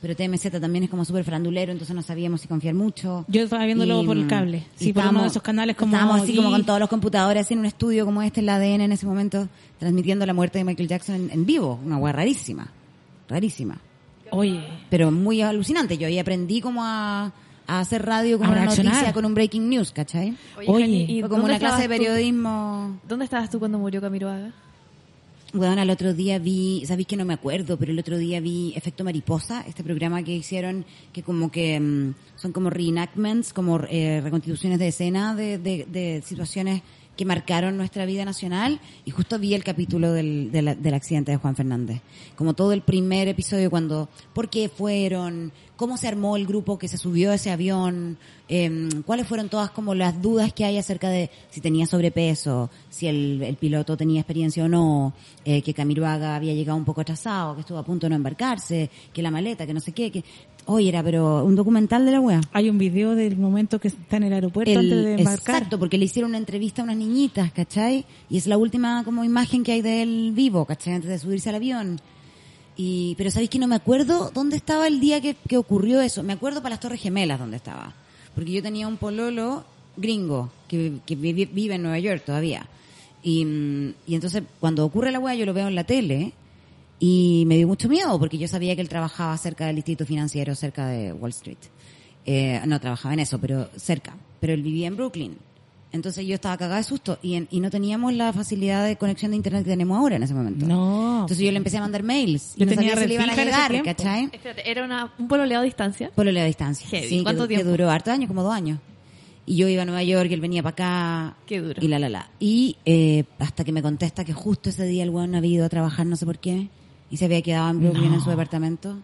pero TMZ también es como súper frandulero, entonces no sabíamos si confiar mucho.
Yo estaba viéndolo
Y,
por el cable.
y
Sí, por uno de
estábamos-
esos canales como...
Estábamos así como
Geek.
con todos los computadores así en un estudio como este, en la ADN en ese momento, transmitiendo la muerte de Michael Jackson en, en vivo. Una hueá rarísima. Rarísima.
Oye.
Pero muy alucinante. Yo ahí aprendí como a, a hacer radio con
A
una
reaccionar.
noticia, con un breaking news, ¿cachai?
Oye, Oye. Jani, ¿y
Fue como
dónde
una clase de
estabas tú?
periodismo.
¿Dónde estabas tú cuando murió Camiroaga?
Weón, al otro día vi, sabéis que no me acuerdo, pero el otro día vi Efecto Mariposa, este programa que hicieron que como que mm, son como reenactments, como eh, reconstituciones de escena de, de- de situaciones que marcaron nuestra vida nacional y justo vi el capítulo del, del- del accidente de Juan Fernández. Como todo el primer episodio cuando, ¿por qué fueron? ¿Cómo se armó el grupo que se subió a ese avión? Em, ¿Cuáles fueron todas como las dudas que hay acerca de si tenía sobrepeso, si el, el piloto tenía experiencia o no, eh, que Camiroaga había llegado un poco atrasado, que estuvo a punto de no embarcarse, que la maleta, que no sé qué, que... Oye, era pero un documental de la wea.
Hay un video del momento que está en el aeropuerto
El-
antes de embarcar.
Exacto, porque le hicieron una entrevista a unas niñitas, ¿cachai? Y es la última como imagen que hay de él vivo, ¿cachai? Antes de subirse al avión. Y, pero sabéis que no me acuerdo dónde estaba el día que, que ocurrió eso. Me acuerdo para las Torres Gemelas dónde estaba. Porque yo tenía un pololo gringo que, que vive, vive en Nueva York todavía. Y, mm, y entonces cuando ocurre la weá yo lo veo en la tele y me dio mucho miedo porque yo sabía que él trabajaba cerca del Instituto Financiero, cerca de Wall Street. Eh, no trabajaba en eso, pero cerca. Pero él vivía en Brooklyn. Entonces yo estaba cagada de susto y, en- y no teníamos la facilidad de conexión de internet que tenemos ahora en ese momento. No. Entonces yo le empecé a mandar mails. y
Yo
no
tenía
sabía si le iban a
refija en ese
llegar,
tiempo.
¿cachai?
Espérate, ¿era una- un pololeado a distancia?
Pololeo a distancia.
Heavy.
Sí, que
¿Cuánto
du- que,
tiempo?
duró hartos años, como dos años. Y yo iba a Nueva York y él venía para acá.
Qué duro.
Y la, la, la. Y eh, hasta que me contesta que justo ese día el weón no había ido a trabajar, no sé por qué. Y se había quedado en Brooklyn
No.
en su departamento.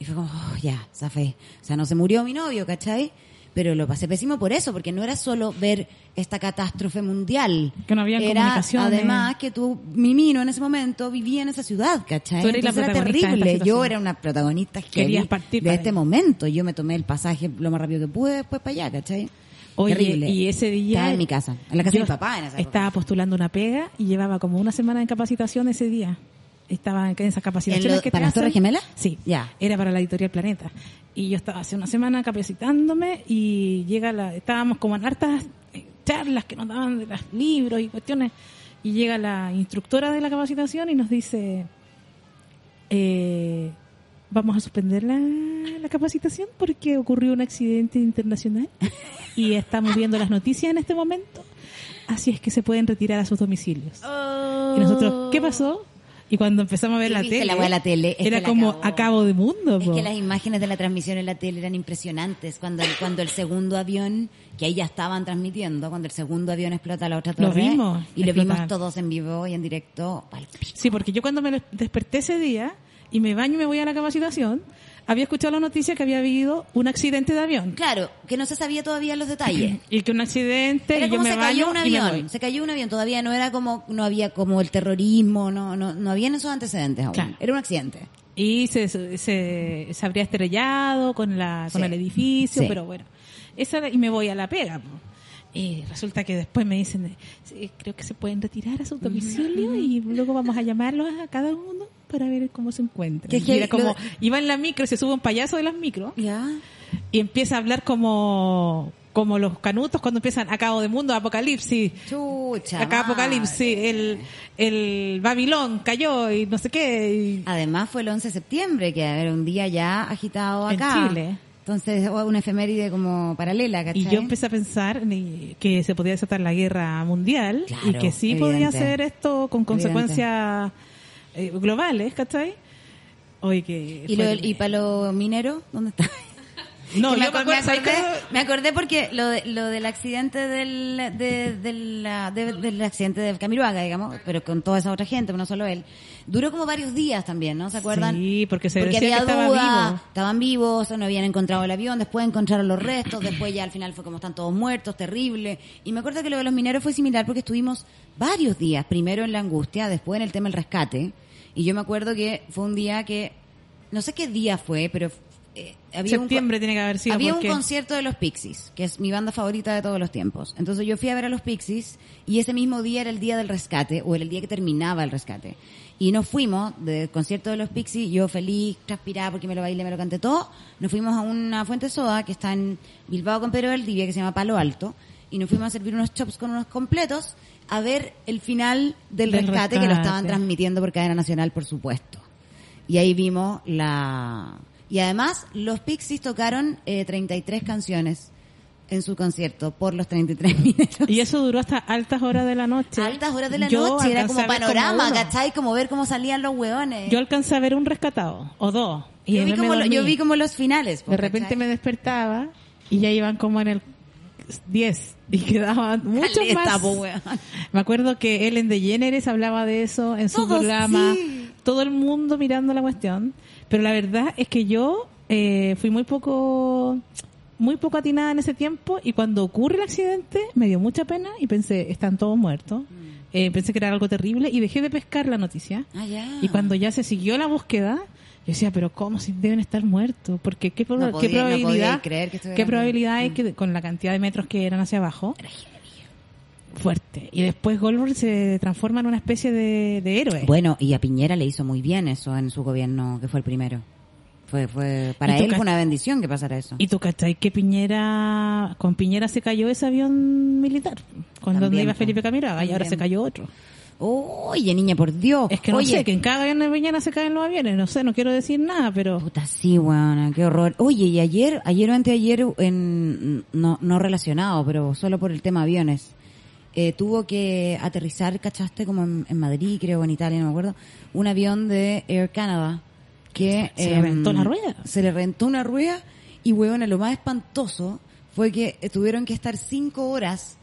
Y fue como, oh, ya, zafé. O sea, no se murió mi novio, ¿cachai? Pero lo pasé pésimo por eso, porque no era solo ver esta catástrofe mundial.
Que no había
Era,
comunicaciones.
además, que tú, Mimino, en ese momento vivía en esa ciudad, ¿cachai?
Tú eres la
Entonces era
protagonista de esta
terrible. Yo
situación.
era una protagonista heavy
Querías partir
de
para
este momento. Yo me tomé el pasaje lo más rápido que pude, después para allá, ¿cachai?
Oye,
Terrible.
y ese día.
Estaba en mi casa, en la casa
yo
de mi papá en esa época.
Estaba postulando una pega y llevaba como una semana en capacitación ese día. Estaba en esas
¿En
capacitaciones
lo-
que te
para las
hacen.
Torres Gemelas?
Sí.
Ya.
Era para la editorial Planeta. Y yo estaba hace una semana capacitándome y llega la. Estábamos como en hartas eh, charlas que nos daban de los libros y cuestiones. Y llega la instructora de la capacitación y nos dice. eh, vamos a suspender la, la capacitación porque ocurrió un accidente internacional y estamos viendo las noticias en este momento. Así es que se pueden retirar a sus domicilios. Y nosotros, ¿qué pasó? Y cuando empezamos a ver
Oh. Sí,
la
viste
tele,
la weá de la tele, es
era
que la
como
acabó.
acabo de mundo.
Es
po.
que las imágenes de la transmisión en la tele eran impresionantes. Cuando el, cuando el segundo avión, que ahí ya estaban transmitiendo, cuando el segundo avión explota la otra
Lo
torre.
vimos,
Y lo
explotar.
vimos todos en vivo y en directo. pal.
Sí, porque yo cuando me des- desperté ese día y me baño y me voy a la capacitación, había escuchado la noticia que había habido un accidente de avión.
Claro, que no se sabía todavía los detalles.
Y que un accidente
Era
y yo
como
me
se cayó
baño
un
y me voy.
avión, se cayó un avión, todavía no era como, no había como el terrorismo, no, no, no habían esos antecedentes aún.
Claro.
Era un accidente.
y se, se, se habría estrellado con la con
Sí.
el edificio
Sí.
pero bueno esa era- y me voy a la pega po. y resulta que después me dicen "Sí, creo que se pueden retirar a su domicilio y luego vamos a llamarlos a cada uno para ver cómo se encuentran
Qué
y era
heavy,
como
lo-
iba en la micro se sube un payaso de las micro
Ya.
y empieza a hablar como como los canutos cuando empiezan acabo de mundo apocalipsis
Chucha.
acá
madre.
apocalipsis el el Babilón cayó y no sé qué y-
Además fue el 11 de septiembre, que era un día ya agitado
En
acá.
Chile.
Entonces, o- una efeméride como paralela, ¿cachai?
Y yo empecé a pensar ni- que se podía desatar la guerra mundial y
Claro,
que sí
evidente.
podía hacer esto con
Evidente.
consecuencias eh, globales, ¿cachtai? Oye, que.
¿Y,
fue-
lo- y para los mineros? ¿Dónde está?
No,
Que me,
yo me
acor- me
acuerdo-
acordé,
¿sabes
me acordé porque lo, de- lo del accidente del, de- de la- de- del accidente de Camiruaga, digamos, pero con toda esa otra gente, no solo él, duró como varios días también, ¿no? ¿Se acuerdan?
Sí, porque se
porque
decía
había
que estaba
duda,
vivo.
estaban vivos, no habían encontrado el avión, después encontraron los restos, después ya al final fue como están todos muertos, terrible. Y me acuerdo que lo de los mineros fue similar porque estuvimos varios días, primero en la angustia, después en el tema del rescate. Y yo me acuerdo que fue un día que, no sé qué día fue, pero eh, había un
Septiembre tiene que haber sido.
había
porque-
un concierto de los Pixies, que es mi banda favorita de todos los tiempos. Entonces yo fui a ver a los Pixies y ese mismo día era el día del rescate o era el día que terminaba el rescate. Y nos fuimos del concierto de los Pixies, yo feliz, transpirada porque me lo bailé, me lo canté todo. Nos fuimos a una fuente de soda que está en Bilbao con Pedro Valdivia que se llama Palo Alto y nos fuimos a servir unos chops con unos completos a ver el final del,
Del
rescate, que lo estaban
rescate.
transmitiendo por cadena nacional, por supuesto. Y ahí vimos la... Y además, los Pixies tocaron eh, 33 canciones en su concierto por los 33 mineros.
Y eso duró hasta altas horas de la noche.
Altas horas de la
Yo
noche, era
alcancé
como
a ver
panorama,
uno.
¿cachai? Como ver cómo salían los hueones.
Yo alcancé a ver un rescatado o dos. Y
Yo vi,
después me
como lo- yo
dormí.
vi como los finales. po,
De repente
¿cachai?
me despertaba y ya iban como en el 10 y quedaban muchos
Caleta,
más.
po, weón.
Me acuerdo que Ellen DeGeneres hablaba de eso en su
Todos,
programa.
sí.
Todo el mundo mirando la cuestión. Pero la verdad es que yo eh, fui muy poco muy poco atinada en ese tiempo y cuando ocurre el accidente me dio mucha pena y pensé, están todos muertos. Eh, pensé que era algo terrible y dejé de pescar la noticia.
Mm. Ah, ya.
Y cuando ya se siguió la búsqueda, yo decía, pero ¿cómo si deben estar muertos? Porque qué,
No
proba-
podía-
qué
no podía
probabilidad,
creer que
qué
estuvieran
probabilidad hay que con la cantidad de metros que eran hacia abajo. Fuerte. Y después Goldberg se transforma en una especie de, de héroe.
Bueno, y a Piñera le hizo muy bien eso en su gobierno, que fue el primero. Fue, fue, para
Y tú
él
cach-
fue una bendición que pasara eso.
Y tú cachai que Piñera, con Piñera se cayó ese avión militar, con donde
También,
iba
pues.
Felipe Camiroaga, y ahora
También.
se cayó otro.
Oye, niña, por Dios.
Es que no
Oye.
sé, que en cada avión de Piñera se caen los aviones, no sé, no quiero decir nada, pero...
Puta, sí, weona, qué horror. Oye, y ayer, ayer o anteayer, en, no, no relacionado, pero solo por el tema aviones, eh, tuvo que aterrizar, cachaste, como en, en Madrid, creo, en Italia, no me acuerdo, un avión de Air Canada que... em,
Se le reventó la rueda.
Se le rentó una rueda y, weona, lo más espantoso fue que tuvieron que estar cinco horas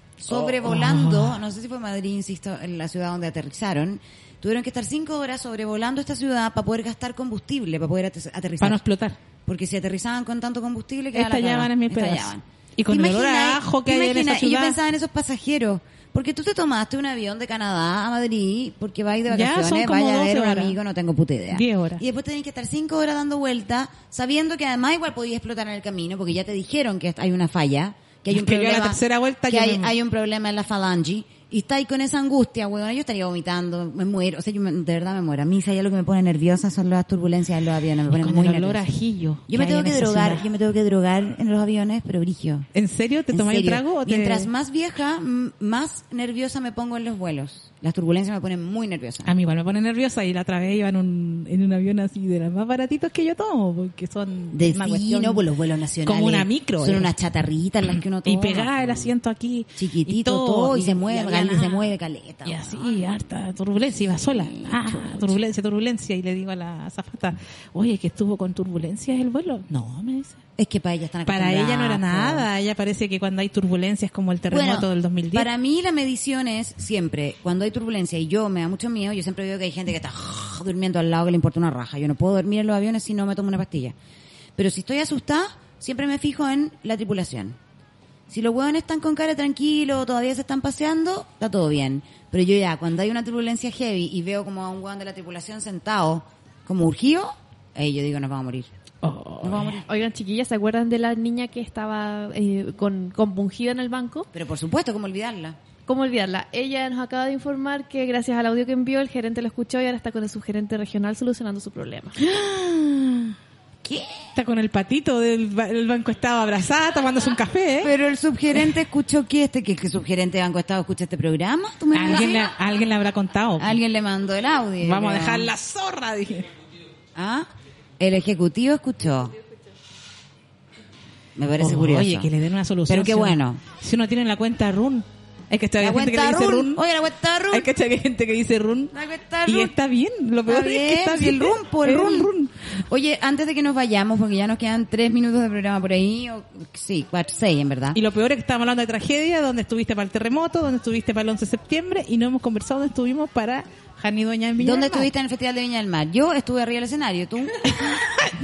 sobrevolando,
Oh.
no sé si fue Madrid, insisto, en la ciudad donde aterrizaron, tuvieron que estar cinco horas sobrevolando esta ciudad para poder gastar combustible, para poder ate- aterrizar.
Para no explotar.
Porque si aterrizaban con tanto combustible que
Estallaban en mil pedazos. Y con el olor a ajo que hay en esa
Y yo
ciudad.
pensaba en esos pasajeros. Porque tú te tomaste un avión de Canadá a Madrid porque vais de
Ya, son
vacaciones,
como
vaya a ver
12
un
horas.
amigo, no tengo puta idea.
10 horas.
Y después tenés que estar cinco horas dando vueltas, sabiendo que además igual podías explotar en el camino, porque ya te dijeron que hay una falla, que hay un
Que yo a la
problema.
tercera vuelta
que
yo me
hay,
muero.
hay un problema en la falange. Y está ahí con esa angustia, weón. Yo estaría vomitando, me muero. O sea, yo me- de verdad me muero. A mí, ¿sabes lo que me pone nerviosa? Son las turbulencias en los aviones. Me ponen
con
muy
el olor a
nerviosa.
ajillo
Yo me
que
tengo
hay
que
en esa
drogar,
ciudad.
yo me tengo que drogar en los aviones, pero brigio.
¿En serio? ¿Te
En
tomáis el
serio.
trago o te...
Mientras más vieja, m- más nerviosa me pongo en los vuelos. Las turbulencias me ponen muy nerviosa.
A mí igual me pone nerviosa y la otra vez iba en un, en un avión así de los más baratitos que yo tomo, porque son...
De
Mm, una
fino,
cuestión-
por pues, los vuelos nacionales.
Como una micro.
Son
eh.
unas chatarritas las que uno toma.
Y pegada el asiento aquí.
Chiquitito todo, y se mueve,
había
Gali,
nada.
se mueve caleta.
Y así, harta turbulencia, iba sola. Ah, turbulencia, turbulencia. Y le digo a la azafata, oye, que estuvo con turbulencias el vuelo. No, me dice.
Es que para ella están
Para ella no era
acostumbradas, po.
nada. Ella parece que cuando hay turbulencias como el terremoto
Bueno,
del 2010.
Para mí la medición es siempre, cuando hay turbulencia y yo me da mucho miedo, yo siempre veo que hay gente que está durmiendo al lado que le importa una raja. Yo no puedo dormir en los aviones si no me tomo una pastilla. Pero si estoy asustada, siempre me fijo en la tripulación. Si los huevones están con cara tranquilo, todavía se están paseando, está todo bien. Pero yo ya, cuando hay una turbulencia heavy y veo como a un hueón de la tripulación sentado, como urgido, ahí yo digo, nos vamos a morir.
Oh.
Nos vamos a morir.
Oigan, chiquillas, ¿se acuerdan de la niña que estaba eh, con, compungida en el banco?
Pero por supuesto, ¿cómo olvidarla?
¿Cómo olvidarla? Ella nos acaba de informar que gracias al audio que envió, el gerente lo escuchó y ahora está con el subgerente regional solucionando su problema.
¿Qué?
Está con el patito del ba- el Banco Estado abrazada, tomándose un café. ¿eh?
Pero el subgerente escuchó que este, que el subgerente de Banco Estado escucha este programa. ¿Tú me
¿Alguien, le, Ah,
decís?
alguien le habrá contado.
Alguien le mandó el audio.
Vamos a
creo.
dejar la zorra, dije.
¿Ah? El ejecutivo escuchó. Me parece
Oh,
curioso.
Oye, que le den una solución.
Pero qué
si uno-
bueno.
Si uno tiene la cuenta RUN. Es que todavía
La
hay gente que le
cuenta
dice
run.
RUN.
Oye, la cuenta run.
Es que hay gente que dice RUN.
La cuenta
Y
run.
está bien. Lo peor
Está
es que está
bien, sí,
bien. pues,
el run, po, el
Es
run. Oye, antes de que nos vayamos, porque ya nos quedan tres minutos de programa por ahí, o, sí, cuatro, seis en verdad.
Y lo peor es que estamos hablando de tragedia, donde estuviste para el terremoto, donde estuviste para el 11 de septiembre, y no hemos conversado donde estuvimos para Jani Doña en Viña
¿Dónde
del Mar.
estuviste en el Festival de Viña del Mar? Yo estuve arriba del escenario, tú.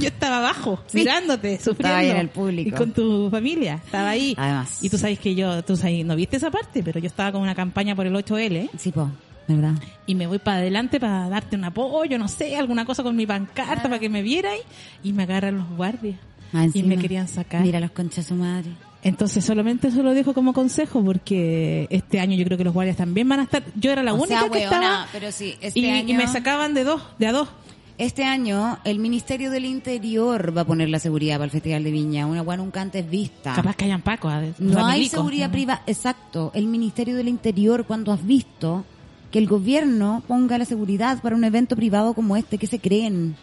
Yo estaba abajo, mirándote, sufriendo.
Estaba ahí en el público.
Y con tu familia, estaba ahí.
Además.
Y tú sabes que yo, tú sabes, no viste esa parte, pero yo estaba con una campaña por el 8L.
Sí, po, ¿verdad?
y me voy para adelante para darte un apoyo, no sé, alguna cosa con mi pancarta para que me vierais y me agarran los guardias
Más Ah,
y
encima.
me querían sacar.
Mira los conchas su madre.
Entonces solamente eso lo dejo como consejo porque este año yo creo que los guardias también van a estar. Yo era la
O
única
sea,
que
weona,
estaba
pero sí, este
y, y
año-
me sacaban de dos, de a dos.
Este año el Ministerio del Interior va a poner la seguridad para el Festival de Viña, una guan nunca antes vista.
Capaz que hayan Paco. a-
no hay
familicos.
seguridad privada, exacto. El Ministerio del Interior, cuando has visto que el gobierno ponga la seguridad para un evento privado como este, ¿qué se creen?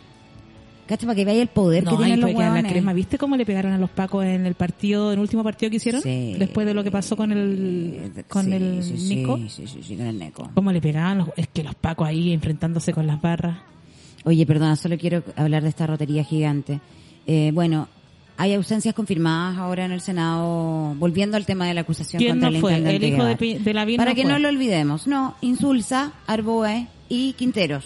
¿Cacha? Para que vea el poder que
No, ahí
tienen los
fue que la
huevones.
crema, ¿viste cómo le pegaron a los Pacos en el partido, en el último partido que hicieron?
Sí.
Después de lo que pasó con el con
Sí,
el
sí, sí,
Nico.
sí, sí, sí, con el Nico.
¿Cómo le pegaban los, es que los Pacos ahí enfrentándose con las barras?
Oye, perdona, solo quiero hablar de esta rotería gigante. Eh, bueno, hay ausencias confirmadas ahora en el Senado, volviendo al tema de la acusación
¿Quién
contra
no
el
fue?
intendente.
El hijo de
Guevara.
Pi- de Lavín
Para
no
que
fue.
no lo olvidemos, no, Insulza, Arboe y Quinteros.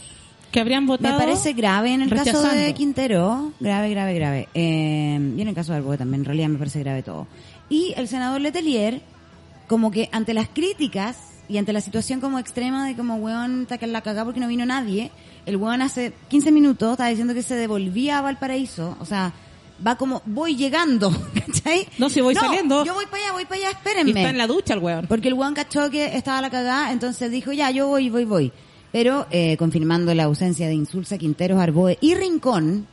Que habrían
Me
votado.
parece grave en el caso de
rechazando.
Quintero, grave, grave, grave. Eh, y en el caso de Arboe también, en realidad me parece grave todo. Y el senador Letelier, como que ante las críticas y ante la situación como extrema de como weón, está que la cagá porque no vino nadie, el weón hace 15 minutos estaba diciendo que se devolvía a Valparaíso, o sea, va como, voy llegando, ¿cachai?
No, si voy saliendo.
Yo voy para allá, voy para allá,
Y
espérenme.
está en la ducha el weón.
Porque el weón cachó que estaba la cagada, entonces dijo, ya, yo voy, voy, voy. Pero eh, confirmando la ausencia de Insulsa, Quinteros, Arboe y Rincón,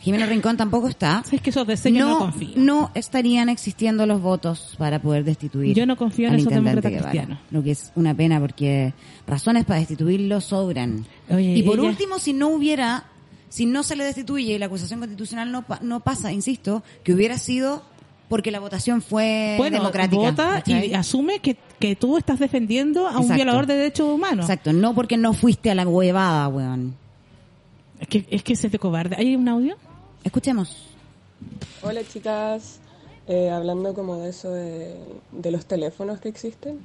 Jimeno Rincón tampoco está.
Es que esos diseños no confío.
no estarían existiendo los votos para poder destituir.
Yo no confío en
al
esos
intendente
demócratas
Guevara.
cristianos.
Lo que es una pena porque razones para destituirlo sobran.
Oye,
y por
ella-
último, si no hubiera, si no se le destituye y la acusación constitucional no, pa- no pasa, insisto, que hubiera sido porque la votación fue
bueno,
democrática.
vota y
¿cachai?
asume que, que tú estás defendiendo a un
Exacto.
violador de derechos humanos.
Exacto, no porque no fuiste a la huevada, weón.
Es que, es que se te cobarde. ¿Hay un audio?
Escuchemos.
Hola chicas, Eh, hablando como de eso de, de los teléfonos que existen,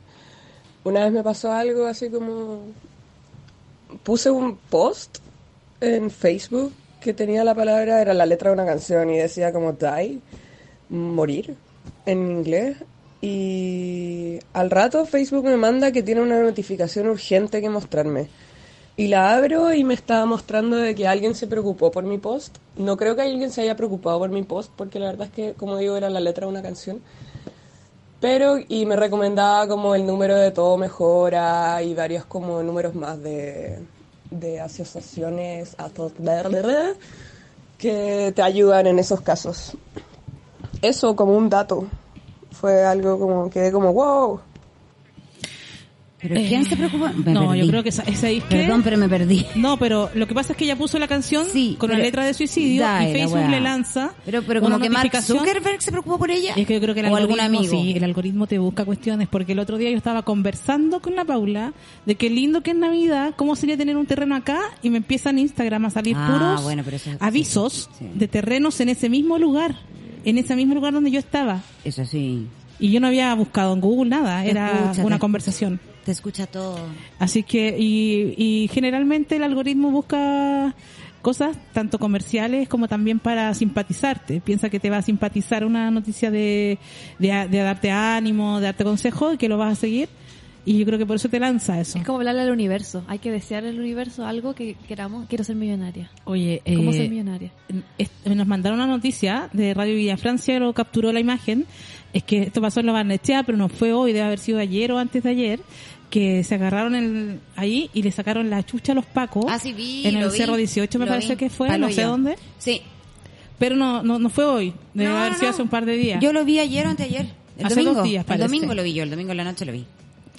una vez me pasó algo así como, puse un post en Facebook que tenía la palabra, era la letra de una canción y decía como die, morir en inglés. Y al rato Facebook me manda que tiene una notificación urgente que mostrarme. Y la abro y me estaba mostrando de que alguien se preocupó por mi post. No creo que alguien se haya preocupado por mi post, porque la verdad es que, como digo, era la letra de una canción. Pero, y me recomendaba como el número de todo mejora y varios como números más de, de asociaciones a todo- que te ayudan en esos casos. Eso como un dato. Fue algo como, quedé como, wow.
¿Pero quién se preocupa? Me
Eh, no,
perdí.
yo creo que esa, esa es que-
Perdón, pero me perdí.
No, pero lo que pasa es que ella puso la canción con la
pero-
letra de suicidio
Dai,
y
la
Facebook
weá.
le lanza.
Pero, pero como
una
que Mark
notificación.
Zuckerberg se preocupó por ella.
Es que yo creo que el
o algún
algoritmo,
amigo.
sí, el algoritmo te busca cuestiones, porque el otro día yo estaba conversando con la Paula de qué lindo que es Navidad, cómo sería tener un terreno acá, y me empiezan Instagram a salir
Ah,
puros
bueno, pero eso-
avisos de terrenos en ese mismo lugar, en ese mismo lugar donde yo estaba.
Eso sí.
Y yo no había buscado en Google nada,
Te
era
escucha,
una
te
conversación.
Te escucha todo.
Así que, y, y generalmente el algoritmo busca cosas tanto comerciales como también para simpatizarte. Piensa que te va a simpatizar una noticia de, de, de darte ánimo, de darte consejo y que lo vas a seguir. Y yo creo que por eso te lanza eso.
Es como hablarle al universo. Hay que desear al universo algo que queramos. Quiero ser millonaria.
Oye,
¿Cómo
eh,
ser millonaria?
es- nos mandaron una noticia de Radio Villa Francia, lo capturó la imagen. Es que esto pasó en la Barnechea, pero no fue hoy, debe haber sido ayer o antes de ayer, que se agarraron el- ahí y le sacaron la chucha a los pacos.
Ah, sí, vi,
En
lo
el
vi,
Cerro 18 me
lo
parece
vi.
que fue,
Palo
no sé
yo.
dónde.
Sí.
Pero no, no, no fue hoy, debe
No,
haber
no,
sido
no.
hace un par de días.
Yo lo vi ayer o anteayer. El
Hace dos
domingo.
días,
el
parece.
domingo lo vi yo, el domingo en la noche lo vi.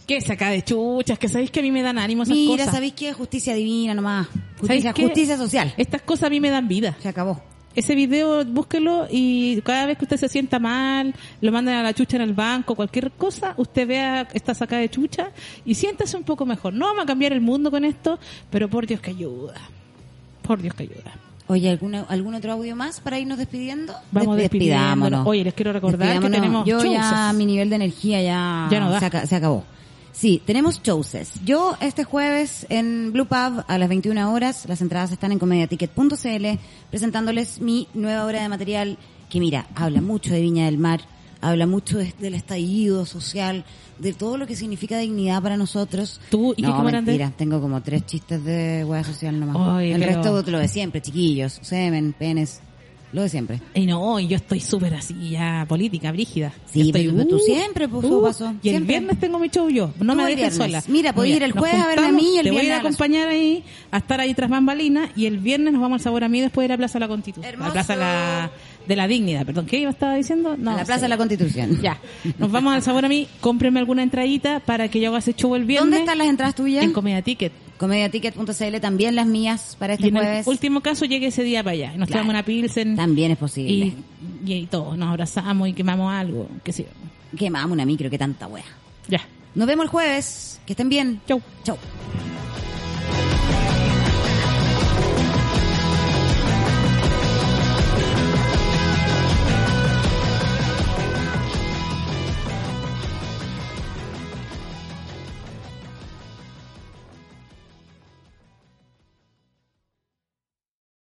Que saca de chuchas, que sabéis que a mí me dan ánimo esas
Mira,
cosas.
¿sabéis qué? Justicia divina nomás.
¿Sabéis
Justicia,
qué?
justicia social.
Estas cosas a mí me dan vida.
Se acabó.
Ese video, búsquelo y cada vez que usted se sienta mal, lo mandan a la chucha en el banco, cualquier cosa, usted vea esta saca de chucha y siéntase un poco mejor. No vamos a cambiar el mundo con esto, pero por Dios que ayuda. Por Dios que ayuda.
Oye, ¿alguna, ¿algún otro audio más para irnos despidiendo?
Vamos
Despi-
despidiéndonos. Oye, les quiero recordar que
Despidámonos.
tenemos
Yo ya,
shows.
mi nivel de energía ya,
Ya no da.
se, aca- se acabó. Sí, tenemos shows. Yo este jueves en Blue Pub a las 21 horas, las entradas están en comediaticket.cl, presentándoles mi nueva obra de material que, mira, habla mucho de Viña del Mar, habla mucho de- del estallido social, de todo lo que significa dignidad para nosotros.
¿Tú y qué
no,
cámara andas?
mentira, tengo como tres chistes de hueá social nomás.
Ay,
El
pero-
resto lo de siempre, chiquillos, semen, penes, lo de siempre.
Y no, y yo estoy súper así ya política, brígida.
Sí,
Yo estoy,
pero- pero tú
uh,
siempre, pues, eso pasó,
Y el
siempre.
viernes tengo mi show yo, no
Tú
me
el
dejes
viernes.
sola.
Mira, podés ir el
nos
jueves a verme a mí y el
te voy a ir a
viernes a la
acompañar ahí, a estar ahí tras bambalinas, y el viernes nos vamos al Sabor a mí después de la Plaza de la Constitución. La Plaza de la, de la Dignidad, perdón, ¿qué yo estaba diciendo? No,
a la
sé.
Plaza de la Constitución.
Ya. Nos vamos al Sabor a mí, cómprenme alguna entradita para que yo haga ese show el viernes.
¿Dónde están las entradas tuyas? En
Comedia Ticket.
ComediaTicket.cl, también las mías para
Y
este
en el
jueves.
último caso llegue ese día para allá. y Nos
Claro.
tomamos una pilsen.
También es posible.
Y, y, y todo, nos abrazamos y quemamos algo. Que sí.
Quemamos una micro, que tanta wea.
Ya.
Nos vemos el jueves. Que estén bien.
Chau.
Chau.